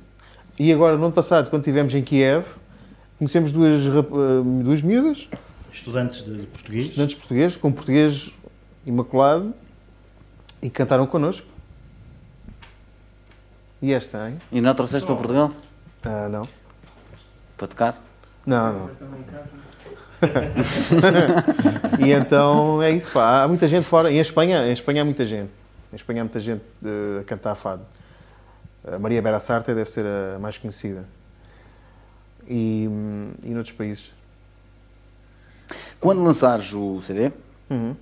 [SPEAKER 3] E agora, no ano passado, quando estivemos em Kiev, conhecemos duas, rap- eh, duas miúdas,
[SPEAKER 5] Estudantes de de português.
[SPEAKER 3] estudantes portugueses, com um português imaculado, e cantaram connosco. E esta, hein?
[SPEAKER 1] E não a trouxeste para Portugal?
[SPEAKER 3] Ah, não.
[SPEAKER 1] Para tocar?
[SPEAKER 3] Não, não.
[SPEAKER 4] Eu também em casa.
[SPEAKER 3] E então é isso, pá. Há muita gente fora. Em Espanha, em Espanha há muita gente. Em Espanha há muita gente eh, a cantar fado. A Maria Bera Sarta deve ser a mais conhecida. E, hum, e noutros países.
[SPEAKER 1] Quando lançares o CD,
[SPEAKER 3] Uhum,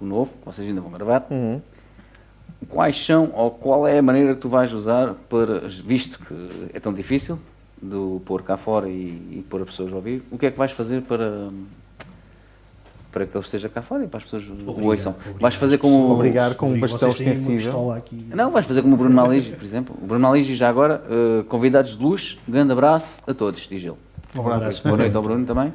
[SPEAKER 1] o novo, que vocês ainda vão gravar,
[SPEAKER 3] uhum.
[SPEAKER 1] quais são ou qual é a maneira que tu vais usar para, visto que é tão difícil de o pôr cá fora e, e pôr as pessoas a ouvir, o que é que vais fazer para para que ele esteja cá fora e para as pessoas o
[SPEAKER 5] Obrigar-
[SPEAKER 1] ouçam?
[SPEAKER 5] obrigar
[SPEAKER 1] Vais fazer
[SPEAKER 5] as
[SPEAKER 1] como
[SPEAKER 5] pessoas.
[SPEAKER 3] Obrigar então. com um
[SPEAKER 5] Rodrigo,
[SPEAKER 3] bastão
[SPEAKER 5] vocês têm uma
[SPEAKER 3] extensível.
[SPEAKER 5] pistola aqui.
[SPEAKER 1] Não, vais fazer como o Bruno Maligi, por exemplo. O Bruno Maligi já agora, eh, convidados de luz, grande abraço a todos, diz ele.
[SPEAKER 3] Um abraço.
[SPEAKER 1] Boa noite ao Bruno também.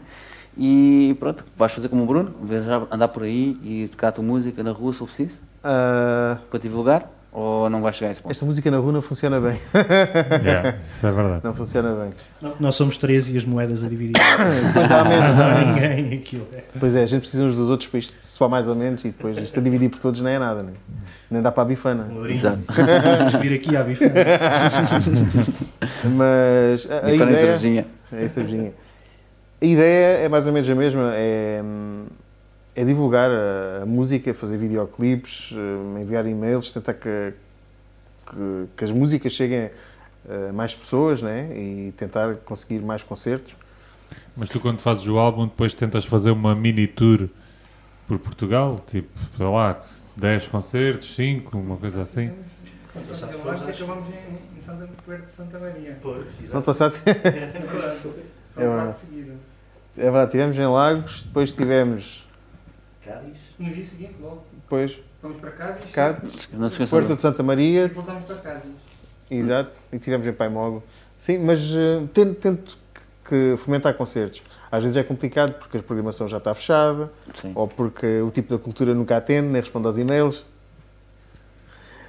[SPEAKER 1] E pronto, vais fazer como o Bruno, vais já andar por aí e tocar a tua música na rua se for preciso,
[SPEAKER 3] Ah,
[SPEAKER 1] para divulgar, ou não vais chegar a esse ponto?
[SPEAKER 3] esta música na rua não funciona bem.
[SPEAKER 2] É, isso é verdade.
[SPEAKER 3] Não funciona bem.
[SPEAKER 5] Não, Nós somos 13 e as moedas a dividir.
[SPEAKER 3] Depois dá menos.
[SPEAKER 5] Não há ninguém aquilo.
[SPEAKER 3] Pois é, a gente precisa uns dos outros para isto se for mais ou menos e depois isto a dividir por todos nem é nada, né? nem dá para a bifana.
[SPEAKER 1] Exato.
[SPEAKER 5] Vamos vir aqui à bifana.
[SPEAKER 3] Mas a, a
[SPEAKER 1] Diferença
[SPEAKER 3] ideia...
[SPEAKER 1] Virgínia.
[SPEAKER 3] É isso, Virginia. A ideia é mais ou menos a mesma, é, hum, é divulgar a, a música, fazer videoclipes, hum, enviar e-mails, tentar que, que, que as músicas cheguem a mais pessoas né? e tentar conseguir mais concertos.
[SPEAKER 2] Mas tu, quando fazes o álbum, depois tentas fazer uma mini tour por Portugal, tipo, sei lá, 10 concertos, 5, uma coisa assim.
[SPEAKER 4] Eu acho que acabamos em, em Santa, perto de Santa Maria.
[SPEAKER 3] No ano passado,
[SPEAKER 4] Foi
[SPEAKER 3] É
[SPEAKER 4] um
[SPEAKER 3] verdade.
[SPEAKER 4] quarto seguido.
[SPEAKER 3] é verdade, estivemos em Lagos, depois tivemos,
[SPEAKER 4] No dia seguinte, logo,
[SPEAKER 3] depois,
[SPEAKER 4] fomos para Cádiz
[SPEAKER 3] cá,
[SPEAKER 1] Não se esqueçam
[SPEAKER 3] Porto
[SPEAKER 1] do-
[SPEAKER 3] de Santa
[SPEAKER 4] e
[SPEAKER 3] Maria,
[SPEAKER 4] voltámos para Cádiz.
[SPEAKER 3] Exato, e tivemos em Paimogo. Sim, mas eh, tento, tento que fomentar concertos. Às vezes é complicado porque a programação já está fechada,
[SPEAKER 1] Sim.
[SPEAKER 3] ou porque o tipo da cultura nunca atende, nem responde aos e-mails.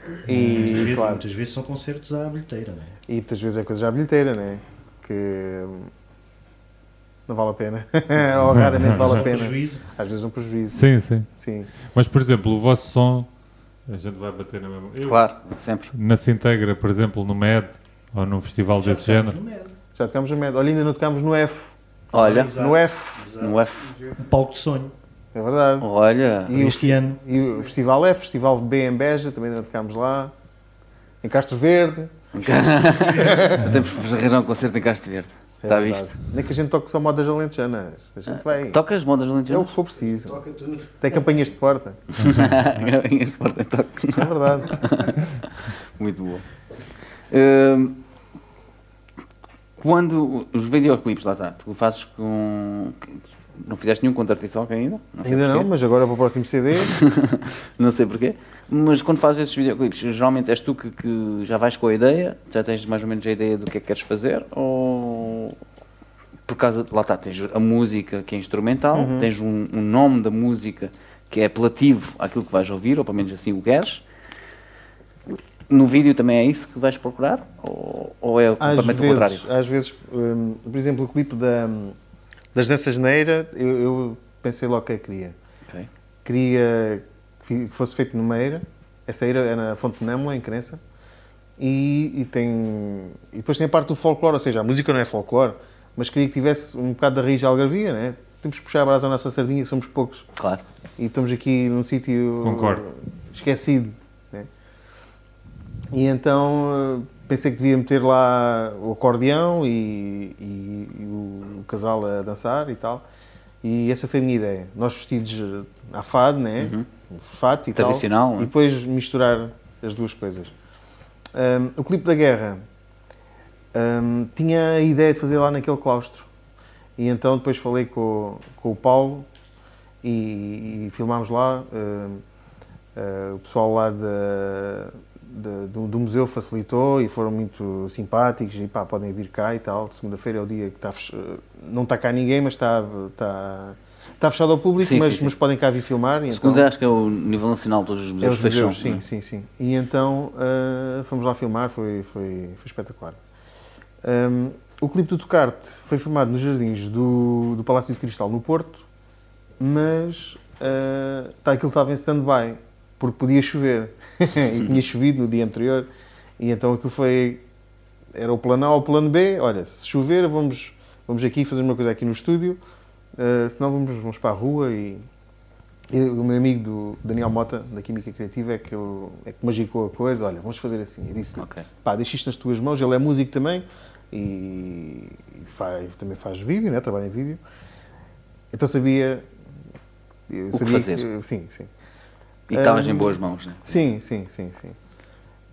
[SPEAKER 5] Hum, Muitas,
[SPEAKER 3] E,
[SPEAKER 5] vezes,
[SPEAKER 3] claro,
[SPEAKER 5] muitas vezes são concertos à bilheteira, não é?
[SPEAKER 3] e muitas vezes é coisa já bilheteira, né? Que hum, não vale a pena. ou raramente vale a
[SPEAKER 5] Só
[SPEAKER 3] pena.
[SPEAKER 5] prejuízo.
[SPEAKER 3] Às vezes é um prejuízo.
[SPEAKER 2] Sim, sim.
[SPEAKER 3] Sim.
[SPEAKER 2] Mas, por exemplo, o vosso som, a gente vai bater na mesma. eu,
[SPEAKER 1] Claro, sempre.
[SPEAKER 2] Na Sintegra, por exemplo, no MED, ou num festival desse género.
[SPEAKER 5] No merda.
[SPEAKER 3] Já tocámos no médio. Olha, ainda não tocámos no F.
[SPEAKER 1] Olha,
[SPEAKER 5] Exato.
[SPEAKER 3] No F.
[SPEAKER 5] Exato.
[SPEAKER 1] no F.
[SPEAKER 5] Um palco de sonho.
[SPEAKER 3] É verdade.
[SPEAKER 1] Olha,
[SPEAKER 3] E o-
[SPEAKER 5] este ano.
[SPEAKER 3] E o festival é Festival B em Beja, também ainda tocámos lá. Em Castro Verde.
[SPEAKER 1] temos que arranjar um concerto em Castro Verde. Está
[SPEAKER 3] É
[SPEAKER 1] Tá visto? Tá.
[SPEAKER 3] verdade. Nem que a gente toque só modas alentejanas. A gente vai.
[SPEAKER 1] Tocas modas
[SPEAKER 3] É o
[SPEAKER 1] alentejanas?
[SPEAKER 3] que for preciso.
[SPEAKER 5] Toca tudo.
[SPEAKER 3] Tem campanhas de porta.
[SPEAKER 1] Galinhas de porta toco.
[SPEAKER 3] É verdade.
[SPEAKER 1] Muito boa. Hum, quando os videoclipes, lá está, tu fazes com... Não fizeste nenhum contra artista rock ainda? sei
[SPEAKER 3] Ainda não,
[SPEAKER 1] porquê.
[SPEAKER 3] mas agora para o próximo CD.
[SPEAKER 1] Não sei porquê. Mas quando fazes esses videoclipes, geralmente és tu que, que já vais com a ideia? Já tens mais ou menos a ideia do que é que queres fazer? Ou por causa de lá está, tens a música que é instrumental,
[SPEAKER 3] Uhum.
[SPEAKER 1] tens um, um nome da música que é apelativo àquilo que vais ouvir, ou pelo menos assim o queres. No vídeo também é isso que vais procurar? Ou, ou é
[SPEAKER 3] Às
[SPEAKER 1] completamente o
[SPEAKER 3] vezes,
[SPEAKER 1] contrário?
[SPEAKER 3] às vezes, hum, por exemplo, o clipe da, das danças na Eira, eu, eu pensei logo que eu queria.
[SPEAKER 1] Ok.
[SPEAKER 3] queria que fi- que fosse feito numa eira. Essa eira é na Fonte de Nâmula, em Crença. E, e tem, e depois tem a parte do folclore, ou seja, a música não é folclore, mas queria que tivesse um bocado da raiz de algarvia, né? Temos que puxar a brasa à nossa sardinha, que somos poucos.
[SPEAKER 1] Claro.
[SPEAKER 3] E estamos aqui num sítio
[SPEAKER 2] Concordo.
[SPEAKER 3] esquecido. Né? E então eh, pensei que devia meter lá o acordeão e, e- e o, o casal a dançar e tal. E essa foi a minha ideia. Nós vestidos eh, à fado, né? fato e
[SPEAKER 1] Uhum. Tradicional,
[SPEAKER 3] tal.
[SPEAKER 1] né?
[SPEAKER 3] E depois misturar as duas coisas. Ahm, o clipe da guerra ahm, tinha a ideia de fazer lá naquele claustro. E então depois falei com, o- com o Paulo e, e filmámos lá. ahm, ah, o pessoal lá da- da- do, do museu facilitou e foram muito simpáticos e pá, podem vir cá e tal. Segunda-feira é o dia que está fech- não está cá ninguém, mas está, está, está fechado ao público,
[SPEAKER 1] Sim,
[SPEAKER 3] mas,
[SPEAKER 1] sim, sim.
[SPEAKER 3] mas podem cá vir filmar. e então-
[SPEAKER 1] Segundo, acho que é o nível nacional, todos os
[SPEAKER 3] é
[SPEAKER 1] museus
[SPEAKER 3] os museus,
[SPEAKER 1] fecham.
[SPEAKER 3] sim, sim, sim. E então ah, fomos lá filmar, foi, foi, foi espetacular. Ahm, o clipe do Tocarte foi filmado nos jardins do, do Palácio de Cristal, no Porto, mas ah, tá, aquilo estava em stand-by, porque podia chover. e tinha chovido no dia anterior, e então aquilo foi. Era o plano A ou o plano B. Olha, se chover, vamos, vamos aqui fazer uma coisa aqui no estúdio, ah, senão vamos, vamos para a rua e, eu- o meu amigo do Daniel Mota, da Química Criativa, é que, ele- é que magicou a coisa. Olha, vamos fazer assim. E disse
[SPEAKER 1] Ok.
[SPEAKER 3] pá, deixa isto nas tuas mãos. Ele é músico também e, e faz- também faz vídeo, né? trabalha em vídeo. Então sabia. eu
[SPEAKER 1] O que fazer.
[SPEAKER 3] que- sim, sim.
[SPEAKER 1] E estavas em
[SPEAKER 3] Ahm,
[SPEAKER 1] boas mãos, né?
[SPEAKER 3] Sim, sim, sim, sim.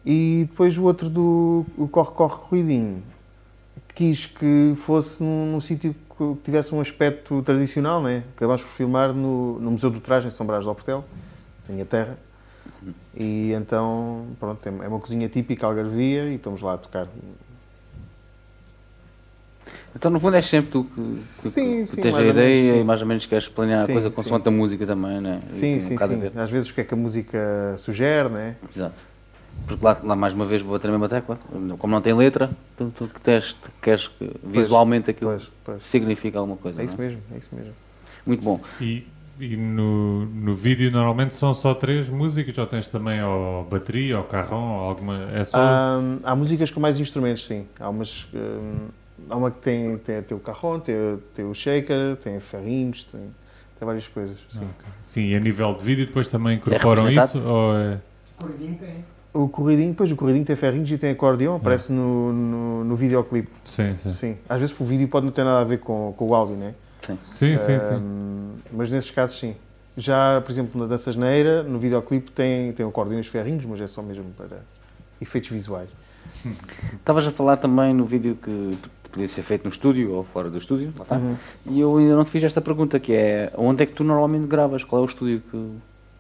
[SPEAKER 3] E depois o outro do o Corre Corre Ruidinho. Quis que fosse num, num sítio que tivesse um aspecto tradicional, né? Acabámos por filmar no, no Museu do Traje, em São Brás do Portel, na minha terra. E então, pronto, é uma- é uma cozinha típica algarvia e estamos lá a tocar.
[SPEAKER 1] Então, no fundo, és sempre tu que, que,
[SPEAKER 3] Sim,
[SPEAKER 1] que
[SPEAKER 3] sim,
[SPEAKER 1] tens a
[SPEAKER 3] mais ou
[SPEAKER 1] ideia
[SPEAKER 3] menos, sim.
[SPEAKER 1] e mais ou menos queres planear
[SPEAKER 3] Sim,
[SPEAKER 1] a coisa
[SPEAKER 3] sim.
[SPEAKER 1] consoante a música também, né? E tem
[SPEAKER 3] Sim,
[SPEAKER 1] um
[SPEAKER 3] sim,
[SPEAKER 1] bocado a
[SPEAKER 3] sim.
[SPEAKER 1] ver.
[SPEAKER 3] Às vezes o que é que a música sugere, né?
[SPEAKER 1] Exato. Porque lá, lá, mais uma vez, vou bater a mesma tecla. Como não tem letra, tu, tu que tens- tu queres que visualmente aquilo
[SPEAKER 3] Pois, pois.
[SPEAKER 1] significa alguma coisa.
[SPEAKER 3] É isso
[SPEAKER 1] não é?
[SPEAKER 3] mesmo, é isso mesmo.
[SPEAKER 1] Muito bom.
[SPEAKER 2] E, e no, no vídeo normalmente são só três músicas, ou tens também ou bateria, ou carrão, ou alguma. É só.
[SPEAKER 3] Há, há músicas com mais instrumentos, sim. Há umas. que, hum, há uma que tem, tem, tem o carrão, tem, o- tem o shaker, tem ferrinhos, tem, tem várias coisas. sim.
[SPEAKER 2] um. Ok. Sim, e a nível de vídeo depois também incorporam isso?
[SPEAKER 1] representado?
[SPEAKER 2] Ou é...
[SPEAKER 4] Corvinho tem.
[SPEAKER 2] Ah.
[SPEAKER 3] O corridinho, depois o corridinho tem ferrinhos e tem acordeão, aparece no, no, no videoclipe.
[SPEAKER 2] Sim, sim. Sim,
[SPEAKER 3] Sim. Às vezes o vídeo pode não ter nada a ver com, com o áudio, né?
[SPEAKER 2] sim, sim.
[SPEAKER 3] Hum, mas nesses casos, sim. Já, por exemplo, na Danças na Eira, no videoclipe tem, tem acordeões ferrinhos, mas é só mesmo para efeitos visuais.
[SPEAKER 1] Estavas a falar também no vídeo que podia ser feito no estúdio ou fora do estúdio, lá está.
[SPEAKER 3] Uhum.
[SPEAKER 1] E eu ainda não te fiz esta pergunta, que é onde é que tu normalmente gravas? Qual é o estúdio que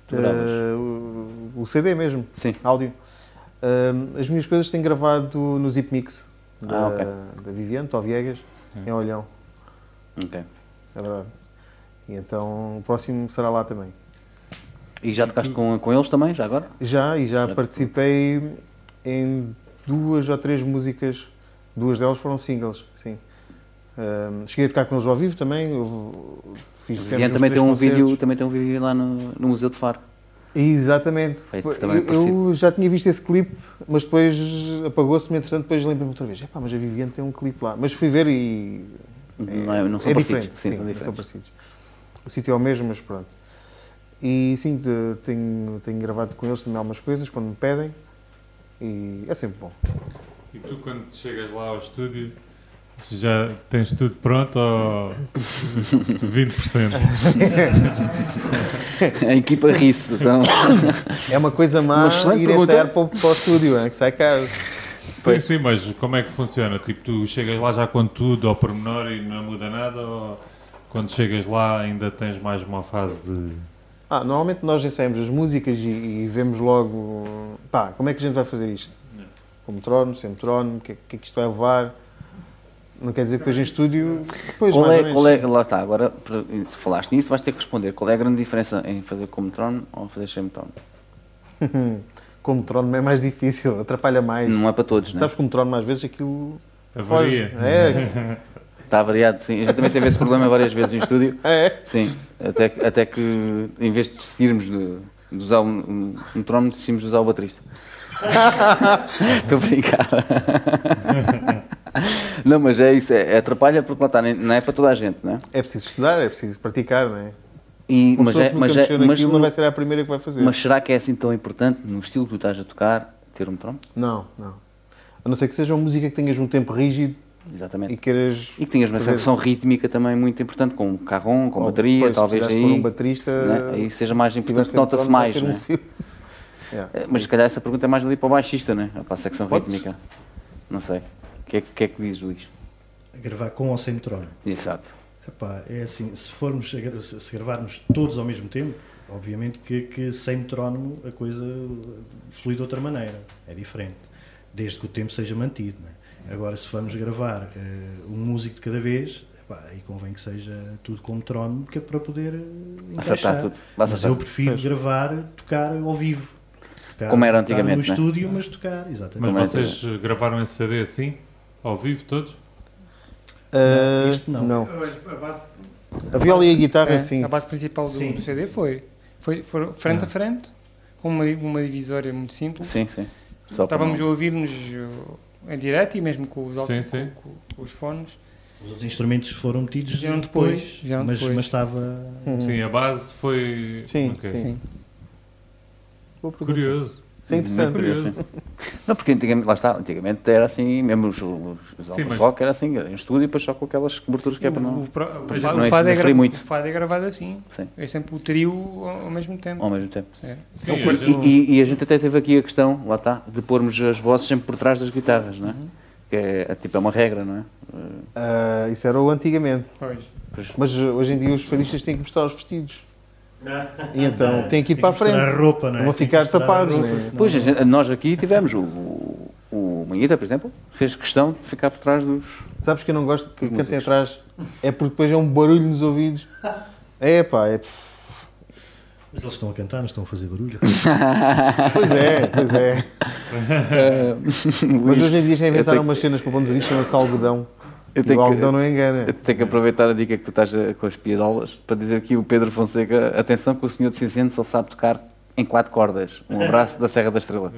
[SPEAKER 1] tu gravas?
[SPEAKER 3] Eh, o, o CD mesmo.
[SPEAKER 1] Sim.
[SPEAKER 3] áudio. Ahm, as minhas coisas têm gravado no Zip Mix da,
[SPEAKER 1] Ah, ok.
[SPEAKER 3] da Viviane, ou Viegas, em Olhão,
[SPEAKER 1] Ok.
[SPEAKER 3] é verdade. E então o próximo será lá também.
[SPEAKER 1] E já tocaste com, com eles também, já agora?
[SPEAKER 3] Já, e já
[SPEAKER 1] Já.
[SPEAKER 3] participei em duas ou três músicas, duas delas foram singles, sim. Ahm, cheguei a tocar com eles ao vivo também, houve- fiz fizemos
[SPEAKER 1] Viviane
[SPEAKER 3] uns
[SPEAKER 1] também
[SPEAKER 3] três
[SPEAKER 1] tem, um
[SPEAKER 3] concertos. É,
[SPEAKER 1] vídeo, também tem um vídeo lá no, no Museu de Faro.
[SPEAKER 3] Exatamente.
[SPEAKER 1] Feito
[SPEAKER 3] Eu-
[SPEAKER 1] também
[SPEAKER 3] eu,
[SPEAKER 1] parecido.
[SPEAKER 3] já tinha visto esse clipe, mas depois apagou-se-me, entretanto, depois lembrei-me outra vez. Epá, mas a Viviane tem um clipe lá. Mas fui ver e.
[SPEAKER 1] Não é- não são parecidos,
[SPEAKER 3] diferente,
[SPEAKER 1] sim,
[SPEAKER 3] sim,
[SPEAKER 1] são
[SPEAKER 3] não são
[SPEAKER 1] diferentes.
[SPEAKER 3] parecidos. é O sítio é o mesmo, mas pronto. E sim, te- tenho, tenho gravado com eles também algumas coisas quando me pedem. E é sempre bom.
[SPEAKER 2] E tu, quando chegas lá ao estúdio, já tens tudo pronto ou 20%?
[SPEAKER 1] A equipa ri-se. Então,
[SPEAKER 3] É uma coisa má
[SPEAKER 1] Uma excelente
[SPEAKER 3] ir
[SPEAKER 1] pergunta.
[SPEAKER 3] ensaiar para, o- para o estúdio, é que sai caro.
[SPEAKER 2] sim,
[SPEAKER 3] Pois.
[SPEAKER 2] sim, mas como é que funciona? Tipo, tu chegas lá já com tudo ao pormenor e não muda nada ou quando chegas lá ainda tens mais uma fase de...
[SPEAKER 3] Ah, normalmente nós ensaiamos as músicas e, e vemos logo, pá, como é que a gente vai fazer isto? Com metrónomo, sem metrónomo, o que, é- o que é que isto vai levar? Não quer dizer que depois em estúdio, depois
[SPEAKER 1] qual
[SPEAKER 3] mais
[SPEAKER 1] é,
[SPEAKER 3] ou
[SPEAKER 1] qual é,
[SPEAKER 3] menos.
[SPEAKER 1] lá está, agora para- se falaste nisso, vais ter que responder. Qual é a grande diferença em fazer com metrónomo ou fazer sem metrónomo?
[SPEAKER 3] Com metrónomo é mais difícil, atrapalha mais.
[SPEAKER 1] Não é para todos, né?
[SPEAKER 3] Sabes que o metrónomo às vezes aquilo...
[SPEAKER 2] Avaria.
[SPEAKER 3] foge. É,
[SPEAKER 1] Está variado, sim. A gente também teve esse problema várias vezes em estúdio.
[SPEAKER 3] é.
[SPEAKER 1] Sim, até, que- até que em vez de decidirmos de, de usar um, um metrónomo, decidimos de usar o baterista. Estou a brincar. não, mas é isso, é, é atrapalha porque lá está, nem- não é para toda a gente, não é?
[SPEAKER 3] É preciso estudar, é preciso praticar, não é?
[SPEAKER 1] E,
[SPEAKER 3] Uma
[SPEAKER 1] mas,
[SPEAKER 3] pessoa
[SPEAKER 1] é,
[SPEAKER 3] que nunca
[SPEAKER 1] mas, é-
[SPEAKER 3] mexeu
[SPEAKER 1] mas,
[SPEAKER 3] naquilo não
[SPEAKER 1] no-
[SPEAKER 3] vai ser a primeira que vai fazer.
[SPEAKER 1] mas será que é assim tão importante no estilo que tu estás a tocar ter um metrónomo?
[SPEAKER 3] Não, não. A não ser que seja uma música que tenhas um tempo rígido
[SPEAKER 1] Exatamente.
[SPEAKER 3] e queiras...
[SPEAKER 1] E que tenhas uma
[SPEAKER 3] fazer-
[SPEAKER 1] secção rítmica também muito importante, com um carrom, com
[SPEAKER 3] Ou
[SPEAKER 1] bateria,
[SPEAKER 3] depois, se
[SPEAKER 1] talvez
[SPEAKER 3] precisares
[SPEAKER 1] aí.
[SPEAKER 3] pôr um baterista,
[SPEAKER 1] né? Aí seja mais
[SPEAKER 3] se
[SPEAKER 1] importante,
[SPEAKER 3] tiveres
[SPEAKER 1] nota-se
[SPEAKER 3] tempo, vais
[SPEAKER 1] mais.
[SPEAKER 3] ter um
[SPEAKER 1] né?
[SPEAKER 3] filme. Yeah.
[SPEAKER 1] É, Mas se calhar essa pergunta é mais ali para o baixista, né? Ou Para a secção
[SPEAKER 3] Podes.
[SPEAKER 1] rítmica. Não sei. O que, é, que é que diz, Luís?
[SPEAKER 5] A gravar com ou sem metrónomo.
[SPEAKER 1] Exato.
[SPEAKER 5] Epá, é assim, se formos a gra- se se gravarmos todos ao mesmo tempo, obviamente que, que sem metrónomo a coisa flui de outra maneira, é diferente, desde que o tempo seja mantido. não é? Agora, se vamos gravar eh, um músico de cada vez, epá, aí convém que seja tudo com metrónomo, que é para poder eh,
[SPEAKER 1] Acertar
[SPEAKER 5] encaixar.
[SPEAKER 1] tudo. Vai
[SPEAKER 5] Mas
[SPEAKER 1] acertar.
[SPEAKER 5] eu prefiro gravar, tocar ao vivo. Tocar-
[SPEAKER 1] Como era
[SPEAKER 5] tocar
[SPEAKER 1] antigamente,
[SPEAKER 5] No
[SPEAKER 1] não é?
[SPEAKER 5] estúdio, mas tocar,
[SPEAKER 2] Mas é
[SPEAKER 5] exatamente.
[SPEAKER 1] Também
[SPEAKER 2] vocês eh, gravaram esse CD assim, ao vivo todos?
[SPEAKER 3] Ah,
[SPEAKER 5] isto não.
[SPEAKER 4] A base,
[SPEAKER 3] A viola e a guitarra,
[SPEAKER 4] é,
[SPEAKER 3] sim.
[SPEAKER 4] a base principal do,
[SPEAKER 5] Sim.
[SPEAKER 4] do CD foi, foi, foram frente a frente, com uma, uma divisória muito simples.
[SPEAKER 1] Sim, sim. Só para
[SPEAKER 4] Estávamos a
[SPEAKER 1] não-
[SPEAKER 4] ouvir-nos uh, em direto e mesmo com os, alto,
[SPEAKER 2] Sim, sim.
[SPEAKER 4] Com, com os fones.
[SPEAKER 5] Os outros instrumentos foram metidos
[SPEAKER 4] Vieram
[SPEAKER 5] depois,
[SPEAKER 4] depois, vieram
[SPEAKER 5] mas,
[SPEAKER 4] depois.
[SPEAKER 5] mas estava
[SPEAKER 2] Sim, a base foi...
[SPEAKER 3] Uhum. Sim,
[SPEAKER 2] Ok.
[SPEAKER 3] sim.
[SPEAKER 4] Sim.
[SPEAKER 3] Boa pergunta.
[SPEAKER 2] Curioso.
[SPEAKER 3] Isso é interessante.
[SPEAKER 1] Muito curioso, sim. Não, porque antigamente, lá está, antigamente era assim, mesmo os, os, os
[SPEAKER 2] Sim,
[SPEAKER 1] álbuns
[SPEAKER 2] mas-
[SPEAKER 1] rock era assim, era em estúdio e depois só com aquelas coberturas que é para
[SPEAKER 4] O,
[SPEAKER 1] não.
[SPEAKER 4] o, pro- o,
[SPEAKER 1] Mas
[SPEAKER 4] fa-
[SPEAKER 1] não
[SPEAKER 4] o fado é
[SPEAKER 1] interfere
[SPEAKER 4] gra-
[SPEAKER 1] muito.
[SPEAKER 4] o fado é gravado assim.
[SPEAKER 1] Sim.
[SPEAKER 4] É sempre o trio ao, ao mesmo tempo.
[SPEAKER 1] Ao mesmo tempo.
[SPEAKER 4] É.
[SPEAKER 2] Sim,
[SPEAKER 1] E-
[SPEAKER 2] a gente-
[SPEAKER 1] E, e a gente até teve aqui a questão, lá está, de pormos as vozes sempre por trás das guitarras, não é?
[SPEAKER 3] Uhum.
[SPEAKER 1] Que é, tipo, é uma regra, não é?
[SPEAKER 3] Ah, isso era o antigamente.
[SPEAKER 4] Pois.
[SPEAKER 3] Mas ah, hoje em dia os fadistas têm que mostrar os vestidos. E então têm que ir para a
[SPEAKER 5] Tem que
[SPEAKER 3] frente.
[SPEAKER 5] mostrar A roupa, não é?
[SPEAKER 3] Vão
[SPEAKER 5] Tem que
[SPEAKER 3] ficar
[SPEAKER 5] mostrar a
[SPEAKER 3] tapados,
[SPEAKER 5] roupa,
[SPEAKER 3] não é?
[SPEAKER 5] senão-
[SPEAKER 1] Pois, a gente- nós aqui tivemos o, o, o Manhita, por exemplo, fez questão de ficar por trás dos.
[SPEAKER 3] Sabes que eu não gosto que cantem atrás? É porque depois é um barulho nos ouvidos. É pá, é...
[SPEAKER 5] Mas eles estão a cantar, não estão a fazer barulho. Um
[SPEAKER 3] pois é, pois é. Mas hoje em dia já inventaram
[SPEAKER 1] eu tenho-
[SPEAKER 3] umas cenas para pontos de vista, chama-se algodão.
[SPEAKER 1] Eu
[SPEAKER 3] E
[SPEAKER 1] tenho
[SPEAKER 3] o
[SPEAKER 1] que-
[SPEAKER 3] algodão não engana.
[SPEAKER 1] Tenho que aproveitar a dica que tu estás a- com as piadolas para dizer aqui o Pedro Fonseca, atenção que o senhor de cinzento só sabe tocar em quatro cordas. Um abraço da Serra da Estrela.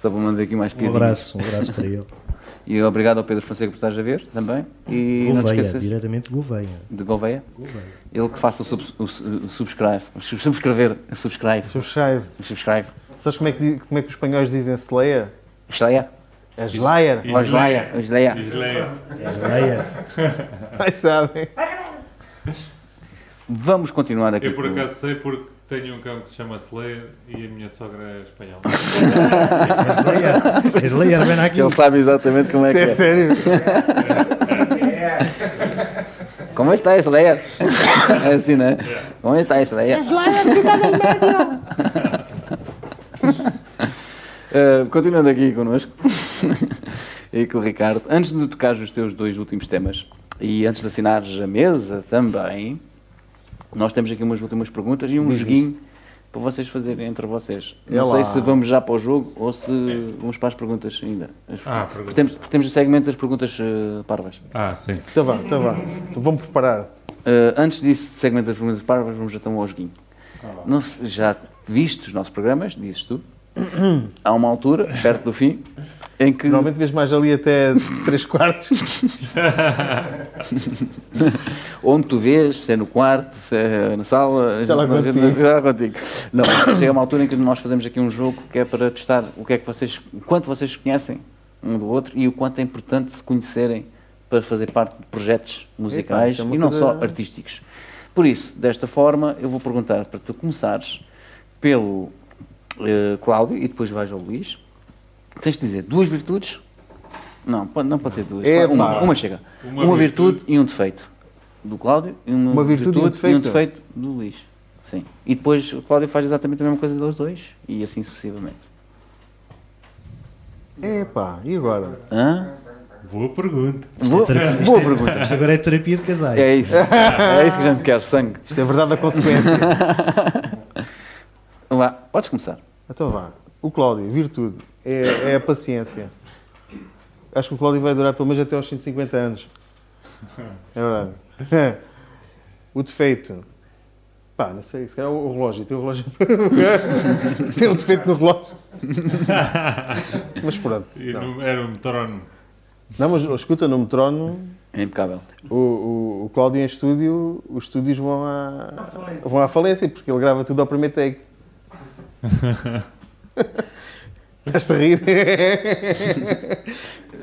[SPEAKER 1] só para mandar aqui mais
[SPEAKER 5] Um
[SPEAKER 1] piadinhas.
[SPEAKER 5] abraço, um abraço para ele.
[SPEAKER 1] E obrigado ao Pedro Fonseca por estás a ver também. E não te
[SPEAKER 5] Gouveia,
[SPEAKER 1] esqueças
[SPEAKER 5] diretamente de Gouveia.
[SPEAKER 1] de Gouveia.
[SPEAKER 5] Gouveia.
[SPEAKER 1] Ele que faça o, subs- o su- o subscribe. Sub- Subscrever. Subscribe.
[SPEAKER 3] Subscribe.
[SPEAKER 1] Subscribe.
[SPEAKER 3] Sabes como é, que, di- como é que os espanhóis dizem Slayer?
[SPEAKER 1] Estreia.
[SPEAKER 3] É Slayer.
[SPEAKER 2] Is-
[SPEAKER 1] Osleia. Osleia.
[SPEAKER 2] Isleia.
[SPEAKER 5] Gouveia.
[SPEAKER 3] Mas sabem.
[SPEAKER 1] Vamos continuar aqui.
[SPEAKER 2] Eu por
[SPEAKER 1] com-
[SPEAKER 2] acaso sei porque tenho um cão que se chama Slayer e a minha sogra é espanhola.
[SPEAKER 5] Gouveia. Gouveia, vem aqui.
[SPEAKER 1] Ele sabe exatamente como é
[SPEAKER 3] Isso
[SPEAKER 1] que
[SPEAKER 3] é
[SPEAKER 1] é.
[SPEAKER 3] sério.
[SPEAKER 1] Como está esse layer? É assim, né? Como está esse layer? Eh, continuando aqui connosco e com o Ricardo, antes de tocar os teus dois últimos temas e antes de assinares a mesa também, nós temos aqui umas últimas perguntas e um joguinho para vocês fazerem entre vocês. Não
[SPEAKER 3] Ela.
[SPEAKER 1] sei se vamos já para o jogo ou se vamos para as perguntas ainda. As-
[SPEAKER 2] Ah,
[SPEAKER 1] porque
[SPEAKER 2] pergunta.
[SPEAKER 1] temos, porque temos o segmento das perguntas eh, parvas.
[SPEAKER 2] Ah, sim.
[SPEAKER 3] Tá bom, tá bom. Então Vão preparar.
[SPEAKER 1] Uh, antes disso, segmento das perguntas parvas, vamos então ao joguinho. Não se- já viste os nossos programas, dizes tu, há uma altura, perto do fim, em que
[SPEAKER 3] Normalmente vês mais ali até 3 quartos.
[SPEAKER 1] onde tu vês, se é no quarto, se é na sala.
[SPEAKER 3] Sei lá
[SPEAKER 1] mas-
[SPEAKER 3] contigo.
[SPEAKER 1] sei lá contigo. Não, chega uma altura em que nós fazemos aqui um jogo que é para testar o que é que vocês, o quanto vocês conhecem um do outro e o quanto é importante se conhecerem para fazer parte de projetos musicais
[SPEAKER 3] isso é uma
[SPEAKER 1] e não
[SPEAKER 3] coisa-
[SPEAKER 1] só artísticos. Por isso, desta forma, eu vou perguntar para tu começares pelo eh, Cláudio e depois vais ao Luís. Tens de dizer duas virtudes? Não, pode- não pode ser duas.
[SPEAKER 3] É,
[SPEAKER 1] uma,
[SPEAKER 3] pá.
[SPEAKER 1] uma chega.
[SPEAKER 2] Uma
[SPEAKER 1] Uma, virtude, e um defeito. Do Cláudio e uma,
[SPEAKER 3] Uma virtude
[SPEAKER 1] virtude,
[SPEAKER 3] e um
[SPEAKER 1] e um
[SPEAKER 3] defeito.
[SPEAKER 1] defeito do Luís. Sim. E depois o Cláudio faz exatamente a mesma coisa dos dois e assim sucessivamente.
[SPEAKER 3] Epá, e agora?
[SPEAKER 1] Hã?
[SPEAKER 2] Boa pergunta.
[SPEAKER 1] Boa, boa pergunta.
[SPEAKER 5] Isto agora é terapia de casais.
[SPEAKER 1] É isso. É isso que a gente quer, sangue.
[SPEAKER 3] Isto é verdade a consequência.
[SPEAKER 1] Vá, podes começar.
[SPEAKER 3] Então vá. O Cláudio, virtude, é, é a paciência. Acho que o Cláudio vai durar pelo menos até aos 150 anos. É verdade. O defeito. Pá, não sei, se calhar o relógio. Tem o relógio. Tem um defeito no relógio. Mas pronto.
[SPEAKER 2] E
[SPEAKER 3] Não,
[SPEAKER 2] não era um metrónomo.
[SPEAKER 3] não mas escuta, no metrónomo,
[SPEAKER 1] É impecável.
[SPEAKER 3] o, o, o Cláudio em estúdio, os estúdios vão
[SPEAKER 4] À
[SPEAKER 3] à,
[SPEAKER 4] falência.
[SPEAKER 3] vão à falência, porque ele grava tudo ao primeiro take. Estás-te a rir?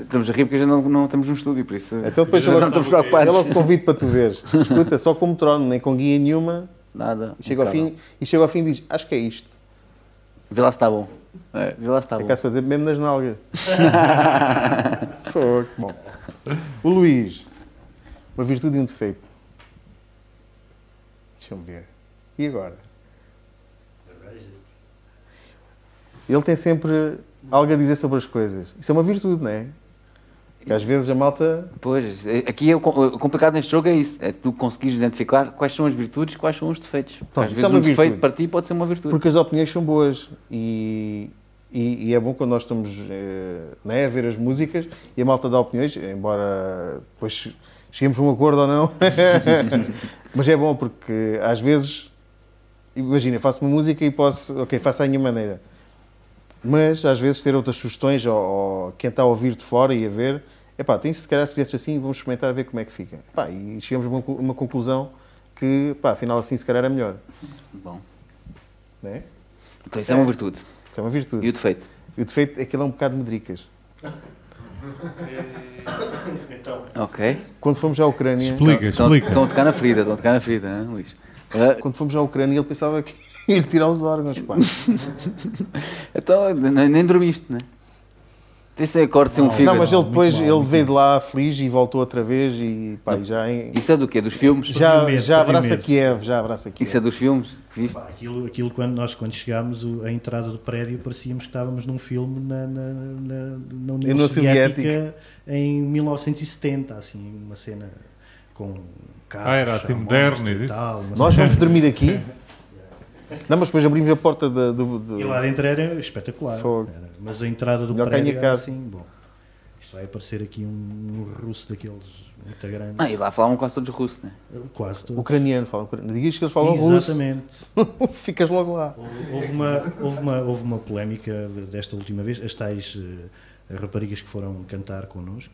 [SPEAKER 1] Estamos a rir porque a gente não, não estamos num estúdio, por isso.
[SPEAKER 3] Então depois eu
[SPEAKER 1] não
[SPEAKER 3] logo,
[SPEAKER 1] estamos
[SPEAKER 2] sabe o quê.
[SPEAKER 3] eu
[SPEAKER 1] preocupados.
[SPEAKER 3] logo convido para tu veres. Escuta, só com o metrónomo, nem com guia nenhuma.
[SPEAKER 1] Nada.
[SPEAKER 3] E chega, ao
[SPEAKER 1] impecável.
[SPEAKER 3] fim, e chega ao fim e diz, acho que é isto.
[SPEAKER 1] Vê lá se está bom. É, vê lá se está
[SPEAKER 3] É
[SPEAKER 1] bom.
[SPEAKER 3] caso fazer mesmo nas nalgas. Foi, que bom. O Luís, uma virtude e um defeito. Deixa-me ver. E agora? Ele tem sempre algo a dizer sobre as coisas. Isso é uma virtude, não é? Que às vezes a malta.
[SPEAKER 1] Pois, é- aqui é o, co- o complicado neste jogo é isso, é tu conseguires identificar quais são as virtudes e quais são os defeitos.
[SPEAKER 3] Pronto,
[SPEAKER 1] Às
[SPEAKER 3] isso
[SPEAKER 1] vezes
[SPEAKER 3] é
[SPEAKER 1] um
[SPEAKER 3] uma virtude.
[SPEAKER 1] defeito para ti pode ser uma virtude.
[SPEAKER 3] Porque as opiniões são boas. E, e, e é bom quando nós estamos eh, não é, a ver as músicas e a malta dá opiniões, embora depois cheguemos a um acordo ou não. Mas é bom porque às vezes, imagina, eu faço uma música e posso, ok, faço à minha maneira. Mas às vezes ter outras sugestões ou, ou quem está a ouvir de fora e a ver, é pá, tem se calhar se viesse assim, vamos experimentar a ver como é que fica. Epá, e chegamos a uma, co- uma conclusão que, pá, afinal assim se calhar é melhor.
[SPEAKER 1] Bom,
[SPEAKER 3] Não é?
[SPEAKER 1] então isso é uma virtude.
[SPEAKER 3] Isso é uma
[SPEAKER 1] E
[SPEAKER 3] virtude.
[SPEAKER 1] o defeito?
[SPEAKER 3] E o defeito é que ele é um bocado medricas.
[SPEAKER 1] Ok.
[SPEAKER 3] Quando fomos à Ucrânia, então,
[SPEAKER 2] Explica,
[SPEAKER 1] Estão,
[SPEAKER 2] explica.
[SPEAKER 1] estão a tocar na ferida, estão a tocar na ferida, hein, Luís? Ah,
[SPEAKER 3] quando fomos à Ucrânia, ele pensava que ia tirar os órgãos, pá.
[SPEAKER 1] então, n- nem dormiste, né? Isso é corte ser um fígado.
[SPEAKER 3] Não, mas ele depois
[SPEAKER 5] mal,
[SPEAKER 3] ele veio de lá feliz e voltou outra vez e pá, e já em-
[SPEAKER 1] Isso é do quê? Dos filmes?
[SPEAKER 3] já,
[SPEAKER 5] Perdi o medo,
[SPEAKER 3] já
[SPEAKER 5] perdi o
[SPEAKER 3] abraça
[SPEAKER 5] medo.
[SPEAKER 3] Kiev, já abraça Kiev.
[SPEAKER 1] Isso é dos filmes? que Viste?
[SPEAKER 5] Pá, Aquilo, aquilo quando nós quando chegámos o- à entrada do prédio parecíamos que estávamos num filme na, na, na, na União
[SPEAKER 3] União Soviética.
[SPEAKER 5] Soviética em 1970, assim, uma cena com carros,
[SPEAKER 2] Ah, era assim
[SPEAKER 5] almoços
[SPEAKER 2] moderno e
[SPEAKER 5] e
[SPEAKER 2] disso?
[SPEAKER 5] tal, uma
[SPEAKER 3] Nós
[SPEAKER 5] cena-
[SPEAKER 3] vamos dormir aqui. Não, mas depois abrimos a porta da- do. do-
[SPEAKER 5] E lá dentro era espetacular.
[SPEAKER 3] É. Fogo.
[SPEAKER 5] era. Mas a entrada do
[SPEAKER 3] Melhor que a
[SPEAKER 5] prédio
[SPEAKER 3] minha
[SPEAKER 5] era
[SPEAKER 3] casa.
[SPEAKER 5] assim, bom. Isto vai aparecer aqui um, um russo daqueles muito grande.
[SPEAKER 1] Ah, e lá falavam quase todos russos, né?
[SPEAKER 5] Quase todo.
[SPEAKER 3] Ucraniano, falam ucraniano. Digas que eles falam
[SPEAKER 5] Exatamente.
[SPEAKER 3] russo. Ficas logo lá.
[SPEAKER 5] Houve, houve uma, houve, uma, houve uma polémica desta última vez. As tais eh, raparigas que foram cantar connosco,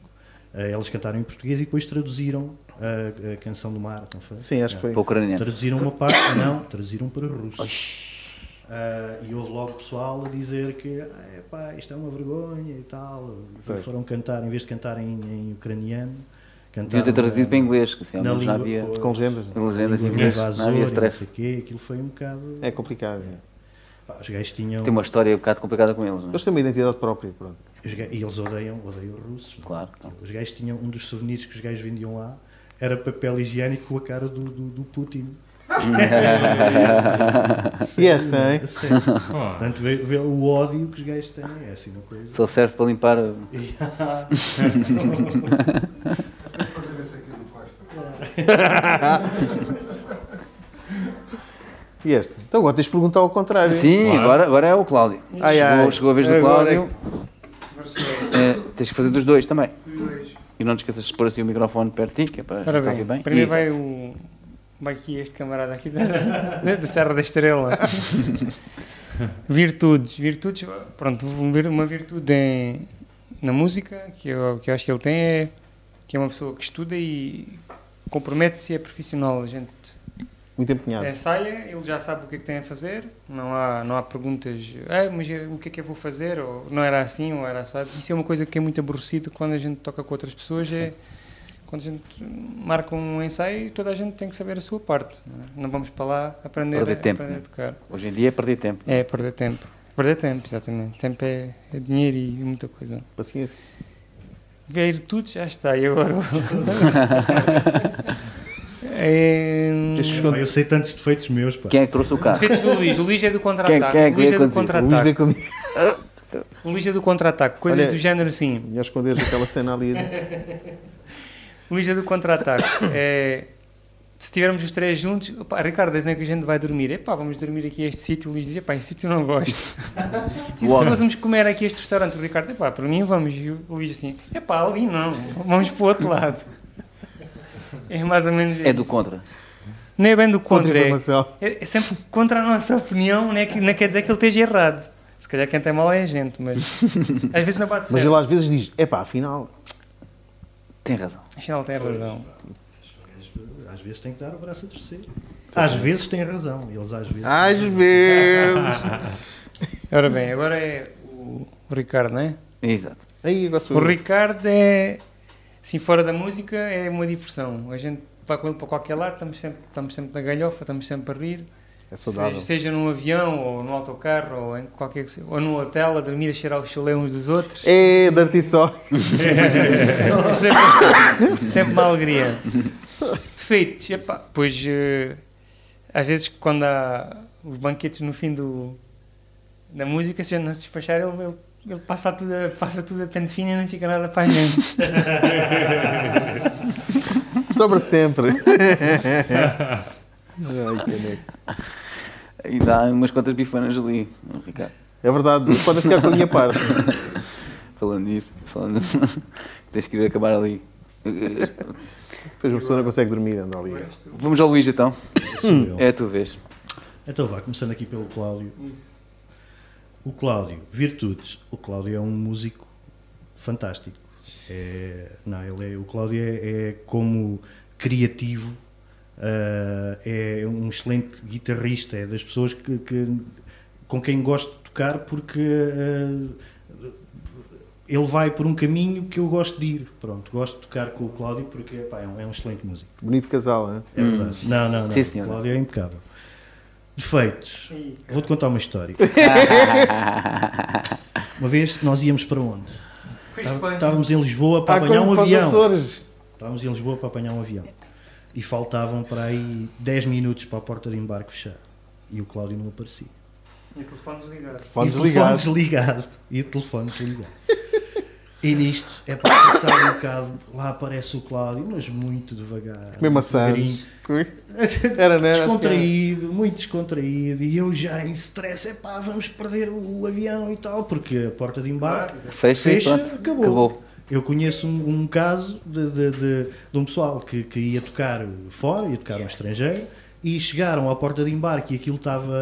[SPEAKER 5] eh, elas cantaram em português e depois traduziram a, a canção do mar, não foi?
[SPEAKER 3] Sim, acho que foi.
[SPEAKER 1] Para o ucraniano.
[SPEAKER 5] Traduziram uma parte, não, traduziram para russo. Ah, e houve logo pessoal a dizer que ah, epá, isto é uma vergonha e tal.
[SPEAKER 3] Pois.
[SPEAKER 5] Foram cantar, em vez de cantarem em, em ucraniano,
[SPEAKER 1] Deviam
[SPEAKER 5] cantaram.
[SPEAKER 1] ter traduzido
[SPEAKER 5] eh,
[SPEAKER 1] para inglês, que assim, ao
[SPEAKER 5] na
[SPEAKER 1] menos não
[SPEAKER 5] língua-
[SPEAKER 1] havia
[SPEAKER 5] ou-
[SPEAKER 3] Com legendas.
[SPEAKER 1] legendas em
[SPEAKER 5] língua
[SPEAKER 1] inglês, não
[SPEAKER 5] invasora e
[SPEAKER 1] havia
[SPEAKER 5] não
[SPEAKER 1] stress.
[SPEAKER 3] assim,
[SPEAKER 5] sei quê. Aquilo foi um bocado.
[SPEAKER 3] É complicado. é.
[SPEAKER 5] Pá, os gajos tinham.
[SPEAKER 1] Tem uma história um bocado complicada com eles, não é?
[SPEAKER 3] Eles têm uma identidade própria, pronto.
[SPEAKER 5] os ga- E eles odeiam, odeiam os russos. não é?
[SPEAKER 1] Claro. então.
[SPEAKER 5] Os gajos tinham. Um dos souvenirs que os gajos vendiam lá era papel higiênico com a cara do, do, do Putin.
[SPEAKER 3] E esta, hein?
[SPEAKER 5] A sério.
[SPEAKER 2] Pá,
[SPEAKER 5] Portanto, vê, vê o ódio que os gajos têm. É assim uma coisa.
[SPEAKER 1] Só serve para limpar. uh,
[SPEAKER 3] E esta. Então agora tens de perguntar ao contrário.
[SPEAKER 1] Sim,
[SPEAKER 2] Claro.
[SPEAKER 1] agora, agora é o Cláudio.
[SPEAKER 3] Ai,
[SPEAKER 1] chegou,
[SPEAKER 3] ai.
[SPEAKER 1] chegou a vez do
[SPEAKER 3] Agora é
[SPEAKER 1] Cláudio.
[SPEAKER 4] Agora sou eu.
[SPEAKER 1] Eh, tens que fazer dos dois também.
[SPEAKER 4] Os dois.
[SPEAKER 1] E não te esqueças de pôr assim o microfone perto de ti, que é para
[SPEAKER 4] Ora
[SPEAKER 1] ficar aqui
[SPEAKER 4] bem,
[SPEAKER 1] bem.
[SPEAKER 4] primeiro
[SPEAKER 1] E-
[SPEAKER 4] vai o. Vai aqui este camarada aqui da, da- da Serra da Estrela. Virtudes. Virtudes, pronto, um vir- uma virtude em- na música que eu, que eu acho que ele tem é que é uma pessoa que estuda e compromete-se e é profissional. A gente
[SPEAKER 3] Muito empenhado.
[SPEAKER 4] ensaia, É ele já sabe o que é que tem a fazer, não há, não há perguntas, ah, mas eu- o que é que eu vou fazer, ou não era assim, ou era assado. Isso é uma coisa que é muito aborrecida quando a gente toca com outras pessoas, é quando a gente marca um ensaio, toda a gente tem que saber a sua parte. Não, é? Não vamos para lá aprender,
[SPEAKER 1] Perder
[SPEAKER 4] a,
[SPEAKER 1] tempo,
[SPEAKER 4] aprender a
[SPEAKER 1] né?
[SPEAKER 4] tocar.
[SPEAKER 1] Hoje em dia é perder tempo.
[SPEAKER 4] É, perder tempo. Perder tempo, exatamente. Tempo é, é dinheiro e muita coisa.
[SPEAKER 3] Paciência.
[SPEAKER 4] Virtudes, já está, e agora. é...
[SPEAKER 5] Pá, eu sei tantos defeitos meus, pá.
[SPEAKER 1] Quem é que trouxe o carro?
[SPEAKER 4] Defeitos do Luís, o Luís é do
[SPEAKER 1] Quem-
[SPEAKER 4] contra-ataque.
[SPEAKER 1] quem é que
[SPEAKER 4] o Luís é
[SPEAKER 1] ia
[SPEAKER 4] do
[SPEAKER 1] conduzir?
[SPEAKER 3] Vamos ver
[SPEAKER 4] contra-ataque.
[SPEAKER 3] como. é
[SPEAKER 4] O Luís é do contra-ataque. Coisas
[SPEAKER 3] Olha-
[SPEAKER 4] do género assim.
[SPEAKER 3] Melhor esconderes aquela cena ali.
[SPEAKER 4] O Luís é do contra-ataque. É, Se estivermos os três juntos, "Opa, Ricardo, onde é que a gente vai dormir? Epá, vamos dormir aqui a este sítio. O Luís diz, epá, este sítio eu não gosto. E se
[SPEAKER 1] Uau.
[SPEAKER 4] fôssemos comer aqui a este restaurante, o Ricardo, epá, para mim vamos. E o Luís assim, epá, ali não, vamos para o outro lado. É mais ou menos
[SPEAKER 1] É do
[SPEAKER 4] isso.
[SPEAKER 1] contra.
[SPEAKER 4] Não é bem do
[SPEAKER 3] Contra
[SPEAKER 4] contra, é,
[SPEAKER 3] informação.
[SPEAKER 4] é é sempre contra a nossa opinião, não, é que, não quer dizer que ele esteja errado. Se calhar quem tem mal é a gente, mas às vezes não bate
[SPEAKER 3] Mas
[SPEAKER 4] certo.
[SPEAKER 3] ele às vezes diz: é pá, afinal.
[SPEAKER 1] Tem razão.
[SPEAKER 4] Afinal tem razão.
[SPEAKER 5] Às vezes tem que dar o braço a torcer. Às vezes tem razão. Eles às vezes.
[SPEAKER 3] Às vezes.
[SPEAKER 4] Ora bem, agora é o o Ricardo, não é?
[SPEAKER 1] Exato.
[SPEAKER 3] Aí, agora sou
[SPEAKER 4] O
[SPEAKER 3] eu.
[SPEAKER 4] Ricardo é, assim, fora da música, é uma diversão. A gente vai com ele para qualquer lado, estamos sempre, estamos sempre na galhofa, estamos sempre a rir.
[SPEAKER 3] É
[SPEAKER 4] Seja,
[SPEAKER 3] saudável.
[SPEAKER 4] seja num avião, ou no autocarro, ou, em qualquer, que se- ou num hotel, a dormir, a cheirar o chulé uns dos outros.
[SPEAKER 3] É, dar-te só.
[SPEAKER 4] sempre, sempre uma alegria. Defeitos, epá, pois eh, às vezes quando há os banquetes no fim do, da música, se a gente não se despachar, ele, ele, ele passa, tudo a, passa tudo a pente fino e não fica nada para a gente.
[SPEAKER 3] Sobra sempre. Ai, caneco.
[SPEAKER 1] E dá umas quantas bifanas ali, Ricardo.
[SPEAKER 3] é verdade, podem ficar com a minha parte.
[SPEAKER 1] Falando nisso, falando. Tens que ir acabar ali. Eh,
[SPEAKER 3] Depois uma pessoa não consegue dormir, anda ali.
[SPEAKER 1] Vamos ao Luís então.
[SPEAKER 5] Sou eu.
[SPEAKER 1] É a tua vez.
[SPEAKER 5] Então vá, começando aqui pelo Cláudio. O Cláudio, virtudes. O Cláudio é um músico fantástico. É, não, ele é, o Cláudio é, é como criativo, ah, é um excelente guitarrista, é das pessoas que, que- com quem gosto de tocar porque ah, ele vai por um caminho que eu gosto de ir. Pronto, gosto de tocar com o Cláudio porque pá, é, um, é um excelente músico.
[SPEAKER 3] Bonito casal, hein?
[SPEAKER 5] É verdade. Não, não, não.
[SPEAKER 1] Hum. Sim, senhora.
[SPEAKER 5] O Cláudio é impecável. Defeitos. Vou-te contar uma história. Uma vez nós íamos para onde? Tá- Estávamos em Lisboa
[SPEAKER 3] Tá Ah,
[SPEAKER 5] para apanhar um avião.
[SPEAKER 3] Açores.
[SPEAKER 5] Estávamos em Lisboa para apanhar um avião. E faltavam para aí 10 minutos para a porta de embarque fechar. E o Cláudio não aparecia.
[SPEAKER 4] E o telefone desligado.
[SPEAKER 3] Pode
[SPEAKER 5] e o
[SPEAKER 3] desligar.
[SPEAKER 5] telefone desligado. E o telefone desligado. e nisto, é para passar um bocado, lá aparece o Cláudio, mas muito devagar.
[SPEAKER 3] Mesmo a
[SPEAKER 5] devagarinho.
[SPEAKER 3] Santos. Era, assim, não era?
[SPEAKER 5] descontraído, muito descontraído, e eu já em stress, é pá, vamos perder o, o avião e tal, porque a porta de embarque
[SPEAKER 1] Fecha, e
[SPEAKER 5] fecha,
[SPEAKER 1] pronto.
[SPEAKER 5] acabou. Eu conheço um, um caso de, de, de, de um pessoal que, que ia tocar fora, ia tocar no estrangeiro, e chegaram à porta de embarque e aquilo estava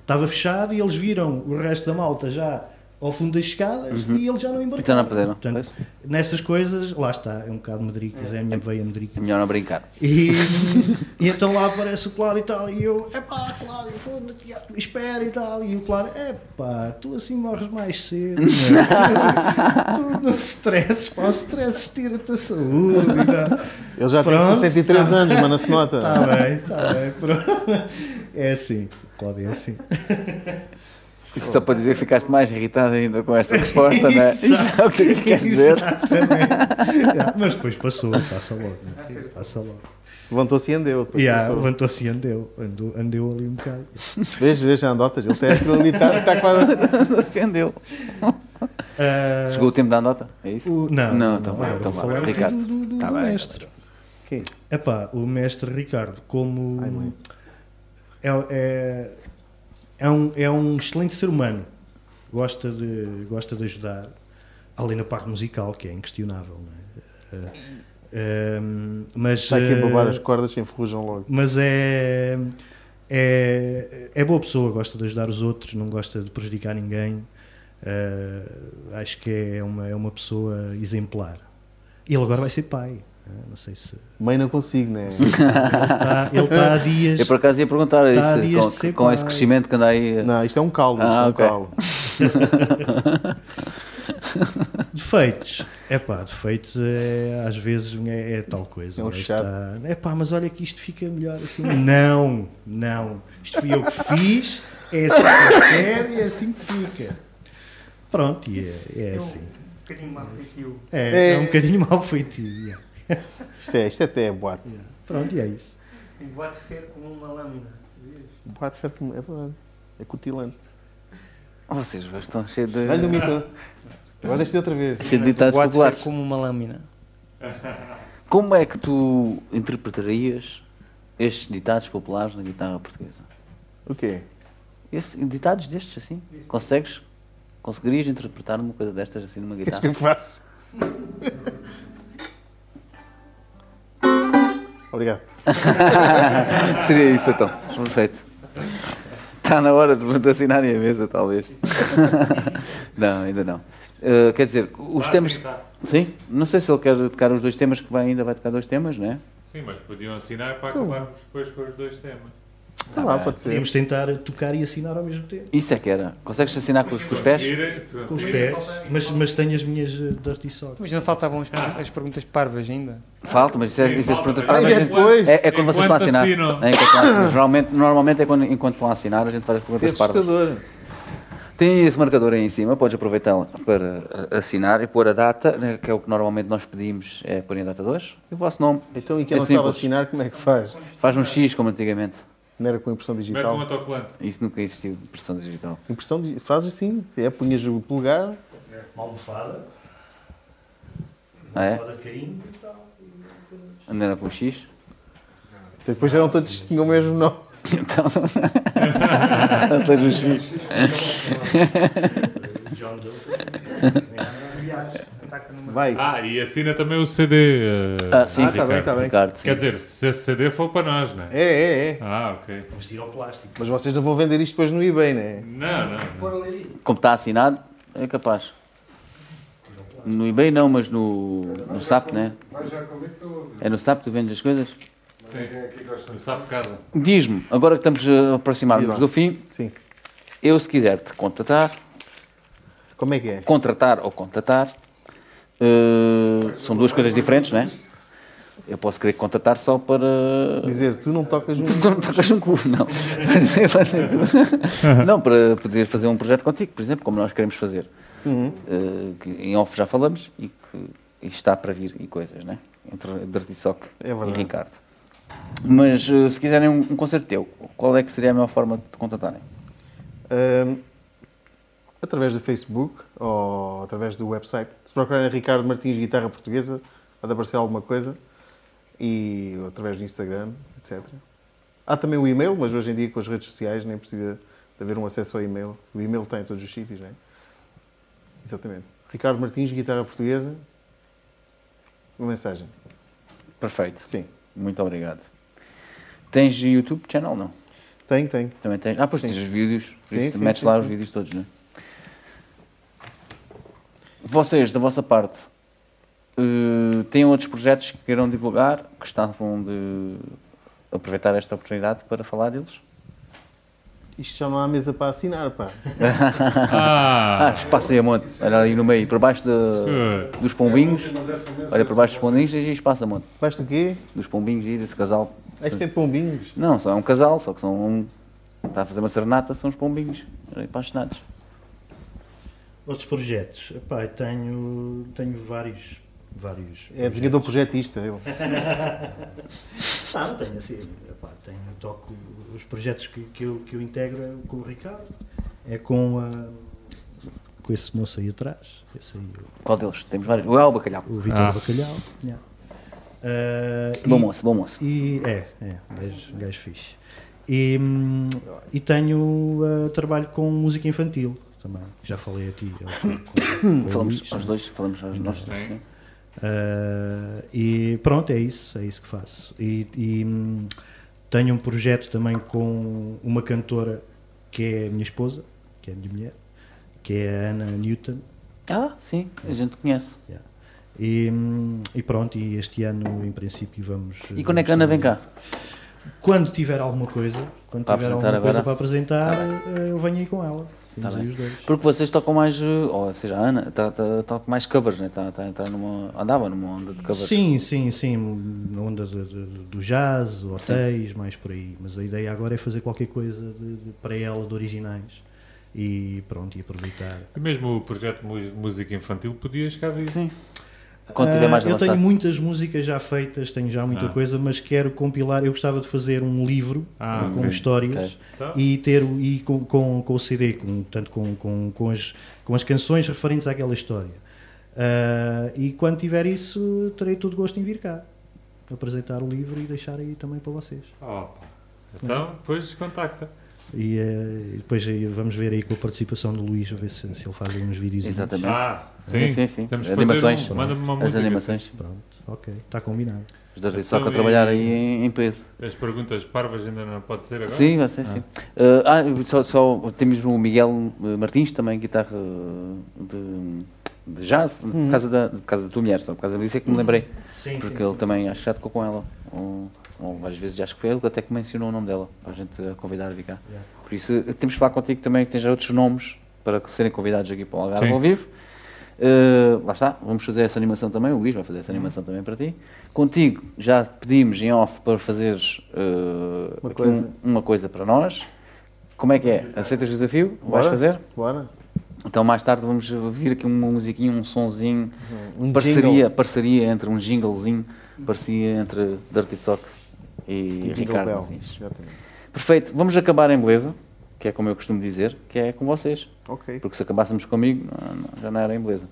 [SPEAKER 5] estava fechado, e eles viram o resto da malta já ao fundo das escadas e eles já não embarcaram.
[SPEAKER 1] Então não puderam,
[SPEAKER 5] Portanto, nessas coisas, lá está, é um bocado medricas, é, a minha veia medrica.
[SPEAKER 1] É melhor não brincar.
[SPEAKER 5] E, e então lá aparece o Cláudio e tal, e eu, epá, Cláudio, foda-te, ah, espera e tal. E o Cláudio, epá, tu assim morres mais cedo, meu. tu, tu não stresses, pá, o stress tira-te a saúde. e tal.
[SPEAKER 3] Ele já
[SPEAKER 5] Pronto.
[SPEAKER 3] tem 63
[SPEAKER 5] Ah.
[SPEAKER 3] anos, mano, se nota.
[SPEAKER 5] Tá bem, tá bem, pronto. É assim, o Cláudio é assim.
[SPEAKER 1] Isto só para dizer que ficaste mais irritado ainda com esta resposta, não é? Isto é o que é que queres dizer.
[SPEAKER 5] Exatamente. Ah, Mas depois passou, passa logo, né? passa logo.
[SPEAKER 3] Levantou-se e andeu. depois
[SPEAKER 5] E ah,
[SPEAKER 3] passou.
[SPEAKER 5] levantou-se e andeu, andou, andeu ali um bocado.
[SPEAKER 3] Veja, veja, andotas. Ele tem aquilo ali, está tá quase.
[SPEAKER 1] Não acendeu.
[SPEAKER 5] Ah,
[SPEAKER 1] Chegou o tempo da nota? É isso?
[SPEAKER 5] O- não,
[SPEAKER 1] Não, então vá,
[SPEAKER 5] agora
[SPEAKER 1] então
[SPEAKER 5] vou
[SPEAKER 1] vá.
[SPEAKER 5] falar aqui
[SPEAKER 1] Ricardo.
[SPEAKER 5] do, do, do
[SPEAKER 1] Tá bem,
[SPEAKER 5] mestre.
[SPEAKER 3] Quem?
[SPEAKER 5] Epá, o mestre Ricardo, como
[SPEAKER 3] Ai, mãe.
[SPEAKER 5] é, é, é um, é um excelente ser humano, gosta de, gosta de ajudar, além da parte musical, que é inquestionável, não é? Eh, eh, mas,
[SPEAKER 3] Está Tá aqui a babar as
[SPEAKER 5] eh,
[SPEAKER 3] cordas, se enferrujam logo.
[SPEAKER 5] mas é, é é boa pessoa, gosta de ajudar os outros, não gosta de prejudicar ninguém. Eh, acho que é uma, é uma pessoa exemplar. E ele agora vai ser pai. Ah, Não sei se.
[SPEAKER 3] Mãe não consigo, né?
[SPEAKER 5] Tá- ele está há dias.
[SPEAKER 1] Eu por acaso ia perguntar
[SPEAKER 5] Tá há
[SPEAKER 1] isso,
[SPEAKER 5] dias de
[SPEAKER 1] com,
[SPEAKER 5] ser
[SPEAKER 1] com esse
[SPEAKER 5] pai.
[SPEAKER 1] crescimento que anda aí. eh,
[SPEAKER 3] Não, isto é um calo, isto
[SPEAKER 1] Ah,
[SPEAKER 3] é um
[SPEAKER 1] ok.
[SPEAKER 3] calo.
[SPEAKER 5] Defeitos. É pá, defeitos é, às vezes é, é tal coisa.
[SPEAKER 3] É um
[SPEAKER 5] Olha,
[SPEAKER 3] chato.
[SPEAKER 5] está- É pá, mas olha que isto fica melhor assim. Não, não. Isto fui eu que fiz, é assim que eu quero e é assim que fica. Pronto, e é, é
[SPEAKER 4] Eu-
[SPEAKER 5] assim.
[SPEAKER 4] Um bocadinho mal feitio.
[SPEAKER 5] É, é
[SPEAKER 3] É.
[SPEAKER 5] um bocadinho mal feito. yeah.
[SPEAKER 3] Isto é, isto até é boate.
[SPEAKER 5] é. Pronto, e é isso.
[SPEAKER 4] Em boate fer como uma lâmina, sabias?
[SPEAKER 3] Boate ferro com- é verdade. É cutilante.
[SPEAKER 1] Vocês hoje estão cheios de,
[SPEAKER 3] Olha o mito. Agora deixa outra vez.
[SPEAKER 1] cheio de ditados
[SPEAKER 4] boate
[SPEAKER 1] populares.
[SPEAKER 4] fer como uma lâmina.
[SPEAKER 1] Como é que tu interpretarias estes ditados populares na guitarra portuguesa?
[SPEAKER 3] O quê?
[SPEAKER 1] Esse, ditados destes assim? Consegues? Conseguirias interpretar uma coisa destas assim numa
[SPEAKER 3] Queres que eu
[SPEAKER 1] guitarra?
[SPEAKER 3] faça? Obrigado.
[SPEAKER 1] Seria isso então. Perfeito. Está na hora de me assinarem a mesa, talvez. não, ainda não. Eh, quer dizer, os
[SPEAKER 2] Dá,
[SPEAKER 1] temas.
[SPEAKER 2] sim, dá.
[SPEAKER 1] Sim? Não sei se ele quer tocar os dois temas que vai, ainda vai tocar dois temas, não é?
[SPEAKER 2] Sim, mas podiam assinar para acabarmos depois com os dois temas.
[SPEAKER 1] Tá
[SPEAKER 3] Está lá, pode ser.
[SPEAKER 5] Podíamos tentar tocar e assinar ao mesmo tempo.
[SPEAKER 1] Isso é que era. Consegues assinar com os, com os pés?
[SPEAKER 2] conseguirem- se
[SPEAKER 5] Com os
[SPEAKER 2] conseguirem-
[SPEAKER 5] pés. Mas, mas tenho as minhas eh, dirty socks.
[SPEAKER 4] Mas não faltavam as, per- as perguntas parvas ainda?
[SPEAKER 1] Falta, mas isso é,
[SPEAKER 2] Sim,
[SPEAKER 1] isso é as
[SPEAKER 2] falta,
[SPEAKER 1] perguntas
[SPEAKER 2] mas
[SPEAKER 1] para
[SPEAKER 3] é
[SPEAKER 1] a gente-
[SPEAKER 3] depois.
[SPEAKER 1] É, é quando vocês estão a
[SPEAKER 2] Enquanto
[SPEAKER 1] assinar. É,
[SPEAKER 2] assinam.
[SPEAKER 1] enquanto estão a assinar. Geralmente, normalmente é quando, enquanto estão a assinar, a gente faz as
[SPEAKER 3] Isso é
[SPEAKER 1] perguntas parvas.
[SPEAKER 3] assustador.
[SPEAKER 1] Tem esse marcador aí em cima, podes aproveitá-lo para uh, assinar e pôr a data, né, que é o que normalmente nós pedimos, é pôr a data 2, e o vosso nome.
[SPEAKER 3] Então, e quem
[SPEAKER 1] é
[SPEAKER 3] não sabe
[SPEAKER 1] simples.
[SPEAKER 3] assinar, como é que faz?
[SPEAKER 1] Faz um X como antigamente.
[SPEAKER 3] Não era com impressão
[SPEAKER 2] Mete um
[SPEAKER 3] digital?
[SPEAKER 2] autocolante.
[SPEAKER 1] Isso nunca existiu, pressão digital.
[SPEAKER 3] Impressão digital. Faz assim. É, punhas o polegar.
[SPEAKER 5] Uma almofada,
[SPEAKER 1] Ah, é?
[SPEAKER 5] almofada de carinho.
[SPEAKER 1] Não era com X?
[SPEAKER 3] Depois eram todos que tinham o mesmo nome.
[SPEAKER 1] Então. Não tens um X.
[SPEAKER 5] John Doe.
[SPEAKER 3] Vai.
[SPEAKER 2] Ah, e assina também o CD. eh,
[SPEAKER 1] Ah, sim,
[SPEAKER 3] Ah, tá bem, tá bem.
[SPEAKER 1] Ricardo. sim.
[SPEAKER 2] Quer dizer, se esse CD for para nós, não é?
[SPEAKER 3] É, é, é.
[SPEAKER 2] Ah, ok.
[SPEAKER 5] Mas tira o plástico.
[SPEAKER 3] Mas vocês não vão vender isto depois no eBay, né?
[SPEAKER 2] Não, não.
[SPEAKER 1] Como está assinado, é capaz. No eBay não, mas no, no SAP, né? É no SAP que tu vendes as coisas?
[SPEAKER 2] Sim. Sabe casa.
[SPEAKER 1] Diz-me, agora que estamos a aproximar-nos do fim,
[SPEAKER 3] Sim.
[SPEAKER 1] eu se quiser te contratar,
[SPEAKER 3] Como é que é?
[SPEAKER 1] contratar ou contratar, eh, são duas coisas diferentes, não é? Eu posso querer contratar só para
[SPEAKER 3] Dizer, tu não tocas no.
[SPEAKER 1] Tu não tocas no cu, não. não, para poder fazer um projeto contigo, por exemplo, como nós queremos fazer.
[SPEAKER 3] Uhum.
[SPEAKER 1] Eh, que em off já falamos e que e está para vir e coisas, né? Entre Dirty Sock
[SPEAKER 3] É
[SPEAKER 1] e
[SPEAKER 3] verdade.
[SPEAKER 1] Ricardo. Mas eh, se quiserem um, um concerto teu, qual é que seria a melhor forma de te contratarem?
[SPEAKER 3] Ahm, através do Facebook ou através do website. Se procurarem Ricardo Martins Guitarra Portuguesa, há de aparecer alguma coisa. E ou através do Instagram, etc. Há também o e-mail, mas hoje em dia com as redes sociais nem precisa de haver um acesso ao e-mail. O e-mail está em todos os sítios, não é? Exatamente. Ricardo Martins Guitarra Portuguesa. Uma mensagem.
[SPEAKER 1] Perfeito,
[SPEAKER 3] Sim.
[SPEAKER 1] muito obrigado. Tens YouTube channel, não?
[SPEAKER 3] Tem, tem.
[SPEAKER 1] Também tens? Ah, pois
[SPEAKER 3] Sim.
[SPEAKER 1] tens os vídeos, por
[SPEAKER 3] Sim,
[SPEAKER 1] isso
[SPEAKER 3] sim,
[SPEAKER 1] metes
[SPEAKER 3] sim,
[SPEAKER 1] lá
[SPEAKER 3] sim.
[SPEAKER 1] os vídeos todos, não é? Vocês, da vossa parte, eh, têm outros projetos que queiram divulgar, que estavam de aproveitar esta oportunidade para falar deles?
[SPEAKER 3] Isto já não há mesa para assinar, pá.
[SPEAKER 1] Ah,
[SPEAKER 2] Ah!
[SPEAKER 1] espaço aí a monte, olha ali no meio, por baixo de- dos pombinhos, olha por baixo dos pombinhos e espaço a monte,
[SPEAKER 3] Basta o quê?
[SPEAKER 1] dos pombinhos e desse casal.
[SPEAKER 3] Este é pombinhos.
[SPEAKER 1] Não, só é um casal, só que são um... Está a fazer uma serenata, são os pombinhos, olha, apaixonados.
[SPEAKER 5] Outros projetos? Epá, eu tenho, tenho vários. vários
[SPEAKER 3] É
[SPEAKER 5] projetos.
[SPEAKER 3] desenhador projetista, ele.
[SPEAKER 5] Ah, não tenho assim. Epá, tenho, toco os projetos que, que, eu, que eu integro é com o Ricardo, é com a- com esse moço aí atrás, esse aí,
[SPEAKER 1] Qual deles? Temos vários. O El Bacalhau.
[SPEAKER 5] o, o Vitor
[SPEAKER 2] Ah.
[SPEAKER 5] Bacalhau. yeah. Ah,
[SPEAKER 1] Bom
[SPEAKER 5] e-
[SPEAKER 1] moço, bom moço.
[SPEAKER 5] E, é, é, um gajo, um gajo fixe. E, hum, e tenho ah, trabalho com música infantil também. Já falei a ti. ao- com- com- com o
[SPEAKER 1] Falamos
[SPEAKER 5] Luís,
[SPEAKER 1] aos
[SPEAKER 5] né?
[SPEAKER 1] dois, falamos aos nossos.
[SPEAKER 2] Sim.
[SPEAKER 5] Ah, e pronto, é isso, é isso que faço. E, e, hum, tenho um projeto também com uma cantora que é a minha esposa, que é a minha mulher, que é a Ana Newton.
[SPEAKER 1] Ah, sim, a gente conhece.
[SPEAKER 5] yeah. E, hum, e pronto, e este ano em princípio vamos.
[SPEAKER 1] E quando é que a Ana vem cá?
[SPEAKER 5] Quando tiver alguma coisa, quando
[SPEAKER 1] Para
[SPEAKER 5] tiver
[SPEAKER 1] apresentar
[SPEAKER 5] alguma
[SPEAKER 1] agora? Tá
[SPEAKER 5] coisa para apresentar, eh, eu venho aí com ela. Temos
[SPEAKER 1] bem.
[SPEAKER 5] aí os dois.
[SPEAKER 1] Porque vocês tocam mais, eh, ou seja, a Ana tá- tá- toca mais covers, né? Tá, tá a entrar numa, andava numa onda de covers.
[SPEAKER 5] Sim, sim, sim. Na onda de- de- do jazz, hotéis, mais por aí. Mas a ideia agora é fazer qualquer coisa de- de- para ela de originais. E pronto, e aproveitar.
[SPEAKER 2] E mesmo o projeto de mu- música infantil podias cá vir.
[SPEAKER 1] Sim. Quando tiver
[SPEAKER 5] Ah,
[SPEAKER 1] mais
[SPEAKER 5] eu
[SPEAKER 1] avançado.
[SPEAKER 5] tenho muitas músicas já feitas, tenho já muita
[SPEAKER 2] Ah.
[SPEAKER 5] coisa, mas quero compilar. Eu gostava de fazer um livro
[SPEAKER 2] Ah,
[SPEAKER 5] com
[SPEAKER 2] ok.
[SPEAKER 5] histórias
[SPEAKER 2] Tá.
[SPEAKER 5] e ter o- e com, com, com o CD, com, portanto, com, com, com, as, com as canções referentes àquela história. Ah, e quando tiver isso, terei todo gosto em vir cá apresentar o livro e deixar aí também para vocês.
[SPEAKER 2] Opa. Então, depois contacta.
[SPEAKER 5] E eh, depois aí vamos ver aí com a participação do Luís, a ver se, se ele faz aí uns vídeos.
[SPEAKER 1] Exatamente.
[SPEAKER 2] Ah, sim,
[SPEAKER 1] Sim, sim, sim.
[SPEAKER 2] Temos de
[SPEAKER 1] Animações.
[SPEAKER 2] fazer um, manda-me uma
[SPEAKER 1] As
[SPEAKER 2] música.
[SPEAKER 1] animações.
[SPEAKER 5] Pronto, ok, está combinado.
[SPEAKER 1] Os dois só
[SPEAKER 2] Então,
[SPEAKER 1] para trabalhar
[SPEAKER 2] e-
[SPEAKER 1] aí em, em peso.
[SPEAKER 2] assim. As perguntas parvas ainda não pode ser agora?
[SPEAKER 1] Sim, vai ser, sim. Eh, ah, só, só temos o Miguel eh, Martins, também guitarra de, de jazz, por, causa da, por causa da tua mulher, só por causa disso é que me lembrei.
[SPEAKER 5] Sim,
[SPEAKER 1] porque ele também, acho que já tocou com ela. Ou, ou várias vezes já acho que foi ele que até que mencionou o nome dela, para a gente a convidar a vir cá.
[SPEAKER 5] Yeah.
[SPEAKER 1] Por isso, eh, temos de falar contigo também, que tens outros nomes para serem convidados aqui para o Algarve
[SPEAKER 2] Sim.
[SPEAKER 1] ao vivo. Eh, lá está, vamos fazer essa animação também, o Luís vai fazer
[SPEAKER 5] Uhum.
[SPEAKER 1] essa animação também para ti. Contigo, já pedimos em off para fazeres eh,
[SPEAKER 3] Uma
[SPEAKER 1] aqui
[SPEAKER 3] coisa.
[SPEAKER 1] um- uma coisa para nós. Como é que é? Aceitas o desafio? Vais
[SPEAKER 3] Bora.
[SPEAKER 1] fazer?
[SPEAKER 3] Bora.
[SPEAKER 1] Então mais tarde vamos vir aqui uma musiquinha, um sonzinho,
[SPEAKER 3] Um
[SPEAKER 1] parceria,
[SPEAKER 3] jingle.
[SPEAKER 1] parceria entre um jinglezinho, parceria entre Dirty Sock e
[SPEAKER 3] Jingle
[SPEAKER 1] Ricardo
[SPEAKER 3] Bell.
[SPEAKER 1] Martins.
[SPEAKER 3] Exatamente.
[SPEAKER 1] Perfeito, vamos acabar em beleza, que é como eu costumo dizer, que é com vocês.
[SPEAKER 3] Ok.
[SPEAKER 1] Porque se acabássemos comigo, não- não- já não era em beleza.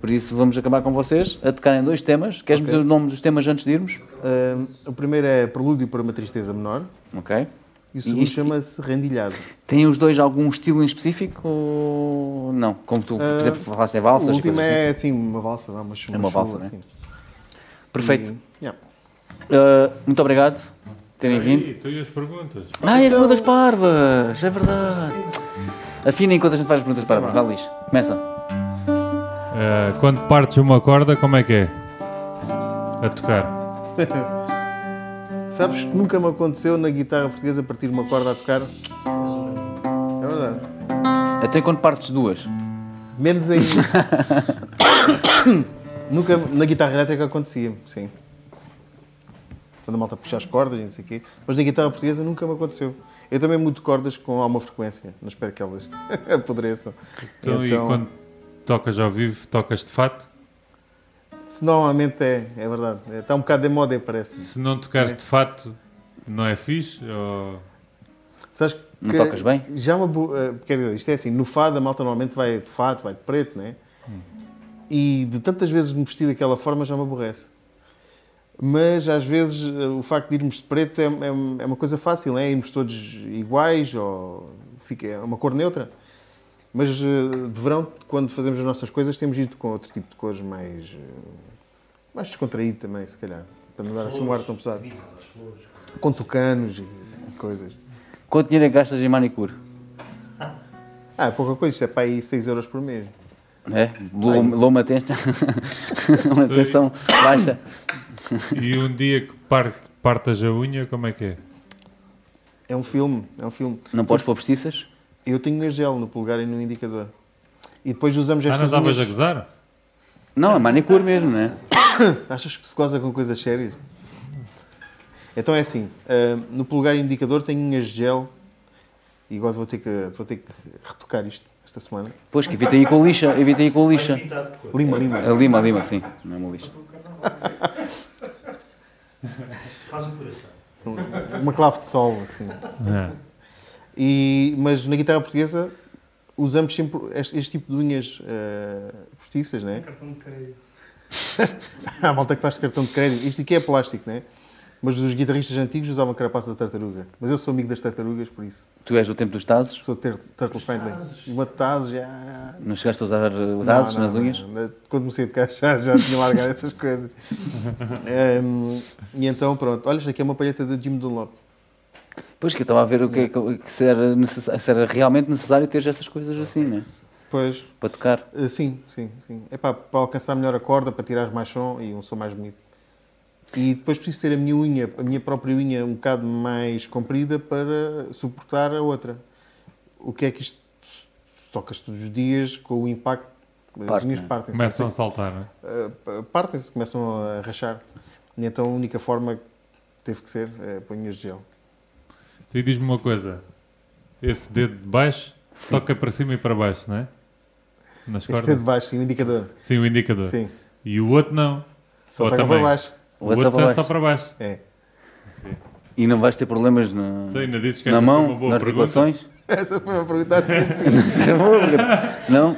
[SPEAKER 1] Por isso vamos acabar com vocês a tocarem dois temas. Queres-me
[SPEAKER 3] Ok.
[SPEAKER 1] dizer o nome dos temas antes de irmos?
[SPEAKER 3] Ahm, o primeiro é Prelúdio para uma Tristeza Menor
[SPEAKER 1] Ok.
[SPEAKER 3] e o
[SPEAKER 1] E
[SPEAKER 3] segundo
[SPEAKER 1] isto-
[SPEAKER 3] chama-se Rendilhado.
[SPEAKER 1] Têm os dois algum estilo em específico? Ou... Não, como tu, por
[SPEAKER 3] Ah,
[SPEAKER 1] exemplo, falaste em valsas
[SPEAKER 3] o
[SPEAKER 1] e coisas
[SPEAKER 3] último
[SPEAKER 1] assim.
[SPEAKER 3] é assim, uma valsa, não, uma chula,
[SPEAKER 1] É uma valsa,
[SPEAKER 3] chula,
[SPEAKER 1] né?
[SPEAKER 3] assim.
[SPEAKER 1] Perfeito.
[SPEAKER 3] E- yeah.
[SPEAKER 1] Uh, muito obrigado por terem vindo. Ah, é
[SPEAKER 2] Aí, tu e as perguntas.
[SPEAKER 1] Ai, as perguntas parvas, é verdade. Afina enquanto a gente faz as perguntas parvas.
[SPEAKER 3] Tá
[SPEAKER 1] Vá, Luís, começa.
[SPEAKER 2] Ah, quando partes uma corda, como é que é? A tocar.
[SPEAKER 3] Sabes que nunca me aconteceu na guitarra portuguesa partir uma corda a tocar? É verdade.
[SPEAKER 1] Até Então, enquanto partes duas.
[SPEAKER 3] Menos em. Nunca na guitarra elétrica acontecia, sim. Quando a malta puxa as cordas e não sei o quê. Mas na guitarra portuguesa nunca me aconteceu. Eu também mudo cordas com alguma frequência. Não espero que elas apodreçam.
[SPEAKER 2] Então, e quando tocas ao vivo, tocas de fato?
[SPEAKER 3] Se normalmente é, é verdade. É, Está um bocado de moda, parece.
[SPEAKER 2] Se não tocares de fato, não é fixe? Ou...
[SPEAKER 3] Sabes
[SPEAKER 1] Não tocas bem?
[SPEAKER 3] Já uma bo- eh, quer dizer, isto é assim, no fado a malta normalmente vai de fato, vai de preto, né?
[SPEAKER 1] Hum.
[SPEAKER 3] E de tantas vezes me vestir daquela forma já me aborrece. Mas às vezes eh, o facto de irmos de preto é, é- é uma coisa fácil, né? Irmos todos iguais ou fica, é uma cor neutra. Mas eh, de verão, quando fazemos as nossas coisas, temos ido com outro tipo de cores mais, eh, mais descontraído também, se calhar. Para não dar assim um ar tão pesado. Com tucanos e coisas.
[SPEAKER 1] Quanto dinheiro é que gastas em manicure?
[SPEAKER 3] Ah, é pouca coisa, isto é para aí 6 euros por mês.
[SPEAKER 1] É? Loma testa. Uma tensão baixa.
[SPEAKER 2] E um dia que parte, partas a unha, como é que é?
[SPEAKER 3] É um filme, é um filme.
[SPEAKER 1] Não podes pôr postiças?
[SPEAKER 3] Eu tenho a gel no polegar e no indicador. E depois usamos
[SPEAKER 2] Ah, não
[SPEAKER 3] estas
[SPEAKER 2] estavas a
[SPEAKER 3] unhas.
[SPEAKER 2] gozar?
[SPEAKER 1] Não, é manicure mesmo, não é?
[SPEAKER 3] Achas que se goza com coisas sérias? Então é assim, ah, no polegar e indicador tenho unhas de gel e agora vou ter que, vou ter que retocar isto esta semana.
[SPEAKER 1] Pois que evita ir com lixa, evita ir com lixa.
[SPEAKER 3] Lima, lima.
[SPEAKER 1] A lima, a lima, sim. Não é uma lixa.
[SPEAKER 5] Faz um coração.
[SPEAKER 3] Uma clave de sol, assim.
[SPEAKER 2] Ah.
[SPEAKER 3] E- mas na guitarra portuguesa usamos sempre este, este tipo de unhas ah, postiças, não é?
[SPEAKER 4] Cartão de crédito.
[SPEAKER 3] Há malta que faz cartão de crédito. Isto aqui é plástico, não é? Mas os guitarristas antigos usavam carapaça da tartaruga. Mas eu sou amigo das tartarugas, por isso.
[SPEAKER 1] Tu és do tempo dos tazos?
[SPEAKER 3] Sou ter- turtle friendly. Uma de tazos, já...
[SPEAKER 1] Não chegaste a usar uh, tazos
[SPEAKER 3] Não, não,
[SPEAKER 1] nas unhas?
[SPEAKER 3] não. Quando comecei a tocar já, já tinha largado essas coisas. Hum, e então, pronto. Olha, isto aqui é uma palheta da Jim Dunlop.
[SPEAKER 1] Pois que eu estava a ver o que, é que- o que se, era necessa- se era realmente necessário ter essas coisas assim, não é?
[SPEAKER 3] Pois,
[SPEAKER 1] para tocar.
[SPEAKER 3] eh, sim, sim, sim. É pá, para alcançar melhor a corda, para tirar mais som e um som mais bonito. E depois preciso ter a minha unha, a minha própria unha um bocado mais comprida para suportar a outra. O que é que isto tocas todos os dias com o impacto? As
[SPEAKER 1] Parte,
[SPEAKER 3] unhas
[SPEAKER 1] né?
[SPEAKER 3] partem-se.
[SPEAKER 2] Começam a saltar, não é?
[SPEAKER 3] Uh, pa- partem-se, começam a rachar. E então a única forma que teve que ser é pôr unhas de gel.
[SPEAKER 2] Tu e diz-me uma coisa. Esse dedo de baixo toca para cima e para baixo, não é? Nas
[SPEAKER 3] Este é de
[SPEAKER 2] cordas.
[SPEAKER 3] baixo, sim, o indicador.
[SPEAKER 2] Sim, o indicador.
[SPEAKER 3] Sim,
[SPEAKER 2] E o outro não.
[SPEAKER 3] só
[SPEAKER 2] Ou
[SPEAKER 3] toca
[SPEAKER 2] também.
[SPEAKER 3] para baixo.
[SPEAKER 2] O outro é só para baixo.
[SPEAKER 3] É.
[SPEAKER 1] E não vais ter problemas na,
[SPEAKER 2] Tu ainda dizes
[SPEAKER 1] na
[SPEAKER 2] Então, que esta foi
[SPEAKER 1] mão,
[SPEAKER 2] uma boa
[SPEAKER 1] nas
[SPEAKER 2] pergunta.
[SPEAKER 1] articulações?
[SPEAKER 3] Essa foi uma pergunta assim.
[SPEAKER 1] não?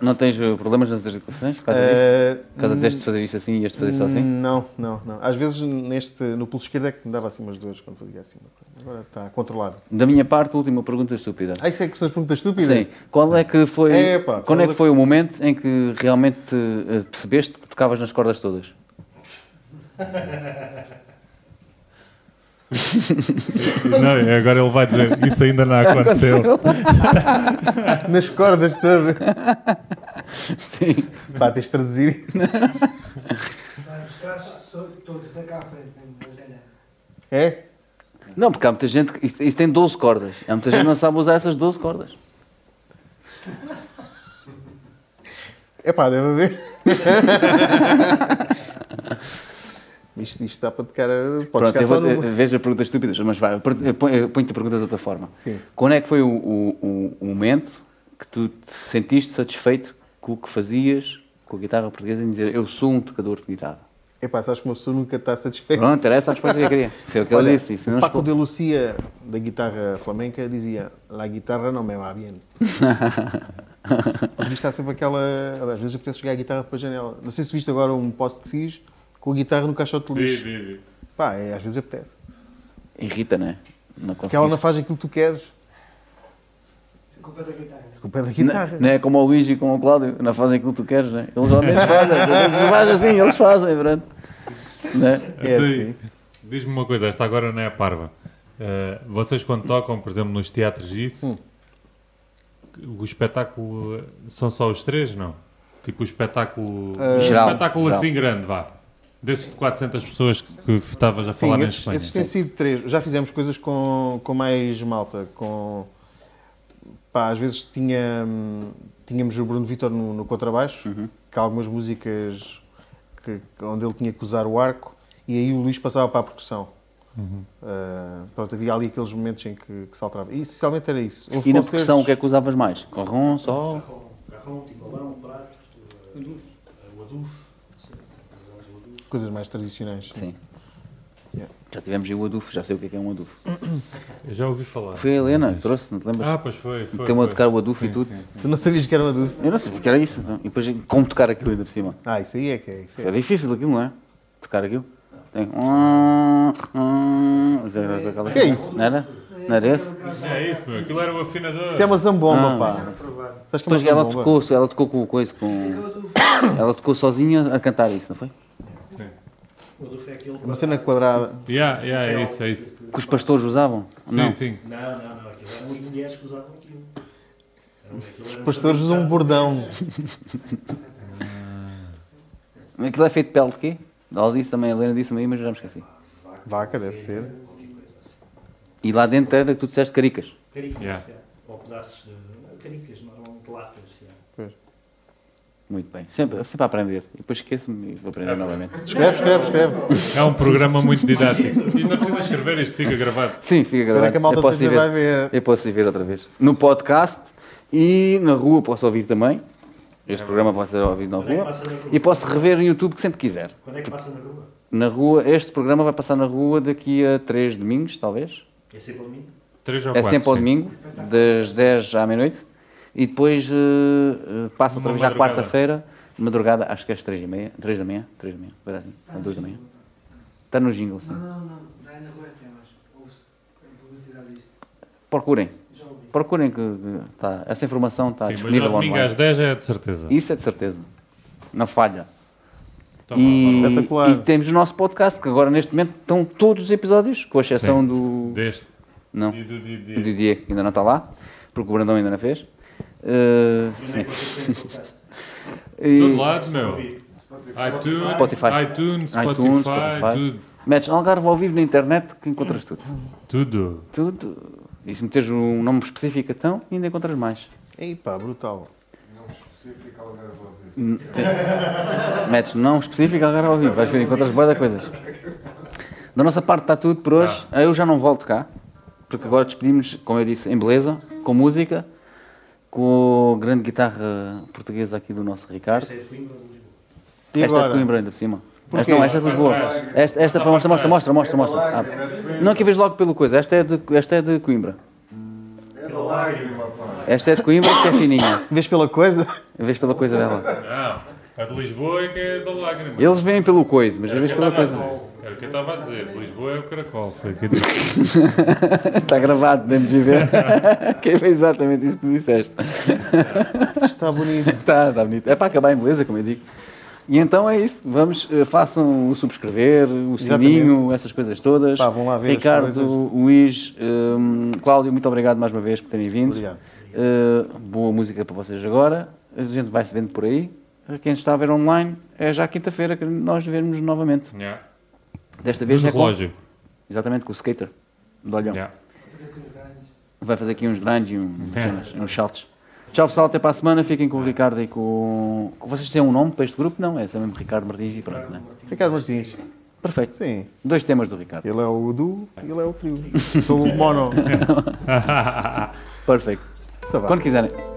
[SPEAKER 1] Não tens eh, problemas nas articulações por causa disso?
[SPEAKER 3] Uh,
[SPEAKER 1] Por causa de teres de fazer isto assim e este fazer só assim?
[SPEAKER 3] Não, não, não. Às vezes neste, no pulso esquerdo é que me dava assim umas dores quando fazia assim. uma coisa. Agora está controlado.
[SPEAKER 1] Da minha parte, última pergunta estúpida.
[SPEAKER 3] Ah, isso é que são as perguntas estúpidas?
[SPEAKER 1] Sim. Qual é que foi.
[SPEAKER 3] Epá,
[SPEAKER 1] quando é que
[SPEAKER 3] sabe-
[SPEAKER 1] foi o momento em que realmente eh, percebeste que tocavas nas cordas todas?
[SPEAKER 2] Não, é, agora ele vai dizer, isso ainda não aconteceu.
[SPEAKER 3] Nas cordas todas.
[SPEAKER 1] Sim.
[SPEAKER 3] Pá, tens de traduzir.
[SPEAKER 6] Os traços to- todos daqui à frente, mesmo, da janela.
[SPEAKER 3] É?
[SPEAKER 1] Não, porque há muita gente. que- Isto, isto tem 12 cordas. Há muita gente que não sabe usar essas 12 cordas.
[SPEAKER 3] É pá, deve haver. isto, isto está para tocar. Podes
[SPEAKER 1] Pronto,
[SPEAKER 3] tocar
[SPEAKER 1] eu vou,
[SPEAKER 3] só no...
[SPEAKER 1] eh, vejo as perguntas estúpidas, mas vai, per- eh, põe- eh, ponho-te a pergunta de outra forma.
[SPEAKER 3] Sim.
[SPEAKER 1] Quando é que foi o, o- o momento que tu te sentiste satisfeito com o que fazias com a guitarra portuguesa em dizer eu sou um tocador de guitarra?
[SPEAKER 3] Epá, sabes que uma pessoa nunca está satisfeita.
[SPEAKER 1] Pronto, era essa a resposta que eu queria. Foi o que ele
[SPEAKER 3] Olha,
[SPEAKER 1] disse. isso não
[SPEAKER 3] Paco
[SPEAKER 1] esco-
[SPEAKER 3] de Lucia, da guitarra flamenca, dizia La guitarra não me va bien. Porque isto há sempre aquela... Às vezes apetece jogar a guitarra para a janela. Não sei se viste agora um post que fiz com a guitarra no caixote de
[SPEAKER 2] Vi,
[SPEAKER 3] lixo.
[SPEAKER 2] vi, vi.
[SPEAKER 3] Pá, é, às vezes apetece.
[SPEAKER 1] Irrita, né? não é?
[SPEAKER 3] Porque ela não faz aquilo que tu queres.
[SPEAKER 6] A culpa da guitarra.
[SPEAKER 3] A culpa é da guitarra.
[SPEAKER 1] Não, não é como o Luís e como o Cláudio, não fazem aquilo que tu queres, né? Eles ao menos fazem, eles fazem assim, eles fazem, pronto. Né?
[SPEAKER 3] É
[SPEAKER 2] Então,
[SPEAKER 3] assim.
[SPEAKER 2] Diz-me uma coisa, esta agora não é parva. Eh, vocês quando tocam, por exemplo, nos teatros e isso,
[SPEAKER 3] Hum.
[SPEAKER 2] o espetáculo eh, são só os três, não? Tipo o espetáculo.
[SPEAKER 3] Eh,
[SPEAKER 2] um
[SPEAKER 1] Geral,
[SPEAKER 2] espetáculo
[SPEAKER 1] geral.
[SPEAKER 2] assim grande, vá. Desses de 400 pessoas que, que estavas a falar
[SPEAKER 3] Sim,
[SPEAKER 2] na
[SPEAKER 3] esses,
[SPEAKER 2] Espanha.
[SPEAKER 3] esses têm sido três. Já fizemos coisas com, com mais malta. Com, pá, às vezes tinha, hum, tínhamos o Bruno Vitor no, no contrabaixo,
[SPEAKER 1] Uhum.
[SPEAKER 3] que há algumas músicas que, que- onde ele tinha que usar o arco, e aí o Luís passava para a percussão.
[SPEAKER 2] Uhum.
[SPEAKER 3] Ah, pronto, havia ali aqueles momentos em que, que saltava. E essencialmente era isso. Houve
[SPEAKER 1] E na
[SPEAKER 3] concertos-
[SPEAKER 1] percussão, o que é que usavas mais? Corrom, sol?
[SPEAKER 5] Carrão, carrão, timbalão, prato, eh, o adufo.
[SPEAKER 3] Coisas mais tradicionais. sim.
[SPEAKER 1] Sim.
[SPEAKER 3] Yeah.
[SPEAKER 1] Já tivemos aí o adufo, já sei o que é que é um adufo.
[SPEAKER 2] Eu já ouvi falar.
[SPEAKER 1] Foi a Helena, trouxe, não te lembras?
[SPEAKER 2] Ah, pois foi. foi
[SPEAKER 1] Meteu-me a
[SPEAKER 2] foi.
[SPEAKER 1] tocar o adufo e
[SPEAKER 2] Sim,
[SPEAKER 1] tudo.
[SPEAKER 2] sim.
[SPEAKER 3] Tu não sabias que era uma dúvida.
[SPEAKER 1] Eu não sabia que era isso. então. E depois, como tocar aquilo ainda por cima?
[SPEAKER 3] Ah, isso aí é que é.
[SPEAKER 1] Isso
[SPEAKER 3] Isso
[SPEAKER 1] é
[SPEAKER 3] é.
[SPEAKER 1] difícil aquilo, não é? Tocar aquilo. Tem. um, Aquela...
[SPEAKER 3] Que é isso?
[SPEAKER 1] Não era? Não era esse?
[SPEAKER 2] Isso é isso, meu. Aquilo era um afinador.
[SPEAKER 3] Isso é uma zambomba,
[SPEAKER 1] Ah.
[SPEAKER 3] pá.
[SPEAKER 4] Aprovado.
[SPEAKER 3] Estás com uma
[SPEAKER 1] Depois ela
[SPEAKER 3] zambomba.
[SPEAKER 1] tocou, ela tocou com o coisa, com... Ela tocou sozinha a cantar isso, não foi?
[SPEAKER 5] O adufo é aquele
[SPEAKER 3] É Uma cena quadrada.
[SPEAKER 2] Yeah, yeah, é isso, é isso.
[SPEAKER 1] Que os pastores usavam?
[SPEAKER 2] Sim,
[SPEAKER 1] não.
[SPEAKER 2] sim.
[SPEAKER 5] Não, não, não. Aquilo eram as mulheres que usavam aquilo. Eram- aquilo era-
[SPEAKER 3] Pastores usam um bordão.
[SPEAKER 1] Aquilo é feito de pele de quê? Ela disse também, a Helena disse-me aí, mas já me esqueci.
[SPEAKER 3] Vaca, deve ser.
[SPEAKER 1] E lá dentro era que tu disseste caricas.
[SPEAKER 5] Caricas,
[SPEAKER 2] Yeah.
[SPEAKER 5] é. ou pedaços de caricas, normalmente latas. é.
[SPEAKER 1] Muito bem. Sempre, sempre a aprender. E depois esqueço-me e vou aprender
[SPEAKER 5] É.
[SPEAKER 1] novamente.
[SPEAKER 3] Escreve, escreve, escreve.
[SPEAKER 2] É um programa muito didático. Isto não precisa escrever, isto fica gravado.
[SPEAKER 1] Sim, fica
[SPEAKER 3] Espera
[SPEAKER 1] gravado.
[SPEAKER 3] é que a malta
[SPEAKER 1] Eu posso ir
[SPEAKER 3] depois
[SPEAKER 1] ver.
[SPEAKER 3] vai ver.
[SPEAKER 1] Eu posso ir ver outra vez. No podcast e na rua posso ouvir também. Este programa pode ser ouvido na
[SPEAKER 5] Quando é que
[SPEAKER 1] rua.
[SPEAKER 5] É passa na rua?
[SPEAKER 1] E posso rever no YouTube que sempre quiser.
[SPEAKER 5] Quando é que passa na rua?
[SPEAKER 1] Na rua, este programa vai passar na rua daqui a três domingos, talvez.
[SPEAKER 5] É sempre ao domingo?
[SPEAKER 2] Três ou
[SPEAKER 1] É
[SPEAKER 2] quatro.
[SPEAKER 1] sempre ao
[SPEAKER 2] sim.
[SPEAKER 1] domingo, das 10 à meia-noite. E depois eh, eh, passa
[SPEAKER 2] Uma
[SPEAKER 1] outra vez à
[SPEAKER 2] madrugada.
[SPEAKER 1] quarta-feira, de madrugada, acho que é às 3 e meia. 3 da manhã? 3 da manhã, coisa assim. Ou 2 da manhã. Está no jingle, sim.
[SPEAKER 6] Não, não, não. Não é na rua, até, mas ouve-se a publicidade disto.
[SPEAKER 1] Procurem.
[SPEAKER 6] Já ouvi.
[SPEAKER 1] Procurem que, que tá- essa informação está
[SPEAKER 2] Sim, mas ao
[SPEAKER 1] disponível
[SPEAKER 2] domingo às
[SPEAKER 1] online.
[SPEAKER 2] 10 é de certeza.
[SPEAKER 1] Isso é de certeza. Não falha.
[SPEAKER 2] Então,
[SPEAKER 1] E,
[SPEAKER 2] vá, vá,
[SPEAKER 3] Espetacular.
[SPEAKER 1] e temos o nosso podcast, que agora neste momento estão todos os episódios, com exceção
[SPEAKER 2] Sim.
[SPEAKER 1] do.
[SPEAKER 2] vá. Deste
[SPEAKER 1] Não.
[SPEAKER 2] e do Didi.
[SPEAKER 1] tá O Didier ainda não está lá, porque o Brandão ainda não fez. Eh,
[SPEAKER 2] Tudo
[SPEAKER 1] e
[SPEAKER 2] lado, meu. iTunes,
[SPEAKER 1] Spotify.
[SPEAKER 2] iTunes,
[SPEAKER 1] iTunes,
[SPEAKER 2] Spotify,
[SPEAKER 1] Spotify.
[SPEAKER 2] tudo.
[SPEAKER 1] metes Algarve ao vivo na internet que encontras tudo.
[SPEAKER 2] Tudo.
[SPEAKER 1] Tudo. E se meteres um nome específico então, ainda encontras mais.
[SPEAKER 3] Ei pá, brutal.
[SPEAKER 1] Metes não específico Algarve ao vivo, vais ver, encontras boa de coisas. Da nossa parte está tudo por hoje. Eu já não volto cá, porque agora despedimos, como eu disse, em beleza, com música, com a grande guitarra portuguesa aqui do nosso Ricardo.
[SPEAKER 3] E
[SPEAKER 1] esta é de
[SPEAKER 3] agora?
[SPEAKER 1] Coimbra ainda por cima. Esta
[SPEAKER 3] Porquê?
[SPEAKER 1] não, esta é de Lisboa. Esta, esta para mostra, mostra, mostra, mostra, mostra. Ah, não que vês logo pelo coisa, esta é de, esta é de Coimbra. Esta é de Coimbra que é fininha.
[SPEAKER 3] Vês pela coisa?
[SPEAKER 1] Vês pela coisa dela.
[SPEAKER 2] Não. A de Lisboa é que é da lágrima.
[SPEAKER 1] Eles veem pelo coisa, mas eu vejo pela coisa.
[SPEAKER 2] Era o que eu estava a dizer. De Lisboa é o caracol. Foi o que eu disse.
[SPEAKER 1] Está Tá gravado, podemos ir ver. que foi exatamente isso que tu disseste.
[SPEAKER 3] Está bonito.
[SPEAKER 1] Está, está bonito. É para acabar em beleza, como eu digo. E então é isso. Vamos, eh, façam o subscrever, o sininho, essas coisas todas.
[SPEAKER 3] Pá, vão lá ver as
[SPEAKER 1] Ricardo, Luís, hum, Cláudio, muito obrigado mais uma vez por terem vindo.
[SPEAKER 3] Obrigado.
[SPEAKER 1] Eh, boa música para vocês agora. A gente vai se vendo por aí. Quem está a ver online, é já quinta-feira que nós vermos novamente.
[SPEAKER 2] Yeah.
[SPEAKER 1] Desta vez
[SPEAKER 2] No
[SPEAKER 1] é com,
[SPEAKER 2] relógio.
[SPEAKER 1] exatamente com o skater do Olhão.
[SPEAKER 2] Yeah.
[SPEAKER 1] Vai fazer aqui uns grandes e um- uns, uns saltos. Tchau pessoal, até para a semana. Fiquem com o Ricardo e com. Vocês têm um nome para este grupo? Não, é só mesmo Ricardo Martins e pronto, né?
[SPEAKER 3] Ricardo Martins.
[SPEAKER 1] Perfeito.
[SPEAKER 3] Sim.
[SPEAKER 1] Dois temas do Ricardo.
[SPEAKER 3] Ele é o duo e ele é o trio. Sou o mono.
[SPEAKER 1] Perfeito.
[SPEAKER 3] Tá bem.
[SPEAKER 1] Quando quiserem.